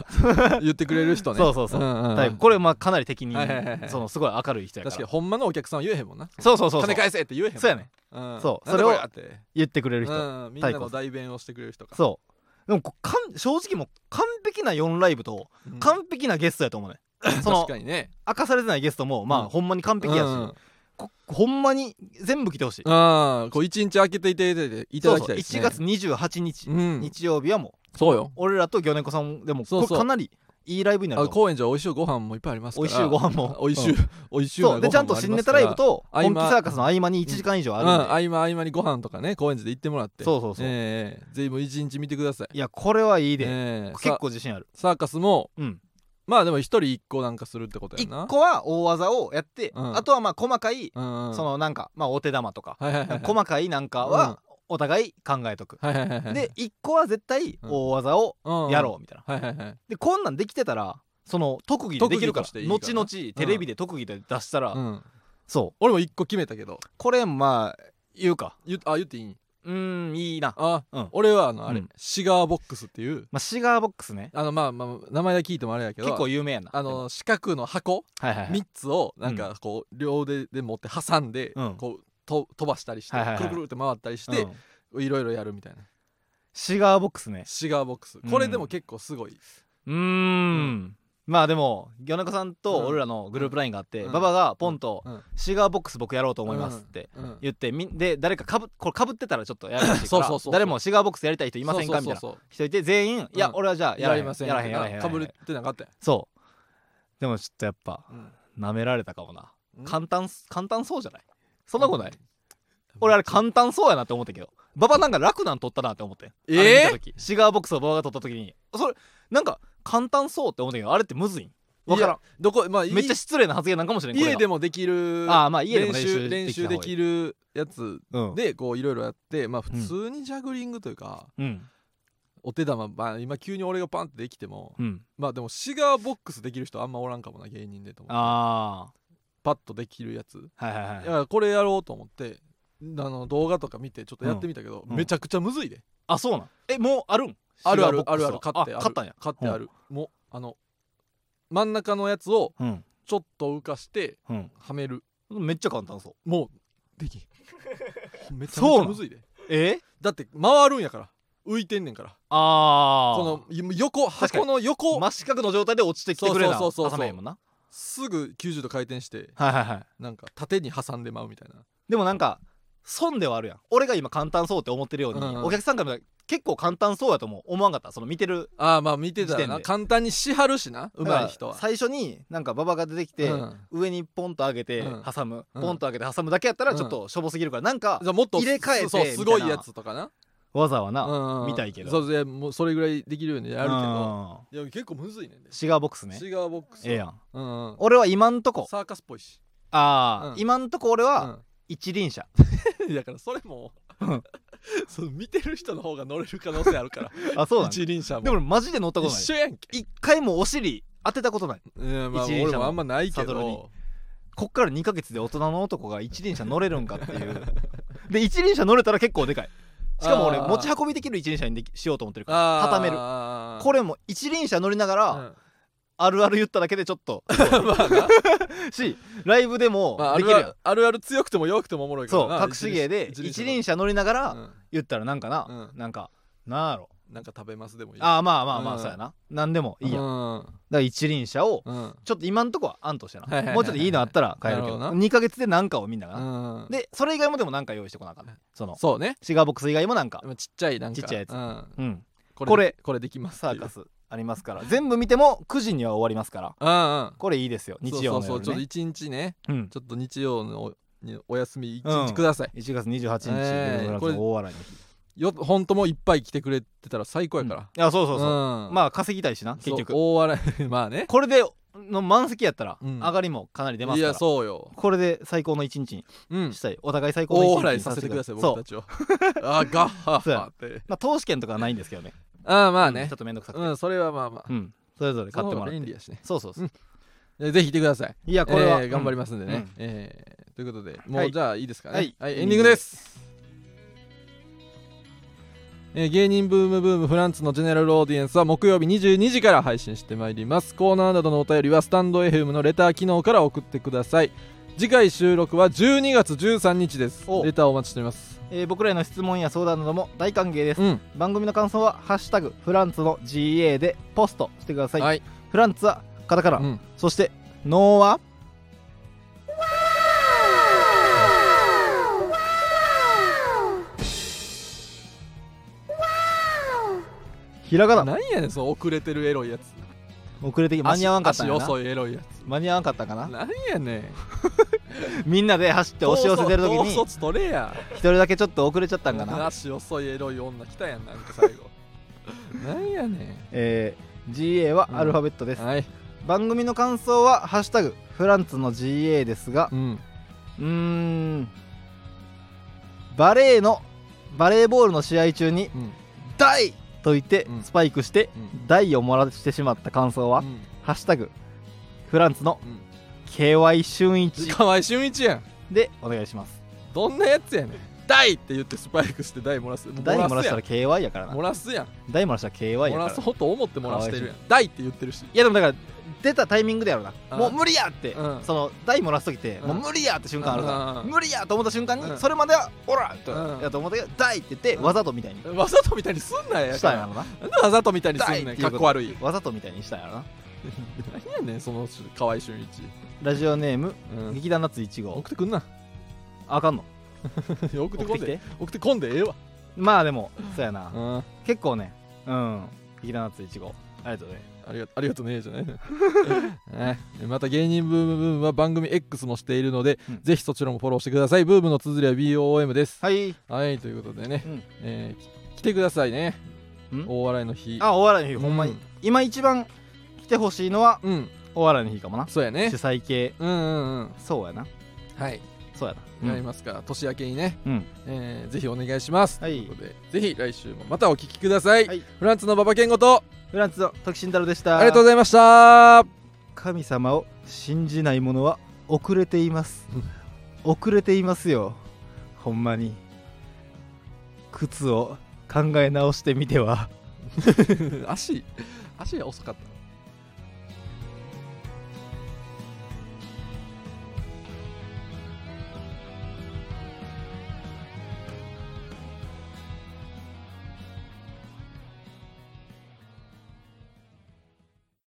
Speaker 2: 言ってくれる人ね
Speaker 1: そうそうそう
Speaker 2: うんうん
Speaker 1: 太閤これまあかなり敵に
Speaker 2: はいはいはいはい
Speaker 1: そのすごい明るい人やか
Speaker 2: 確からにほんまのお客さんは言えへんもんな
Speaker 1: そうそうそうそう
Speaker 2: 金返せって言えへんもんな
Speaker 1: そうやね
Speaker 2: うん
Speaker 1: そう
Speaker 2: な
Speaker 1: そ
Speaker 2: んだ
Speaker 1: れを
Speaker 2: こりゃって
Speaker 1: 言ってくれる人、
Speaker 2: うんみんなの代弁をしてくれる人か
Speaker 1: そうでもこうかん正直もう完璧な4ライブと
Speaker 2: うん [laughs]
Speaker 1: 完璧なゲストやと思うね、その
Speaker 2: 確かにね
Speaker 1: 明かされてないゲストもまあ、
Speaker 2: うん
Speaker 1: ほんまに完璧やし、
Speaker 2: うん
Speaker 1: こほんまに全部来てほしい
Speaker 2: うんこう一日空けていていただきたいいただきたいです、ね、
Speaker 1: そうそう1月28日、
Speaker 2: うん、
Speaker 1: 日曜日はもう
Speaker 2: そうよ
Speaker 1: 俺らと魚猫さんでも
Speaker 2: そうそう
Speaker 1: これかなりいいライブにな
Speaker 2: あ
Speaker 1: ると思う
Speaker 2: 高円寺はおいしいご飯もいっぱいありますか
Speaker 1: おい
Speaker 2: ら
Speaker 1: しいご飯も
Speaker 2: おいしい、
Speaker 1: うん
Speaker 2: おいしいな
Speaker 1: そうで
Speaker 2: ご飯も
Speaker 1: ちゃんと
Speaker 2: あり
Speaker 1: 新
Speaker 2: ま
Speaker 1: ネ
Speaker 2: す
Speaker 1: タ
Speaker 2: から
Speaker 1: ライブと
Speaker 2: 合
Speaker 1: 本
Speaker 2: 間
Speaker 1: 気サーカスの合間に1時間以上あ
Speaker 2: うん、合
Speaker 1: るんで、
Speaker 2: 間合間にご飯とかね高円寺で行ってもらって
Speaker 1: そうそうそう、
Speaker 2: ええぜひもう一日見てください
Speaker 1: いやこれはいいで、
Speaker 2: ええ
Speaker 1: 結
Speaker 2: さ
Speaker 1: 構自信ある
Speaker 2: サーカスも
Speaker 1: うん
Speaker 2: まあでも一人一個なんかするってことやな
Speaker 1: 1個は大技をやって、
Speaker 2: うん
Speaker 1: あとはまあ細かい、
Speaker 2: うんうん
Speaker 1: そのなんかまあお手玉とか、
Speaker 2: はいはいはい
Speaker 1: [laughs] 細かいなんかはお互い考えとく、
Speaker 2: はいはいはいはい
Speaker 1: で1個は絶対大技を
Speaker 2: うん
Speaker 1: やろうみたいな、
Speaker 2: うんはいはいはい
Speaker 1: でこんなんできてたらその特技でできるから
Speaker 2: 特技としていいからな
Speaker 1: 後々テレビで特技で出したら、
Speaker 2: うん
Speaker 1: そう
Speaker 2: 俺も一個決めたけど
Speaker 1: これまあ言うか
Speaker 2: 言あ言っていい
Speaker 1: うーんいいな、
Speaker 2: あ、
Speaker 1: うん
Speaker 2: 俺はあのあれ、
Speaker 1: うん
Speaker 2: シガーボックスっていう
Speaker 1: まあ、シガーボックスね
Speaker 2: あのまあまあ名前だけ聞いてもあれやけど
Speaker 1: 結構有名やな
Speaker 2: あの四角の箱
Speaker 1: はいはいはい
Speaker 2: 3つをなんかこう両腕で持って挟んで
Speaker 1: うん
Speaker 2: こうと飛ばしたりして
Speaker 1: はいはいはい
Speaker 2: くるくるって回ったりし
Speaker 1: う
Speaker 2: て
Speaker 1: ん
Speaker 2: いろいろやるみたいな
Speaker 1: シガーボックスね
Speaker 2: シガーボックス
Speaker 1: うん
Speaker 2: これでも結構すごいう
Speaker 1: ーんまあでも魚猫さん
Speaker 2: うん
Speaker 1: と俺らのグループラインがあって、
Speaker 2: うん
Speaker 1: 馬場がポンと
Speaker 2: うんうん
Speaker 1: 「シガーボックス僕やろうと思います」って
Speaker 2: うん
Speaker 1: 言ってみんで誰かかぶこれかぶってたらちょっとやるらしいか
Speaker 2: [laughs] そう
Speaker 1: ら
Speaker 2: そうそうそう
Speaker 1: 誰もシガーボックスやりたい人いませんかみ
Speaker 2: そ
Speaker 1: たいうな
Speaker 2: そうそう
Speaker 1: 人いて全員「いや、
Speaker 2: うん
Speaker 1: 俺はじゃあや
Speaker 2: や
Speaker 1: らへ
Speaker 2: り
Speaker 1: ん
Speaker 2: ません
Speaker 1: やらへんやらへんやらへん
Speaker 2: かぶってなかったや
Speaker 1: そうでもちょっとやっぱ
Speaker 2: んうん
Speaker 1: なめられたかもな
Speaker 2: うん
Speaker 1: 簡単す簡単そうじゃないそんなことない、
Speaker 2: うん
Speaker 1: 俺あれ簡単そうやなって思ったけど馬場なんか楽なん取ったなって思って
Speaker 2: えー
Speaker 1: あれ見た時シガーボックスを馬場が取った時にそれなんか簡単そうって思ったけどあれってむずいんわからん
Speaker 2: どこまあい
Speaker 1: めっちゃ失礼な発言なんかもしれんこれ
Speaker 2: 家
Speaker 1: が
Speaker 2: でもできる
Speaker 1: ああまあ家でも
Speaker 2: 練習練習で
Speaker 1: る、
Speaker 2: きるやつ
Speaker 1: うん
Speaker 2: でこういろいろやってまあ普通にジャグリングというか
Speaker 1: うん
Speaker 2: お手玉まあ今急に俺がパンってできても
Speaker 1: うん、
Speaker 2: まあでもシガーボックスできる人あんまおらんかもな芸人でと思って
Speaker 1: あ
Speaker 2: パッとできるやつ
Speaker 1: あはいはいはい
Speaker 2: いやこれやろうと思ってあの動画とか見てちょっとやってみたけど、
Speaker 1: うん
Speaker 2: めちゃくちゃむずいで
Speaker 1: あそうなんえもうあるん
Speaker 2: あるある
Speaker 1: シガ
Speaker 2: あ
Speaker 1: ーボック
Speaker 2: るあ
Speaker 1: ス
Speaker 2: る
Speaker 1: は
Speaker 2: 買ってある
Speaker 1: 買ったんや
Speaker 2: 買ってある、もうあの真ん中のやつを
Speaker 1: うん
Speaker 2: ちょっと浮かして
Speaker 1: うん
Speaker 2: はめる
Speaker 1: めっちゃ簡単そう
Speaker 2: もうできん
Speaker 1: [laughs]
Speaker 2: めちゃ
Speaker 1: そ
Speaker 2: め
Speaker 1: う
Speaker 2: ち
Speaker 1: な
Speaker 2: ゃ
Speaker 1: ん
Speaker 2: むずいで
Speaker 1: え
Speaker 2: だって回るんやから浮いてんねんから
Speaker 1: ああ
Speaker 2: この横
Speaker 1: 確かに
Speaker 2: 箱の横、
Speaker 1: 真四角の状態で落ちてきてくれな
Speaker 2: そうそうそ
Speaker 1: 挟
Speaker 2: うそう
Speaker 1: めへんもんな
Speaker 2: すぐ90度回転して
Speaker 1: はいはいはい
Speaker 2: なんか縦に挟んでまうみたいな
Speaker 1: でもなんか損ではあるやん俺が今簡単そうって思ってるように、
Speaker 2: うんうん
Speaker 1: お客さんから見たら結構簡単そうやと思う思わんかったその見てる
Speaker 2: ああまあ見てた
Speaker 1: 時
Speaker 2: ら
Speaker 1: 点
Speaker 2: な
Speaker 1: で
Speaker 2: 簡単にしはるしな上手い人は
Speaker 1: だから最初になんか馬場が出てきて、
Speaker 2: うん
Speaker 1: 上にポンと上げて
Speaker 2: うん
Speaker 1: 挟む、
Speaker 2: うん
Speaker 1: ポンと上げて挟むだけやったらちょっとしょぼすぎるからなんか
Speaker 2: じゃあもっと
Speaker 1: 入れ替えて
Speaker 2: そう
Speaker 1: みたいな
Speaker 2: すごいやつとかな
Speaker 1: 技はな、
Speaker 2: うん
Speaker 1: 見たいけど
Speaker 2: そうでもうそれぐらいできるようにやる
Speaker 1: うん
Speaker 2: けどいや結構むずいねんで、
Speaker 1: シガーボックスね
Speaker 2: シガーボックス
Speaker 1: ええやん
Speaker 2: うんうん
Speaker 1: 俺は今んとこ
Speaker 2: サーカスっぽいし
Speaker 1: ああ、
Speaker 2: うん
Speaker 1: 今んとこ俺は一輪車、 [laughs]
Speaker 2: うんだからそれも
Speaker 1: うん
Speaker 2: その見てる人の方が乗れる可能性あるから
Speaker 1: あそうなんだ
Speaker 2: 一輪車も
Speaker 1: でも俺マジで乗ったことない
Speaker 2: 一緒やんけ、
Speaker 1: 一回もお尻当てたことない
Speaker 2: うんまあ、
Speaker 1: 一輪車も
Speaker 2: 俺もあんまないけ
Speaker 1: サドルに
Speaker 2: ど
Speaker 1: こっから2ヶ月で大人の男が一輪車乗れるんかっていう
Speaker 2: [laughs]
Speaker 1: で一輪車乗れたら結構でかいしかも俺
Speaker 2: あー
Speaker 1: 持ち運びできる一輪車にできしようと思ってるから
Speaker 2: あー
Speaker 1: 畳める
Speaker 2: あー
Speaker 1: これも一輪車乗りながら、
Speaker 2: うん
Speaker 1: あるある言っただけでちょっと [laughs]
Speaker 2: [laughs] まあな
Speaker 1: しライブでも
Speaker 2: まああ
Speaker 1: できる
Speaker 2: る
Speaker 1: やん、
Speaker 2: あるあるある強くても弱くてもおもろいか
Speaker 1: そ
Speaker 2: ら
Speaker 1: う
Speaker 2: な
Speaker 1: 隠し芸で一輪車乗りながら
Speaker 2: うん
Speaker 1: 言ったらなんかな、
Speaker 2: うん
Speaker 1: なんかなんやろ
Speaker 2: なんか食べますでもいい
Speaker 1: ああまあまあまあ、
Speaker 2: うん
Speaker 1: そうやな何でもいいやん、だか
Speaker 2: う
Speaker 1: ら一輪車を
Speaker 2: んうん
Speaker 1: ちょっと今んとこは案としてな、
Speaker 2: はいはいはいはい
Speaker 1: もうちょっといいのあったら買えるけど
Speaker 2: なるほど
Speaker 1: 2ヶ月で何かをみんながな、
Speaker 2: うん
Speaker 1: でそれ以外もでも何か用意してこなあかった、その
Speaker 2: そうね
Speaker 1: シガーボックス以外もなんか
Speaker 2: まあちっちゃいなん
Speaker 1: ち
Speaker 2: か
Speaker 1: っちゃいやつ
Speaker 2: うん
Speaker 1: うん
Speaker 2: こ
Speaker 1: これ
Speaker 2: これできます
Speaker 1: サーカスありますから全部見ても9時には終わりますから
Speaker 2: うんうん
Speaker 1: これいいですよ日曜の
Speaker 2: そうそう
Speaker 1: 夜
Speaker 2: そうちょっと
Speaker 1: ね
Speaker 2: 一日ね
Speaker 1: うん
Speaker 2: ちょっと日曜のおにお休み一
Speaker 1: う
Speaker 2: 日
Speaker 1: ん
Speaker 2: ください、
Speaker 1: 1月28日、
Speaker 2: えー
Speaker 1: グルー
Speaker 2: こ
Speaker 1: プラ
Speaker 2: れ
Speaker 1: ズ大笑いの日
Speaker 2: よ本当もいっぱい来てくれてたら最高やから、
Speaker 1: いやそうそうそう、
Speaker 2: うん
Speaker 1: まあ稼ぎたいしな結
Speaker 2: そう
Speaker 1: 局
Speaker 2: 大笑い [laughs] まあね
Speaker 1: これでの満席やったら
Speaker 2: うん
Speaker 1: 上がりもかなり出ま
Speaker 2: い
Speaker 1: すから、
Speaker 2: やそうよ
Speaker 1: これで最高の一日に
Speaker 2: うん
Speaker 1: したい、お互い最高の一日
Speaker 2: 大
Speaker 1: に
Speaker 2: 笑いさせてください
Speaker 1: そ
Speaker 2: 僕
Speaker 1: う
Speaker 2: た、ちを [laughs] あーガッハッ
Speaker 1: そうや
Speaker 2: ハって
Speaker 1: まあ、投資券とかはないんですけどね
Speaker 2: ああまあ
Speaker 1: うん
Speaker 2: ね
Speaker 1: ちょっと面倒くさくて
Speaker 2: うんそれはまあまあ
Speaker 1: うん、それぞれ買ってもら
Speaker 2: その方が
Speaker 1: っ
Speaker 2: 便利
Speaker 1: て
Speaker 2: やしね
Speaker 1: そうそうそう、
Speaker 2: うんえぜひ来てください
Speaker 1: いやこれは、
Speaker 2: えー頑張り
Speaker 1: ま
Speaker 2: ますんでね、
Speaker 1: うん
Speaker 2: えーということでも
Speaker 1: は
Speaker 2: う
Speaker 1: い
Speaker 2: じゃあいいですかね
Speaker 1: はい
Speaker 2: エンディングです、えー芸人ブームブームフランツのジェネラルオーディエンスは木曜日22時から配信してまいりますコーナーなどのお便りはスタンド FM のレター機能から送ってください次回収録は12月13日です
Speaker 1: お
Speaker 2: レターお待ちしております
Speaker 1: えー僕らへの質問や相談なども大歓迎です
Speaker 2: うん
Speaker 1: 番組の感想は「ハッシュタグフランツの GA」でポストしてください、
Speaker 2: はい
Speaker 1: フランツはカタカナ、
Speaker 2: うん
Speaker 1: そしてノーはひらがな
Speaker 2: 何やねんその遅れてるエロいやつ
Speaker 1: 遅れてき間に合わんかったん
Speaker 2: 足
Speaker 1: や
Speaker 2: 足
Speaker 1: な
Speaker 2: 遅いエロいや
Speaker 1: 間に合わんかったんか
Speaker 2: つ
Speaker 1: な
Speaker 2: 何やねん
Speaker 1: みんなで走って押し寄せてる時に
Speaker 2: 統率取れや
Speaker 1: 一人だけちょっと遅れちゃったんかな
Speaker 2: 足遅いエロい女来たやんなんか最
Speaker 1: [laughs]
Speaker 2: 後なんやね
Speaker 1: えー GA はアルファベットです
Speaker 2: んはい
Speaker 1: 番組の感想は「ハッシュタグフランツの GA」ですが
Speaker 2: うん
Speaker 1: うーんバレーのバレーボールの試合中に
Speaker 2: うん
Speaker 1: 「ダイ!」と言って
Speaker 2: うん
Speaker 1: スパイクして
Speaker 2: う
Speaker 1: 「ダイ!」をもらってしまった感想は
Speaker 2: うん
Speaker 1: 「ハッシュタグフランツの
Speaker 2: うん
Speaker 1: KY 俊一
Speaker 2: 河合俊一やん」
Speaker 1: でお願いします
Speaker 2: どんなやつやねん「大」って言ってスパイクして大漏らす
Speaker 1: ダイもらしたら KY やからな
Speaker 2: 漏らすやん
Speaker 1: ダイもらしたら KY や
Speaker 2: 漏
Speaker 1: からら
Speaker 2: そうと思って漏らしてるやん「大」って言ってるし
Speaker 1: いやでもだから出たタイミングでやろ
Speaker 2: う
Speaker 1: な。
Speaker 2: ん
Speaker 1: もう無理やって、
Speaker 2: うん
Speaker 1: その台漏らす時って、
Speaker 2: うん
Speaker 1: もう無理やって瞬間あるから、
Speaker 2: うん
Speaker 1: 無理やと思った瞬間に、
Speaker 2: うん
Speaker 1: それまでは「オラ!」と
Speaker 2: うん
Speaker 1: やと思ったけど「台」って言って、
Speaker 2: うん
Speaker 1: わざとみたいに
Speaker 2: わざとみたいにすんなや
Speaker 1: したんやろな。
Speaker 2: なんでわざとみたいにすん
Speaker 1: 大
Speaker 2: ね
Speaker 1: っ
Speaker 2: ん
Speaker 1: てい
Speaker 2: か
Speaker 1: う
Speaker 2: っ
Speaker 1: こと
Speaker 2: こ悪い
Speaker 1: わざとみたいにしたんやろな。
Speaker 2: 何やねんその河合俊一
Speaker 1: ラジオネーム、
Speaker 2: うん
Speaker 1: 劇団ナッツ1号
Speaker 2: 送ってくんな [laughs]
Speaker 1: あかんの
Speaker 2: 送って
Speaker 1: 送
Speaker 2: こ
Speaker 1: っ
Speaker 2: ん
Speaker 1: てき
Speaker 2: で
Speaker 1: て
Speaker 2: 送ってこんでええわ
Speaker 1: まあでもそうやな、
Speaker 2: うん
Speaker 1: 結構ねうん劇団ナッツ1号ありがとうね
Speaker 2: ありがありがとうねじゃないねまた芸人ブームブームは番組 X もしているので、
Speaker 1: うん
Speaker 2: ぜひそちらもフォローしてくださいブームの綴りは BOM です
Speaker 1: はい
Speaker 2: はい、ということでね、
Speaker 1: うん
Speaker 2: えーき来てくださいね
Speaker 1: ん
Speaker 2: 大笑いの日
Speaker 1: あお笑いの日ほんまに、
Speaker 2: うん
Speaker 1: 今一番来てほしいのは
Speaker 2: うん
Speaker 1: お笑いの日かもな
Speaker 2: そうやね
Speaker 1: 主催系
Speaker 2: うんうんうん
Speaker 1: そうやな
Speaker 2: はい、
Speaker 1: そうや
Speaker 2: や
Speaker 1: な
Speaker 2: りますから年明けにね、
Speaker 1: うん、
Speaker 2: えーぜひお願いします、
Speaker 1: はい
Speaker 2: ということでぜひ来週もまたお聞きください、
Speaker 1: はい
Speaker 2: フランツの馬場健吾と
Speaker 1: フランツの徳慎太郎でした
Speaker 2: ありがとうござい
Speaker 1: [laughs]
Speaker 2: ました
Speaker 1: 神様を信じない者は遅れてい
Speaker 2: [laughs]
Speaker 1: ます遅れていますよほんまに靴を考え直してみては
Speaker 2: 足足が遅かった